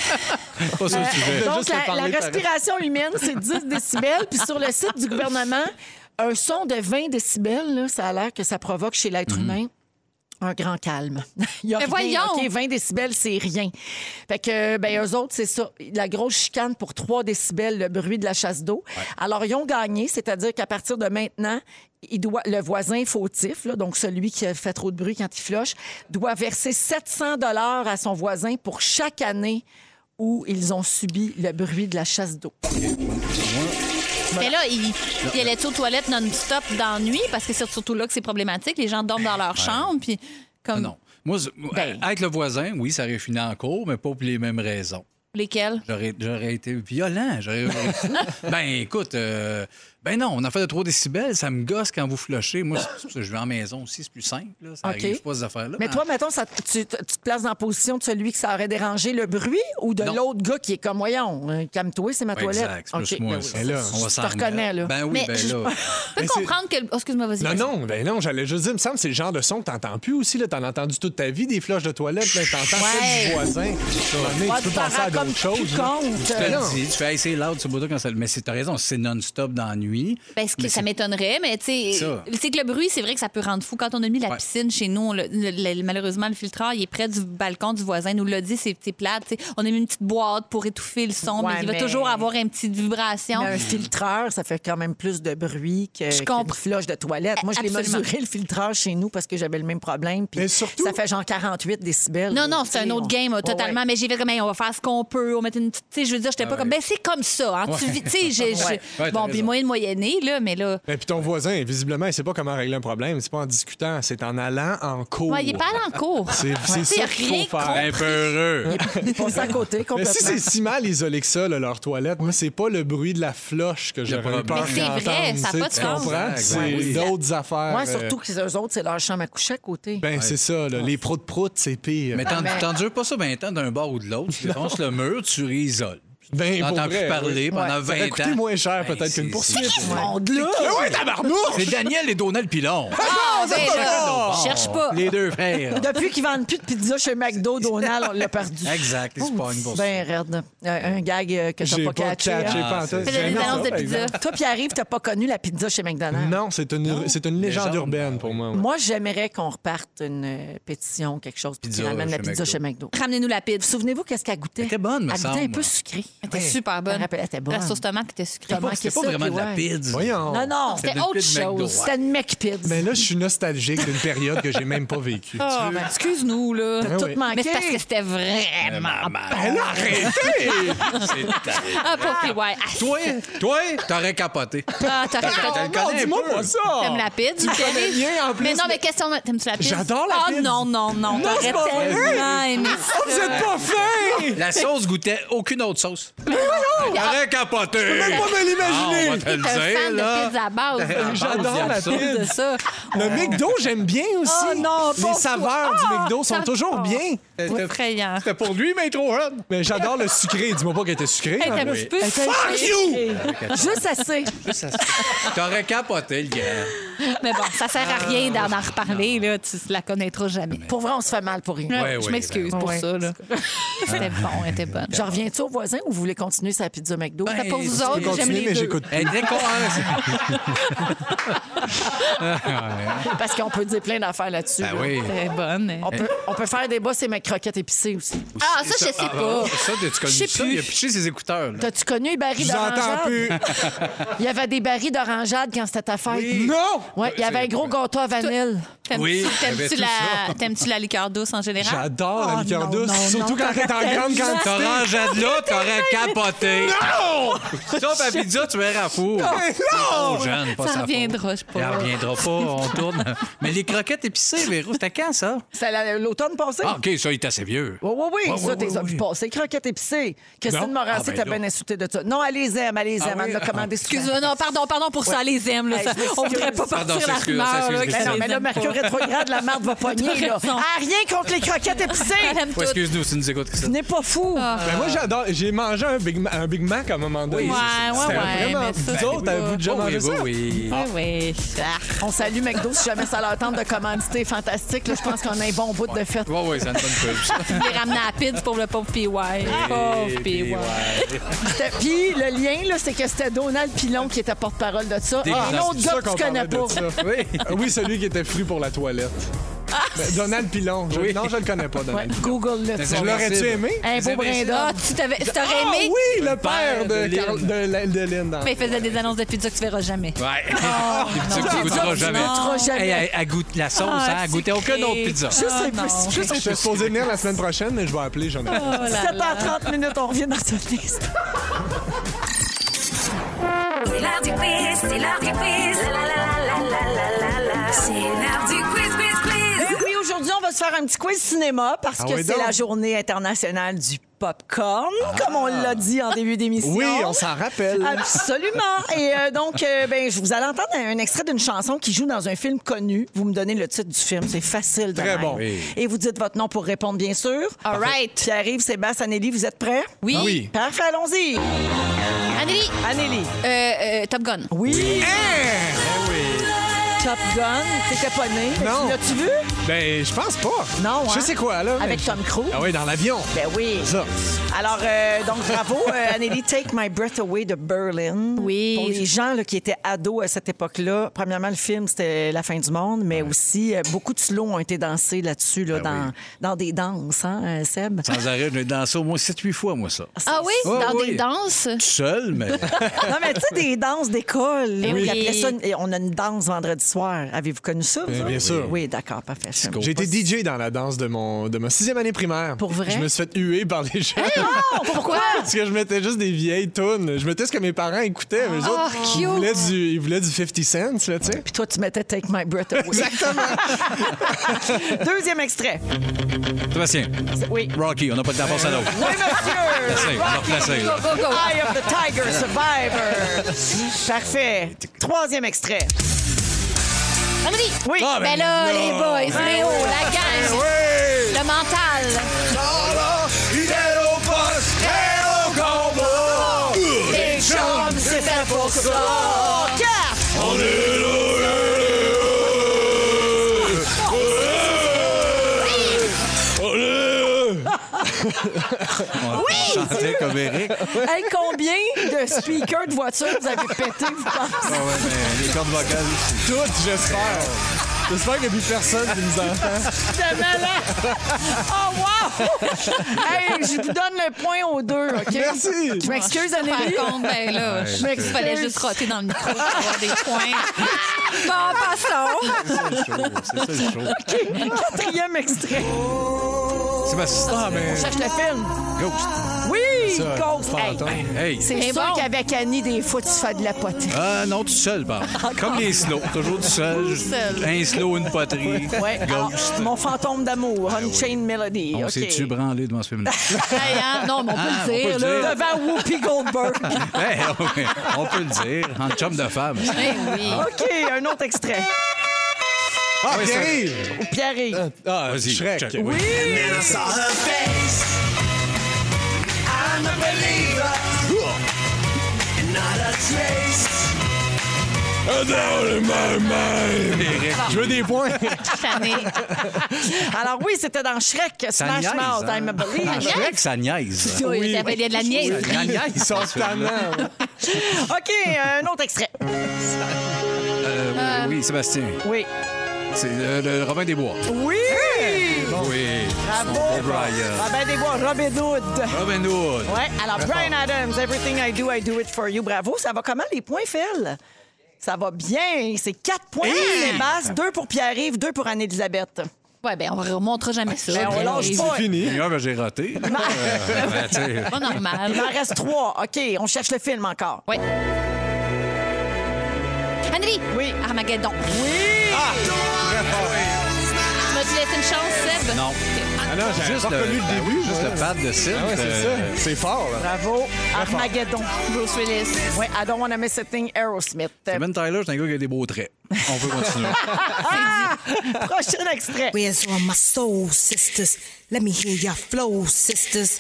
Speaker 4: pas ça le sujet.
Speaker 3: Donc,
Speaker 2: Juste le
Speaker 3: la, la
Speaker 2: parler, pareil.
Speaker 3: respiration humaine, c'est 10 décibels. Puis sur le site du gouvernement, un son de 20 décibels, là, ça a l'air que ça provoque chez l'être humain un grand calme. Il y a
Speaker 5: Mais
Speaker 3: rien,
Speaker 5: voyons!
Speaker 3: OK, 20 décibels, c'est rien. Fait que, ben, eux autres, c'est ça. La grosse chicane pour 3 décibels, le bruit de la chasse d'eau. Alors, ils ont gagné, c'est-à-dire qu'à partir de maintenant, il doit, le voisin fautif, là, donc celui qui fait trop de bruit quand il floche, doit verser 700 dollars à son voisin pour chaque année où ils ont subi le bruit de la chasse d'eau.
Speaker 5: Mais là, il, il allait aux toilettes non-stop dans la nuit parce que c'est surtout là que c'est problématique. Les gens dorment dans leur chambre. Puis, comme.
Speaker 4: Ah Non. Moi, je- moi,
Speaker 5: Ben.
Speaker 4: avec le voisin, oui, ça aurait fini en cours, mais pas pour les mêmes raisons.
Speaker 5: Lesquels?
Speaker 4: J'aurais, j'aurais été violent. J'aurais... ben écoute, euh, ben non, on a fait de 3 décibels, ça me gosse quand vous flushez. Moi, c'est pour ça que je vais en maison aussi, c'est plus simple. là. Ça
Speaker 3: OK.
Speaker 4: arrive pas ces affaires-là.
Speaker 3: Mais
Speaker 4: Ben,
Speaker 3: toi, mettons, ça, tu, tu te places dans la position de celui que ça aurait dérangé le bruit ou de
Speaker 4: Non.
Speaker 3: l'autre gars qui est comme, voyons, euh, calme-toi, c'est ma
Speaker 4: ben,
Speaker 3: toilette.
Speaker 4: Exact, c'est plus
Speaker 3: OK,
Speaker 4: moi.
Speaker 3: ben oui.
Speaker 4: ça.
Speaker 2: Mais là,
Speaker 4: on va
Speaker 3: tu
Speaker 4: s'en
Speaker 3: te reconnais,
Speaker 4: remettre.
Speaker 3: là.
Speaker 4: Ben oui,
Speaker 5: Mais
Speaker 4: ben
Speaker 5: je-
Speaker 4: là.
Speaker 5: Je
Speaker 2: c'est-
Speaker 5: peux comprendre que. oh, excuse-moi, vas-y.
Speaker 2: Non,
Speaker 5: vas-y.
Speaker 2: non, ben non, j'allais juste dire, il me semble que c'est le genre de son que t'entends plus aussi. Là, t'en as entendu toute ta vie, des floches de toilette, là, t'entends ça
Speaker 5: Ouais.
Speaker 2: du voisin. À un moment donné,
Speaker 3: Ah,
Speaker 2: tu peux
Speaker 3: tu t'en
Speaker 2: penser
Speaker 3: rends
Speaker 2: à
Speaker 3: comme
Speaker 2: d'autres
Speaker 3: tu
Speaker 2: choses. hein. là.
Speaker 3: comptes.
Speaker 4: Tu te
Speaker 2: non.
Speaker 4: le dis, tu fais, hey, c'est loud, ce bout quand ça. Mais c'est, t'as raison, c'est non-stop dans la nuit.
Speaker 5: Ben, ce que
Speaker 4: Mais
Speaker 5: ça
Speaker 4: c'est-
Speaker 5: m'étonnerait, mais tu sais,
Speaker 4: Ça.
Speaker 5: c'est que le bruit, c'est vrai que ça peut rendre fou. Quand on a mis la
Speaker 4: Ouais.
Speaker 5: piscine chez nous, on l'a- le- le- malheureusement, le filtreur, il est près du balcon du voisin, nous l'a dit, c'est c'est plate. tu sais. On a mis une petite boîte pour étouffer le son,
Speaker 3: Ouais,
Speaker 5: mais il va
Speaker 3: mais-
Speaker 5: toujours avoir une petite vibration.
Speaker 3: Mais un filtreur, ça fait quand même plus de bruit que
Speaker 5: Je
Speaker 3: qu'une
Speaker 5: comprends.
Speaker 3: floche de toilette. Moi, je l'ai
Speaker 5: Absolument.
Speaker 3: mesuré, le filtreur, chez nous, parce que j'avais le même problème. puis
Speaker 2: Mais surtout-
Speaker 3: ça fait genre 48 décibels.
Speaker 5: Non, non,
Speaker 3: Tu
Speaker 5: c'est
Speaker 3: sais,
Speaker 5: un autre
Speaker 3: on-
Speaker 5: game,
Speaker 3: Ouais, ouais.
Speaker 5: totalement.
Speaker 3: Ah
Speaker 5: Mais j'ai fait comme, hey, on va faire ce qu'on peut. On met une petite. Tu sais, je veux dire, j'étais pas comme, ben, c'est comme ça. hein, tu vis- tu sais, j'ai- j'ai-
Speaker 3: Ouais.
Speaker 4: Ouais, t'as
Speaker 5: bon, puis
Speaker 4: raison.
Speaker 5: moyen de moyenné, là, mais là.
Speaker 2: Et Ben, puis ton voisin, visiblement, il sait pas comment régler un problème. C'est pas en discutant, c'est en allant en cours.
Speaker 5: Ouais, il est pas allé en cours.
Speaker 2: C'est c'est
Speaker 5: Tu sais,
Speaker 2: ça qu'il
Speaker 5: rien
Speaker 2: faut faire. Ben,
Speaker 4: Un peu heureux.
Speaker 3: Il passe à côté
Speaker 2: Mais
Speaker 3: complètement.
Speaker 2: si c'est si mal isolé que ça, là, leur toilette, moi, c'est pas le bruit de la floche que j'aurais
Speaker 4: problème.
Speaker 2: peur
Speaker 5: Mais c'est vrai,
Speaker 2: d'entendre,
Speaker 5: ça a
Speaker 2: tu sais,
Speaker 5: pas de
Speaker 2: tu
Speaker 5: sens.
Speaker 2: comprends?
Speaker 4: Exact.
Speaker 2: C'est
Speaker 4: Ouais, oui.
Speaker 2: d'autres affaires.
Speaker 3: Moi,
Speaker 2: euh,
Speaker 3: surtout qu'eux autres, c'est leur chambre à coucher à côté.
Speaker 2: Ben, c'est ça, là, les proutes proutes, c'est pire.
Speaker 4: Mais t'en,
Speaker 3: Mais-
Speaker 4: t'endures pas ça 20 ans d'un bord ou de l'autre. Tu défonces le mur, tu réisoles.
Speaker 2: Ben, pour
Speaker 4: T'entends
Speaker 2: vrai,
Speaker 4: plus parler pendant
Speaker 2: Ça aurait
Speaker 4: 20
Speaker 2: coûté
Speaker 4: ans.
Speaker 2: moins cher
Speaker 4: Ben,
Speaker 2: peut-être qu'une
Speaker 4: c'est-
Speaker 2: poursuite.
Speaker 4: c'est-
Speaker 3: là!
Speaker 2: Mais ouais, tabarnouche!
Speaker 4: C'est Daniel et Donald Pilon.
Speaker 5: Ah, ben
Speaker 2: pas
Speaker 5: là,
Speaker 2: grave.
Speaker 5: cherche pas.
Speaker 4: Les deux frères.
Speaker 3: Depuis qu'ils vendent plus de pizza chez McDo, Donald, on l'a perdu.
Speaker 4: Exact, ils se pognent pour ça.
Speaker 3: Ben, raide. Un, un gag euh, que t'as
Speaker 2: J'ai
Speaker 3: pas
Speaker 2: pas
Speaker 3: catché. hein.
Speaker 2: catché
Speaker 4: hein.
Speaker 2: pantoute.
Speaker 4: C'est
Speaker 5: Fais
Speaker 2: J'aime
Speaker 5: des
Speaker 2: ça,
Speaker 5: annonces de
Speaker 2: par
Speaker 5: pizza.
Speaker 2: exemple.
Speaker 3: Toi, Pierre-Yves, t'as pas connu la pizza chez McDonald's.
Speaker 2: Non, c'est une, c'est une légende
Speaker 4: Légende,
Speaker 2: urbaine pour moi. ouais.
Speaker 3: Moi, j'aimerais qu'on reparte une euh, pétition, quelque chose, puis
Speaker 4: Pizza
Speaker 3: qu'on ramène la
Speaker 4: chez
Speaker 3: pizza
Speaker 4: McDo.
Speaker 3: chez McDo.
Speaker 5: Ramenez-nous la pizza.
Speaker 3: Souvenez-vous qu'est-ce qu'elle goûtait?
Speaker 4: Elle était bonne, me
Speaker 3: Elle goûtait un
Speaker 4: semble.
Speaker 3: peu sucrée.
Speaker 5: C'était super bonne.
Speaker 3: Je me rappelle, elle était bonne.
Speaker 5: La sauce tomate était sucrée.
Speaker 3: Comment-
Speaker 4: C'est pas vraiment de la pizza.
Speaker 2: Voyons.
Speaker 3: Non, non,
Speaker 5: C'était
Speaker 4: de la
Speaker 5: autre
Speaker 4: pizza McDo.
Speaker 5: chose.
Speaker 4: Ouais.
Speaker 3: c'était une McPizza.
Speaker 2: Mais là, je suis nostalgique d'une période que j'ai même pas vécue.
Speaker 5: Ah, ben, excuse-nous, là.
Speaker 2: Ben oui.
Speaker 3: Tout manqué.
Speaker 5: Mais c'est parce que c'était vraiment.
Speaker 4: Ben là, arrêtez! C'est-
Speaker 5: Ah, pour puis ouais.
Speaker 4: toi, toi, t'aurais capoté.
Speaker 5: Ah, t'as
Speaker 4: Elle
Speaker 5: raison.
Speaker 4: connaît
Speaker 2: dis-moi
Speaker 4: un peu.
Speaker 2: pas ça!
Speaker 5: T'aimes la pizza? Tu
Speaker 2: Oh. connais bien, en plus,
Speaker 5: Mais non,
Speaker 2: mais-
Speaker 5: mais question, t'aimes-tu la pizza?
Speaker 2: J'adore la pizza.
Speaker 5: Ah, non, non, non.
Speaker 2: c'est
Speaker 5: T'aurais
Speaker 2: pas vrai.
Speaker 5: tellement aimé ça.
Speaker 2: Vous êtes pas fin!
Speaker 4: La sauce goûtait aucune autre sauce. Arrête capoté! Je peux
Speaker 2: même pas me l'imaginer.
Speaker 4: On va te le
Speaker 5: T'es un
Speaker 4: dire,
Speaker 5: fan
Speaker 4: là.
Speaker 5: de pizza à
Speaker 4: Ah,
Speaker 5: base.
Speaker 2: J'adore la
Speaker 3: de
Speaker 2: pizza.
Speaker 3: ça.
Speaker 2: Le McDo, j'aime bien
Speaker 5: Ah,
Speaker 2: aussi.
Speaker 3: Oh non,
Speaker 2: Les
Speaker 3: bon
Speaker 2: saveurs du McDo sont
Speaker 5: ça-
Speaker 2: toujours
Speaker 5: oh.
Speaker 2: bien.
Speaker 4: C'était-
Speaker 5: Effrayant.
Speaker 4: C'était pour lui, mais trop hot.
Speaker 2: Mais j'adore le sucré. Dis-moi pas qu'elle était sucrée.
Speaker 5: Hey,
Speaker 2: hein.
Speaker 5: t'as un petit peu-
Speaker 3: Fuck you! Juste assez.
Speaker 4: T'aurais capoté, le gars.
Speaker 5: Mais bon, ça sert à rien d'en en reparler, là. Tu la connaîtras jamais.
Speaker 3: Pour vrai, on se fait mal pour rien.
Speaker 5: Ouais,
Speaker 4: Ouais,
Speaker 5: je
Speaker 4: ouais,
Speaker 5: m'excuse
Speaker 3: ben,
Speaker 5: pour
Speaker 3: ouais.
Speaker 5: ça, là. C'était bon, elle était bonne.
Speaker 3: J'en reviens-tu aux voisins ou vous voulez continuer sa pizza McDo?
Speaker 4: Ben,
Speaker 5: pour vous
Speaker 4: tu
Speaker 5: autres, j'aime
Speaker 2: Continue,
Speaker 5: les
Speaker 2: mais
Speaker 5: deux.
Speaker 2: j'écoute.
Speaker 4: Elle était con, hein? Ah,
Speaker 3: Parce qu'on peut dire plein d'affaires là-dessus.
Speaker 4: Ben
Speaker 3: là.
Speaker 4: oui.
Speaker 5: Elle est bonne.
Speaker 4: Eh.
Speaker 3: On peut, on peut faire des bosses et mes croquettes épicées aussi.
Speaker 5: Ah, ça, je sais
Speaker 4: Ah,
Speaker 5: pas.
Speaker 4: Ça, tu connu
Speaker 5: sais
Speaker 4: ça?
Speaker 5: plus.
Speaker 4: Il a piché ses écouteurs, là.
Speaker 3: T'as-tu connu Barry
Speaker 2: Je vous entends
Speaker 3: d'orangeade?
Speaker 5: Ah,
Speaker 2: plus.
Speaker 3: Il y avait des barils d'orangeade quand c'était ta fête.
Speaker 4: Oui.
Speaker 2: Non!
Speaker 3: Ouais, il y avait un gros gâteau à vanille.
Speaker 5: T'aimes-tu
Speaker 4: Oui, il y avait
Speaker 5: t'aimes-tu
Speaker 4: tout
Speaker 5: la, t'aimes-tu la liqueur douce en général?
Speaker 2: J'adore la liqueur douce, surtout quand elle est en grande quantité.
Speaker 4: T'oranges à de là, t'aurais capoté. Non! Sauf à pizza, tu verras à four. Non! Jeune, pas
Speaker 5: Ça
Speaker 4: sa
Speaker 5: reviendra,
Speaker 4: faute.
Speaker 5: je sais pas.
Speaker 4: Ça reviendra pas, on tourne. Mais les croquettes épicées, Véro, c'était quand, ça? Oh,
Speaker 3: C'est la- l'automne passé?
Speaker 4: Ah, OK, ça, il est assez vieux.
Speaker 3: Oui, oui, oui,
Speaker 4: Ouais,
Speaker 3: ça,
Speaker 4: ouais,
Speaker 3: t'es
Speaker 4: ouais, ouais.
Speaker 3: passé. Croquettes épicées.
Speaker 4: Non?
Speaker 3: Christine
Speaker 4: Ah,
Speaker 3: Morancy
Speaker 4: ben
Speaker 3: t'a
Speaker 4: donc.
Speaker 3: bien insulté de ça. Non, elle les aime, elle les
Speaker 4: Ah
Speaker 3: aime.
Speaker 4: oui,
Speaker 3: Elle l'a
Speaker 4: ah,
Speaker 3: commandé souvent.
Speaker 5: Excuse-moi, non, pardon, pardon pour ça, les aime, là.
Speaker 3: Hey,
Speaker 5: ça-
Speaker 3: je m'excuse.
Speaker 5: on voudrait pas
Speaker 4: Pardon,
Speaker 5: partir la
Speaker 4: s'excuse,
Speaker 5: rumeur, là,
Speaker 4: s'excuse,
Speaker 5: que
Speaker 3: Ben
Speaker 5: ça
Speaker 3: non,
Speaker 4: s'excuse.
Speaker 5: les
Speaker 3: mais là,
Speaker 5: aime
Speaker 3: Mercure
Speaker 5: pas.
Speaker 3: rétrograde, la marde va pogner, là.
Speaker 5: raison.
Speaker 3: Ah, rien contre les croquettes
Speaker 5: Elle
Speaker 3: épicées.
Speaker 5: aime
Speaker 4: Ouais,
Speaker 5: tout.
Speaker 4: Excuse-nous, si nous écoutes. Christine.
Speaker 3: N'est pas fou.
Speaker 2: Ben moi, j'adore. J'ai mangé un Big, Ma- un Big Mac à un moment donné.
Speaker 5: Ouais, ouais,
Speaker 2: C'était
Speaker 5: ouais,
Speaker 2: vraiment-
Speaker 5: mais ça,
Speaker 2: vous
Speaker 5: c'est
Speaker 2: autres,
Speaker 5: pas-
Speaker 2: avez-vous déjà
Speaker 4: Oh,
Speaker 2: mangé
Speaker 4: oui,
Speaker 2: ça?
Speaker 4: oui, oui.
Speaker 5: Ah oui. Ah.
Speaker 3: On salue McDo si jamais ça leur tente de commanditer fantastique. Là, je pense qu'on a un bon bout de fête.
Speaker 4: Oui, oui, ça ne donne pas.
Speaker 5: Je l'ai ramené à Pids pour le pauvre PY. Pauvre PY.
Speaker 4: E.
Speaker 3: C'était- Puis le lien, là, c'est que c'était Donald Pilon qui était porte-parole de ça.
Speaker 4: Déguisant,
Speaker 3: un autre
Speaker 2: C'est
Speaker 3: gars
Speaker 2: ça
Speaker 3: que
Speaker 2: qu'on
Speaker 3: tu connais
Speaker 2: parlait
Speaker 3: pas.
Speaker 2: de ça.
Speaker 4: Oui.
Speaker 2: Euh, Oui, celui qui était fru pour la toilette.
Speaker 5: Ah.
Speaker 2: Ben, Donald Pilon. Je-
Speaker 4: Oui.
Speaker 2: Non, je le connais pas,
Speaker 3: Ouais,
Speaker 2: Donald.
Speaker 3: Google-le.
Speaker 4: Mais
Speaker 3: tu vas
Speaker 2: Je
Speaker 3: voir.
Speaker 2: l'aurais-tu aimé?
Speaker 3: Un Ben, beau brin
Speaker 4: imbéciles.
Speaker 3: d'or.
Speaker 5: Ah, tu t'avais- tu t'aurais
Speaker 2: Ah
Speaker 5: aimé,
Speaker 2: oui, le
Speaker 4: père
Speaker 2: père de,
Speaker 4: de
Speaker 2: Carl-
Speaker 4: Lynn.
Speaker 2: de, la- de Lynn. dans-
Speaker 5: mais il faisait des annonces de pizza que tu verras jamais.
Speaker 4: Ouais. Tu ne goûteras jamais.
Speaker 3: goûteras jamais.
Speaker 4: Hey, elle- elle goûte la sauce,
Speaker 5: Ah,
Speaker 4: hein, elle goûtait aucune
Speaker 5: sucré.
Speaker 4: autre pizza.
Speaker 3: Juste
Speaker 5: Ah,
Speaker 3: un peu-
Speaker 5: non.
Speaker 3: juste
Speaker 2: Je suis supposé venir la semaine prochaine, mais je vais appeler Jonathan.
Speaker 5: Oh là là.
Speaker 3: 7h30 minutes, on revient dans ce liste.
Speaker 1: C'est l'heure du quiz, c'est l'heure du quiz. La, la, la, la, la, la, la, la. C'est l'heure du quiz, quiz, quiz.
Speaker 3: Eh oui, aujourd'hui, on va se faire un petit quiz cinéma parce
Speaker 2: Ah
Speaker 3: que
Speaker 2: oui,
Speaker 3: c'est
Speaker 2: donc. Ah.
Speaker 3: la journée internationale du popcorn, comme on l'a dit en début d'émission.
Speaker 2: Oui, on s'en rappelle.
Speaker 3: Absolument. Et euh, donc, euh, ben, je vous allez entendre un extrait d'une chanson qui joue dans un film connu. Vous me donnez le titre du film. C'est facile. de
Speaker 2: Très
Speaker 3: même.
Speaker 2: bon.
Speaker 4: Oui.
Speaker 3: Et vous dites votre nom pour répondre, bien sûr.
Speaker 5: All right.
Speaker 3: Pierre-Yves, Sébastien, Anneli, vous êtes prêts?
Speaker 5: Oui.
Speaker 2: Ah Oui.
Speaker 3: Parfait, allons-y.
Speaker 5: Anneli,
Speaker 3: Anneli.
Speaker 5: euh, euh, Top Gun.
Speaker 3: Oui.
Speaker 2: Hein?
Speaker 3: Top Gun, t'étais pas né.
Speaker 2: Non.
Speaker 3: L'as-tu vu?
Speaker 2: Ben, je pense pas.
Speaker 3: Non,
Speaker 2: Je
Speaker 3: hein?
Speaker 2: sais quoi, là.
Speaker 3: Avec Tom Cruise.
Speaker 2: Ah oui, dans l'avion.
Speaker 3: Ben oui.
Speaker 2: Ça.
Speaker 3: Alors, euh, donc, bravo, euh, Anneli, Take My Breath Away de Berlin.
Speaker 5: Oui.
Speaker 3: Pour les gens là, qui étaient ados à cette époque-là, premièrement, le film, c'était la fin du monde, mais aussi, euh, beaucoup de slow ont été dansés là-dessus,
Speaker 2: Ben
Speaker 3: là, dans, dans des danses, hein, euh, Seb?
Speaker 4: Sans arrêt, j'ai dansé au moins 7-8 fois, moi, ça.
Speaker 5: Ah oui?
Speaker 4: Oh,
Speaker 5: Dans
Speaker 4: oui.
Speaker 5: des danses?
Speaker 4: Tout seul, mais.
Speaker 3: non, mais tu sais, des danses d'école. là,
Speaker 5: Eh Oui.
Speaker 3: ils appelaient ça une- et on a une danse vendredi soir. Avez-vous connu ça? vous
Speaker 2: Bien,
Speaker 3: autres?
Speaker 2: Eh bien sûr.
Speaker 3: Oui, d'accord, parfait. Je-
Speaker 2: J'ai été DJ dans la danse de, mon, de ma sixième année primaire.
Speaker 3: Pour vrai?
Speaker 2: Je me suis fait huer par les gens.
Speaker 3: Oh, pourquoi?
Speaker 2: Parce que je mettais juste des vieilles tunes. Je mettais ce que mes parents écoutaient. mais eux autres,
Speaker 5: cute.
Speaker 2: ils, voulaient du, ils voulaient du 50 cents, là, tu sais.
Speaker 3: Puis toi, tu mettais Take My Breath Away.
Speaker 4: Ah
Speaker 3: Exactement. Deuxième extrait.
Speaker 4: Sébastien,
Speaker 3: Oui.
Speaker 4: Rocky, on n'a pas de temps à l'autre.
Speaker 3: Oui, monsieur!
Speaker 4: Merci, on va replacer, là.
Speaker 3: Rocky, Eye of the Tiger Survivor! Parfait. Troisième extrait.
Speaker 5: Anneli!
Speaker 3: Oui.
Speaker 5: Ben, là, les boys, Léo, la gang,
Speaker 2: Oui!
Speaker 5: le mental.
Speaker 2: il est au poste et au combat!
Speaker 5: Les chums, c'est fait pour ça.
Speaker 3: Quatre!
Speaker 4: Oui! Chantait comme Eric.
Speaker 3: Hey, combien de speakers de voiture vous avez pété, vous pensez?
Speaker 4: Ah ouais, mais les cordes vocales.
Speaker 2: Toutes, j'espère. J'espère qu'il n'y a plus personne qui nous entend.
Speaker 3: C'était malade! Oh, wow! Hey, je vous donne le point aux deux, OK?
Speaker 2: Merci.
Speaker 3: Je m'excuse,
Speaker 5: Par
Speaker 3: Anneli.
Speaker 5: contre, ben là, je
Speaker 3: je
Speaker 5: me
Speaker 3: sais.
Speaker 5: fallait juste roter dans le micro pour avoir des points. Bon, passons.
Speaker 4: C'est ça le show. C'est ça le show.
Speaker 3: Quatrième extrait.
Speaker 4: Sébastien, mais.
Speaker 3: Cherche le film.
Speaker 4: Ghost.
Speaker 3: Oui! il
Speaker 2: ça,
Speaker 3: cause.
Speaker 2: un
Speaker 3: Hey,
Speaker 2: fantôme.
Speaker 4: Hey!
Speaker 3: C'est
Speaker 5: Mais
Speaker 3: sûr
Speaker 5: bon.
Speaker 3: qu'avec Annie, des fois, tu fais de la poterie.
Speaker 4: Ah non, tout seul, par Comme les slows. Toujours du seul.
Speaker 5: seul.
Speaker 4: Un slow, une poterie.
Speaker 3: Ouais.
Speaker 4: Ghost.
Speaker 3: Ah, mon fantôme d'amour, Unchained Melody.
Speaker 4: On
Speaker 3: OK.
Speaker 4: s'est-tu branlé devant ce film-là?
Speaker 5: Hey, hein? Non, mais on peut
Speaker 4: Ah, on
Speaker 5: le dire,
Speaker 4: peut le dire.
Speaker 5: là.
Speaker 3: Devant Whoopi Goldberg.
Speaker 4: Hey, on, on peut le dire. En chum de femme.
Speaker 5: Ben oui.
Speaker 3: OK, un autre extrait.
Speaker 2: Ah,
Speaker 4: Oui, ça-
Speaker 2: Pierre!
Speaker 4: Euh,
Speaker 3: Pierre,
Speaker 2: Ah,
Speaker 4: Vas-y,
Speaker 2: Shrek.
Speaker 4: check.
Speaker 2: Oui. Je veux des points.
Speaker 5: Tanné.
Speaker 3: alors oui, c'était dans Shrek,
Speaker 4: Ça
Speaker 3: Smash
Speaker 4: niaise.
Speaker 3: Mouth,
Speaker 4: hein?
Speaker 3: I'm a
Speaker 4: Ah,
Speaker 3: believer.
Speaker 4: Je dirais que ça
Speaker 2: Euh,
Speaker 4: niaise.
Speaker 5: Oui, ça fait- Il y a de la niaise.
Speaker 4: Ça niaise.
Speaker 2: Ils sont
Speaker 4: ce film-là.
Speaker 2: tannants.
Speaker 3: OK, un autre extrait.
Speaker 4: Euh, oui, Sébastien.
Speaker 3: Oui.
Speaker 4: C'est euh, le Robin des Bois.
Speaker 3: Oui!
Speaker 4: Oui.
Speaker 3: Bravo!
Speaker 4: Brian.
Speaker 3: Robin ben, des Bois, Robin Hood.
Speaker 4: Robin Hood.
Speaker 3: Ouais, alors Brian Adams, Everything I Do, I Do It For You. Bravo, ça va comment les points, Phil? Ça va bien. C'est 4 points pour les basses, 2 pour Pierre-Yves, 2 pour Anne-Elisabeth.
Speaker 5: Ouais, ben on remontera jamais ça.
Speaker 3: Ben, on lâche
Speaker 5: Arrive.
Speaker 3: pas.
Speaker 2: C'est fini.
Speaker 4: D'ailleurs, ben, j'ai raté. là. Euh, ben, tu sais,
Speaker 5: Pas normal.
Speaker 3: Ah, Il en reste 3. OK, on cherche le film encore.
Speaker 5: Ouais. Henry!
Speaker 3: Oui.
Speaker 5: Armageddon. Oui! Tu m'as-tu laissé une chance, Seb?
Speaker 4: Non.
Speaker 2: Ah non, j'ai
Speaker 4: Juste
Speaker 2: pas
Speaker 4: le,
Speaker 2: reconnu le
Speaker 4: ben
Speaker 2: début.
Speaker 4: oui, juste
Speaker 2: ouais.
Speaker 4: le pad de Sid.
Speaker 2: Ah ouais, c'est ça.
Speaker 4: euh,
Speaker 2: C'est fort, là.
Speaker 3: Bravo. Armageddon.
Speaker 5: Bruce Willis.
Speaker 3: Oui, I don't want to miss a thing, Aerosmith.
Speaker 4: Ben Tyler, c'est un gars qui a des beaux traits. On peut continuer.
Speaker 3: Ah! Prochain extrait.
Speaker 9: Where's all my soul sisters? Let me hear your flow, sisters.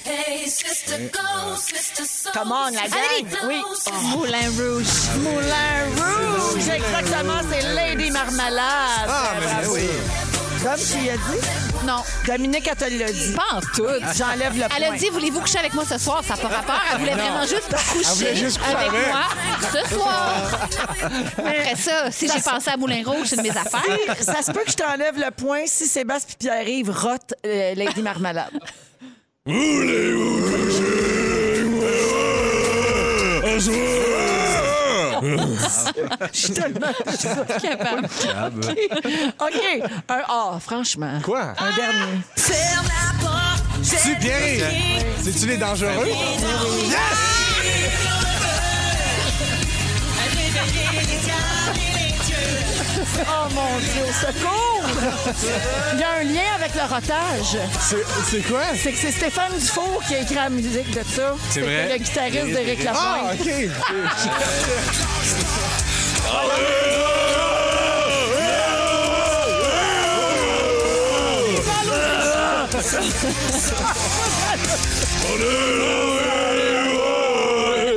Speaker 3: Come on, la gang. Oui.
Speaker 5: Moulin Rouge.
Speaker 3: Moulin Rouge. Exactement, c'est Lady Marmalade.
Speaker 2: Ah, mais oui.
Speaker 3: Comme tu as dit.
Speaker 5: Non,
Speaker 3: Dominique, elle te l'a dit.
Speaker 5: pas en tout.
Speaker 3: J'enlève le point.
Speaker 5: Elle a dit, voulez-vous coucher avec moi ce soir? Ça n'a pas rapport. Elle voulait vraiment juste coucher
Speaker 2: voulait juste coucher
Speaker 5: avec
Speaker 2: avec.
Speaker 5: moi ce soir. Après ça, si j'ai pensé à Moulin Rouge, c'est de mes affaires.
Speaker 3: Si- ça se peut que je t'enlève le point si Sébastien et Pierre-Yves rotent euh, Lady Marmalade. Je suis tellement je suis pas capable. OK. Un A, franchement.
Speaker 2: Quoi?
Speaker 3: Un dernier.
Speaker 2: C'est Pierre. C'est-tu les dangereux?
Speaker 3: Oh mon Dieu, au secours! Il y a un lien avec le rotage.
Speaker 2: C'est c'est quoi?
Speaker 3: C'est que c'est Stéphane Dufour qui a écrit la musique de ça. C'est
Speaker 4: vrai.
Speaker 3: le guitariste d'Éric
Speaker 2: Ah,
Speaker 3: Lapointe.
Speaker 2: OK.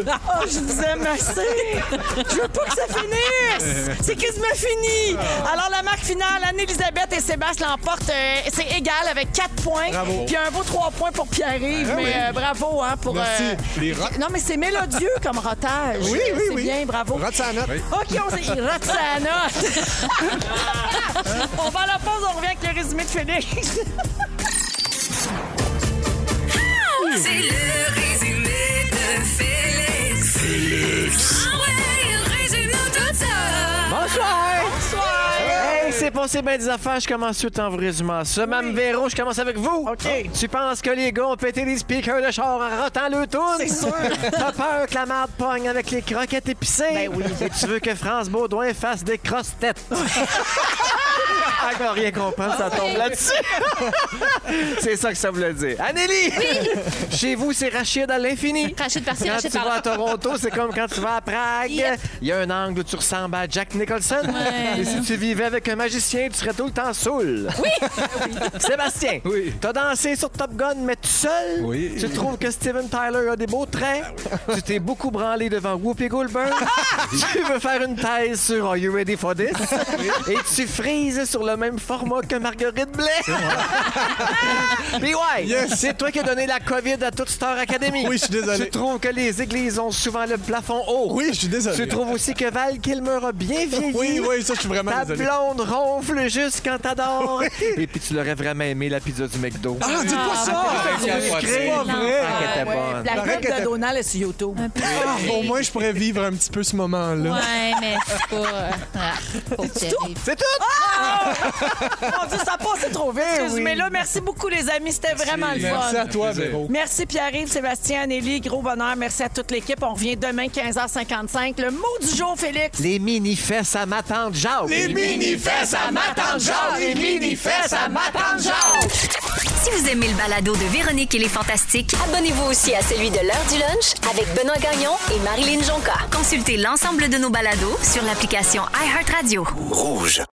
Speaker 3: Oh, je vous aime assez. Je veux pas que ça finisse. C'est quasiment fini. Alors, la marque finale, Anne-Elisabeth et Sébastien l'emportent. euh, c'est égal avec 4 points.
Speaker 2: Bravo. Ah
Speaker 3: Puis un beau 3 points pour Pierre-Yves. mais euh, bravo hein, pour.
Speaker 2: Merci.
Speaker 3: euh,
Speaker 2: Les rats.
Speaker 3: Non, mais c'est mélodieux comme rotage.
Speaker 2: Oui, oui,
Speaker 3: C'est
Speaker 2: oui.
Speaker 3: bien, bravo.
Speaker 2: Rate sa note.
Speaker 3: OK, on s'est... Il rate sa note. on va à la pause, on revient avec le résumé de Félix.
Speaker 1: C'est le résumé de Félix. Félix. Ah ouais, il résume nous tout ça.
Speaker 8: Bonsoir! Bonsoir! Hey, c'est passé bien des affaires, je commence tout en vous résumant ça. Mme Véro, je commence avec vous.
Speaker 3: OK.
Speaker 8: Tu penses que les gars ont pété des speakers de char en rotant le tour? C'est sûr. T'as peur que la marde pogne avec les croquettes épicées? Ben oui. Et tu veux que France Baudouin fasse des cross-têtes? Encore rien comprendre, ça tombe là-dessus. c'est ça que ça voulait dire. Anélie! Chez vous, c'est Rachid à l'infini.
Speaker 5: Rachid par-ci,
Speaker 8: Quand
Speaker 5: Rachid
Speaker 8: tu vas à
Speaker 5: par-là.
Speaker 8: Toronto, c'est comme quand tu vas à Prague.
Speaker 5: Yep.
Speaker 8: Il y a un angle où tu ressembles à Jack Nicholson.
Speaker 5: Ouais.
Speaker 8: Et si tu vivais avec un magicien, tu serais tout le temps saoul. Oui! Sébastien,
Speaker 4: Oui.
Speaker 8: t'as dansé sur Top Gun, mais tout seul.
Speaker 4: Oui.
Speaker 8: Tu trouves que Steven Tyler a des beaux traits.
Speaker 2: Ah
Speaker 8: Tu t'es beaucoup branlé devant Whoopi Goldberg. tu veux faire une thèse sur Are You Ready for This? Et tu frises sur le même format que Marguerite Blais. Mais ouais,
Speaker 2: Yes.
Speaker 8: c'est toi qui as donné la COVID à toute Star Academy.
Speaker 2: Oui, je suis désolé.
Speaker 8: Tu trouves que les églises ont souvent le plafond haut.
Speaker 2: Oui, je suis désolé.
Speaker 8: Tu trouves aussi que Val Kilmer a bien vieilli.
Speaker 2: Oui, oui, ça, je suis vraiment
Speaker 8: Ta
Speaker 2: désolé.
Speaker 8: blonde ronfle juste quand t'adores. Et puis tu l'aurais vraiment aimé la pizza du McDo.
Speaker 2: Ah, dis pas ça! C'est pas vrai!
Speaker 8: Ah, qu'elle était bonne.
Speaker 3: La
Speaker 2: Paraît
Speaker 3: gueule
Speaker 2: que t'as-
Speaker 3: de Donald est sur YouTube.
Speaker 2: Ah, au moins, je pourrais vivre un petit peu ce moment-là.
Speaker 5: Ouais, mais c'est pas. Ah, pauvre Pierre-Yves.
Speaker 8: C'est tout!
Speaker 3: Ah! Mon Dieu, ça a passé trop vite.
Speaker 11: Ben oui.
Speaker 3: Excuse-moi-là. Merci beaucoup, les amis. C'était vraiment le fun.
Speaker 2: Merci à toi, Véro.
Speaker 3: Merci Pierre-Yves, Sébastien, Anneli, gros bonheur. Merci à toute l'équipe. On revient demain 15h55. Le mot du jour, Félix.
Speaker 11: Les mini-fesses à ma tante Jacques.
Speaker 12: Les mini-fesses à ma tante Jacques! Les mini-fesses à ma tante Jacques!
Speaker 1: Si vous aimez le balado de Véronique et les Fantastiques, abonnez-vous aussi à celui de l'heure du lunch avec Benoît Gagnon et Marilyn Jonca. Consultez l'ensemble de nos balados sur l'application iHeartRadio.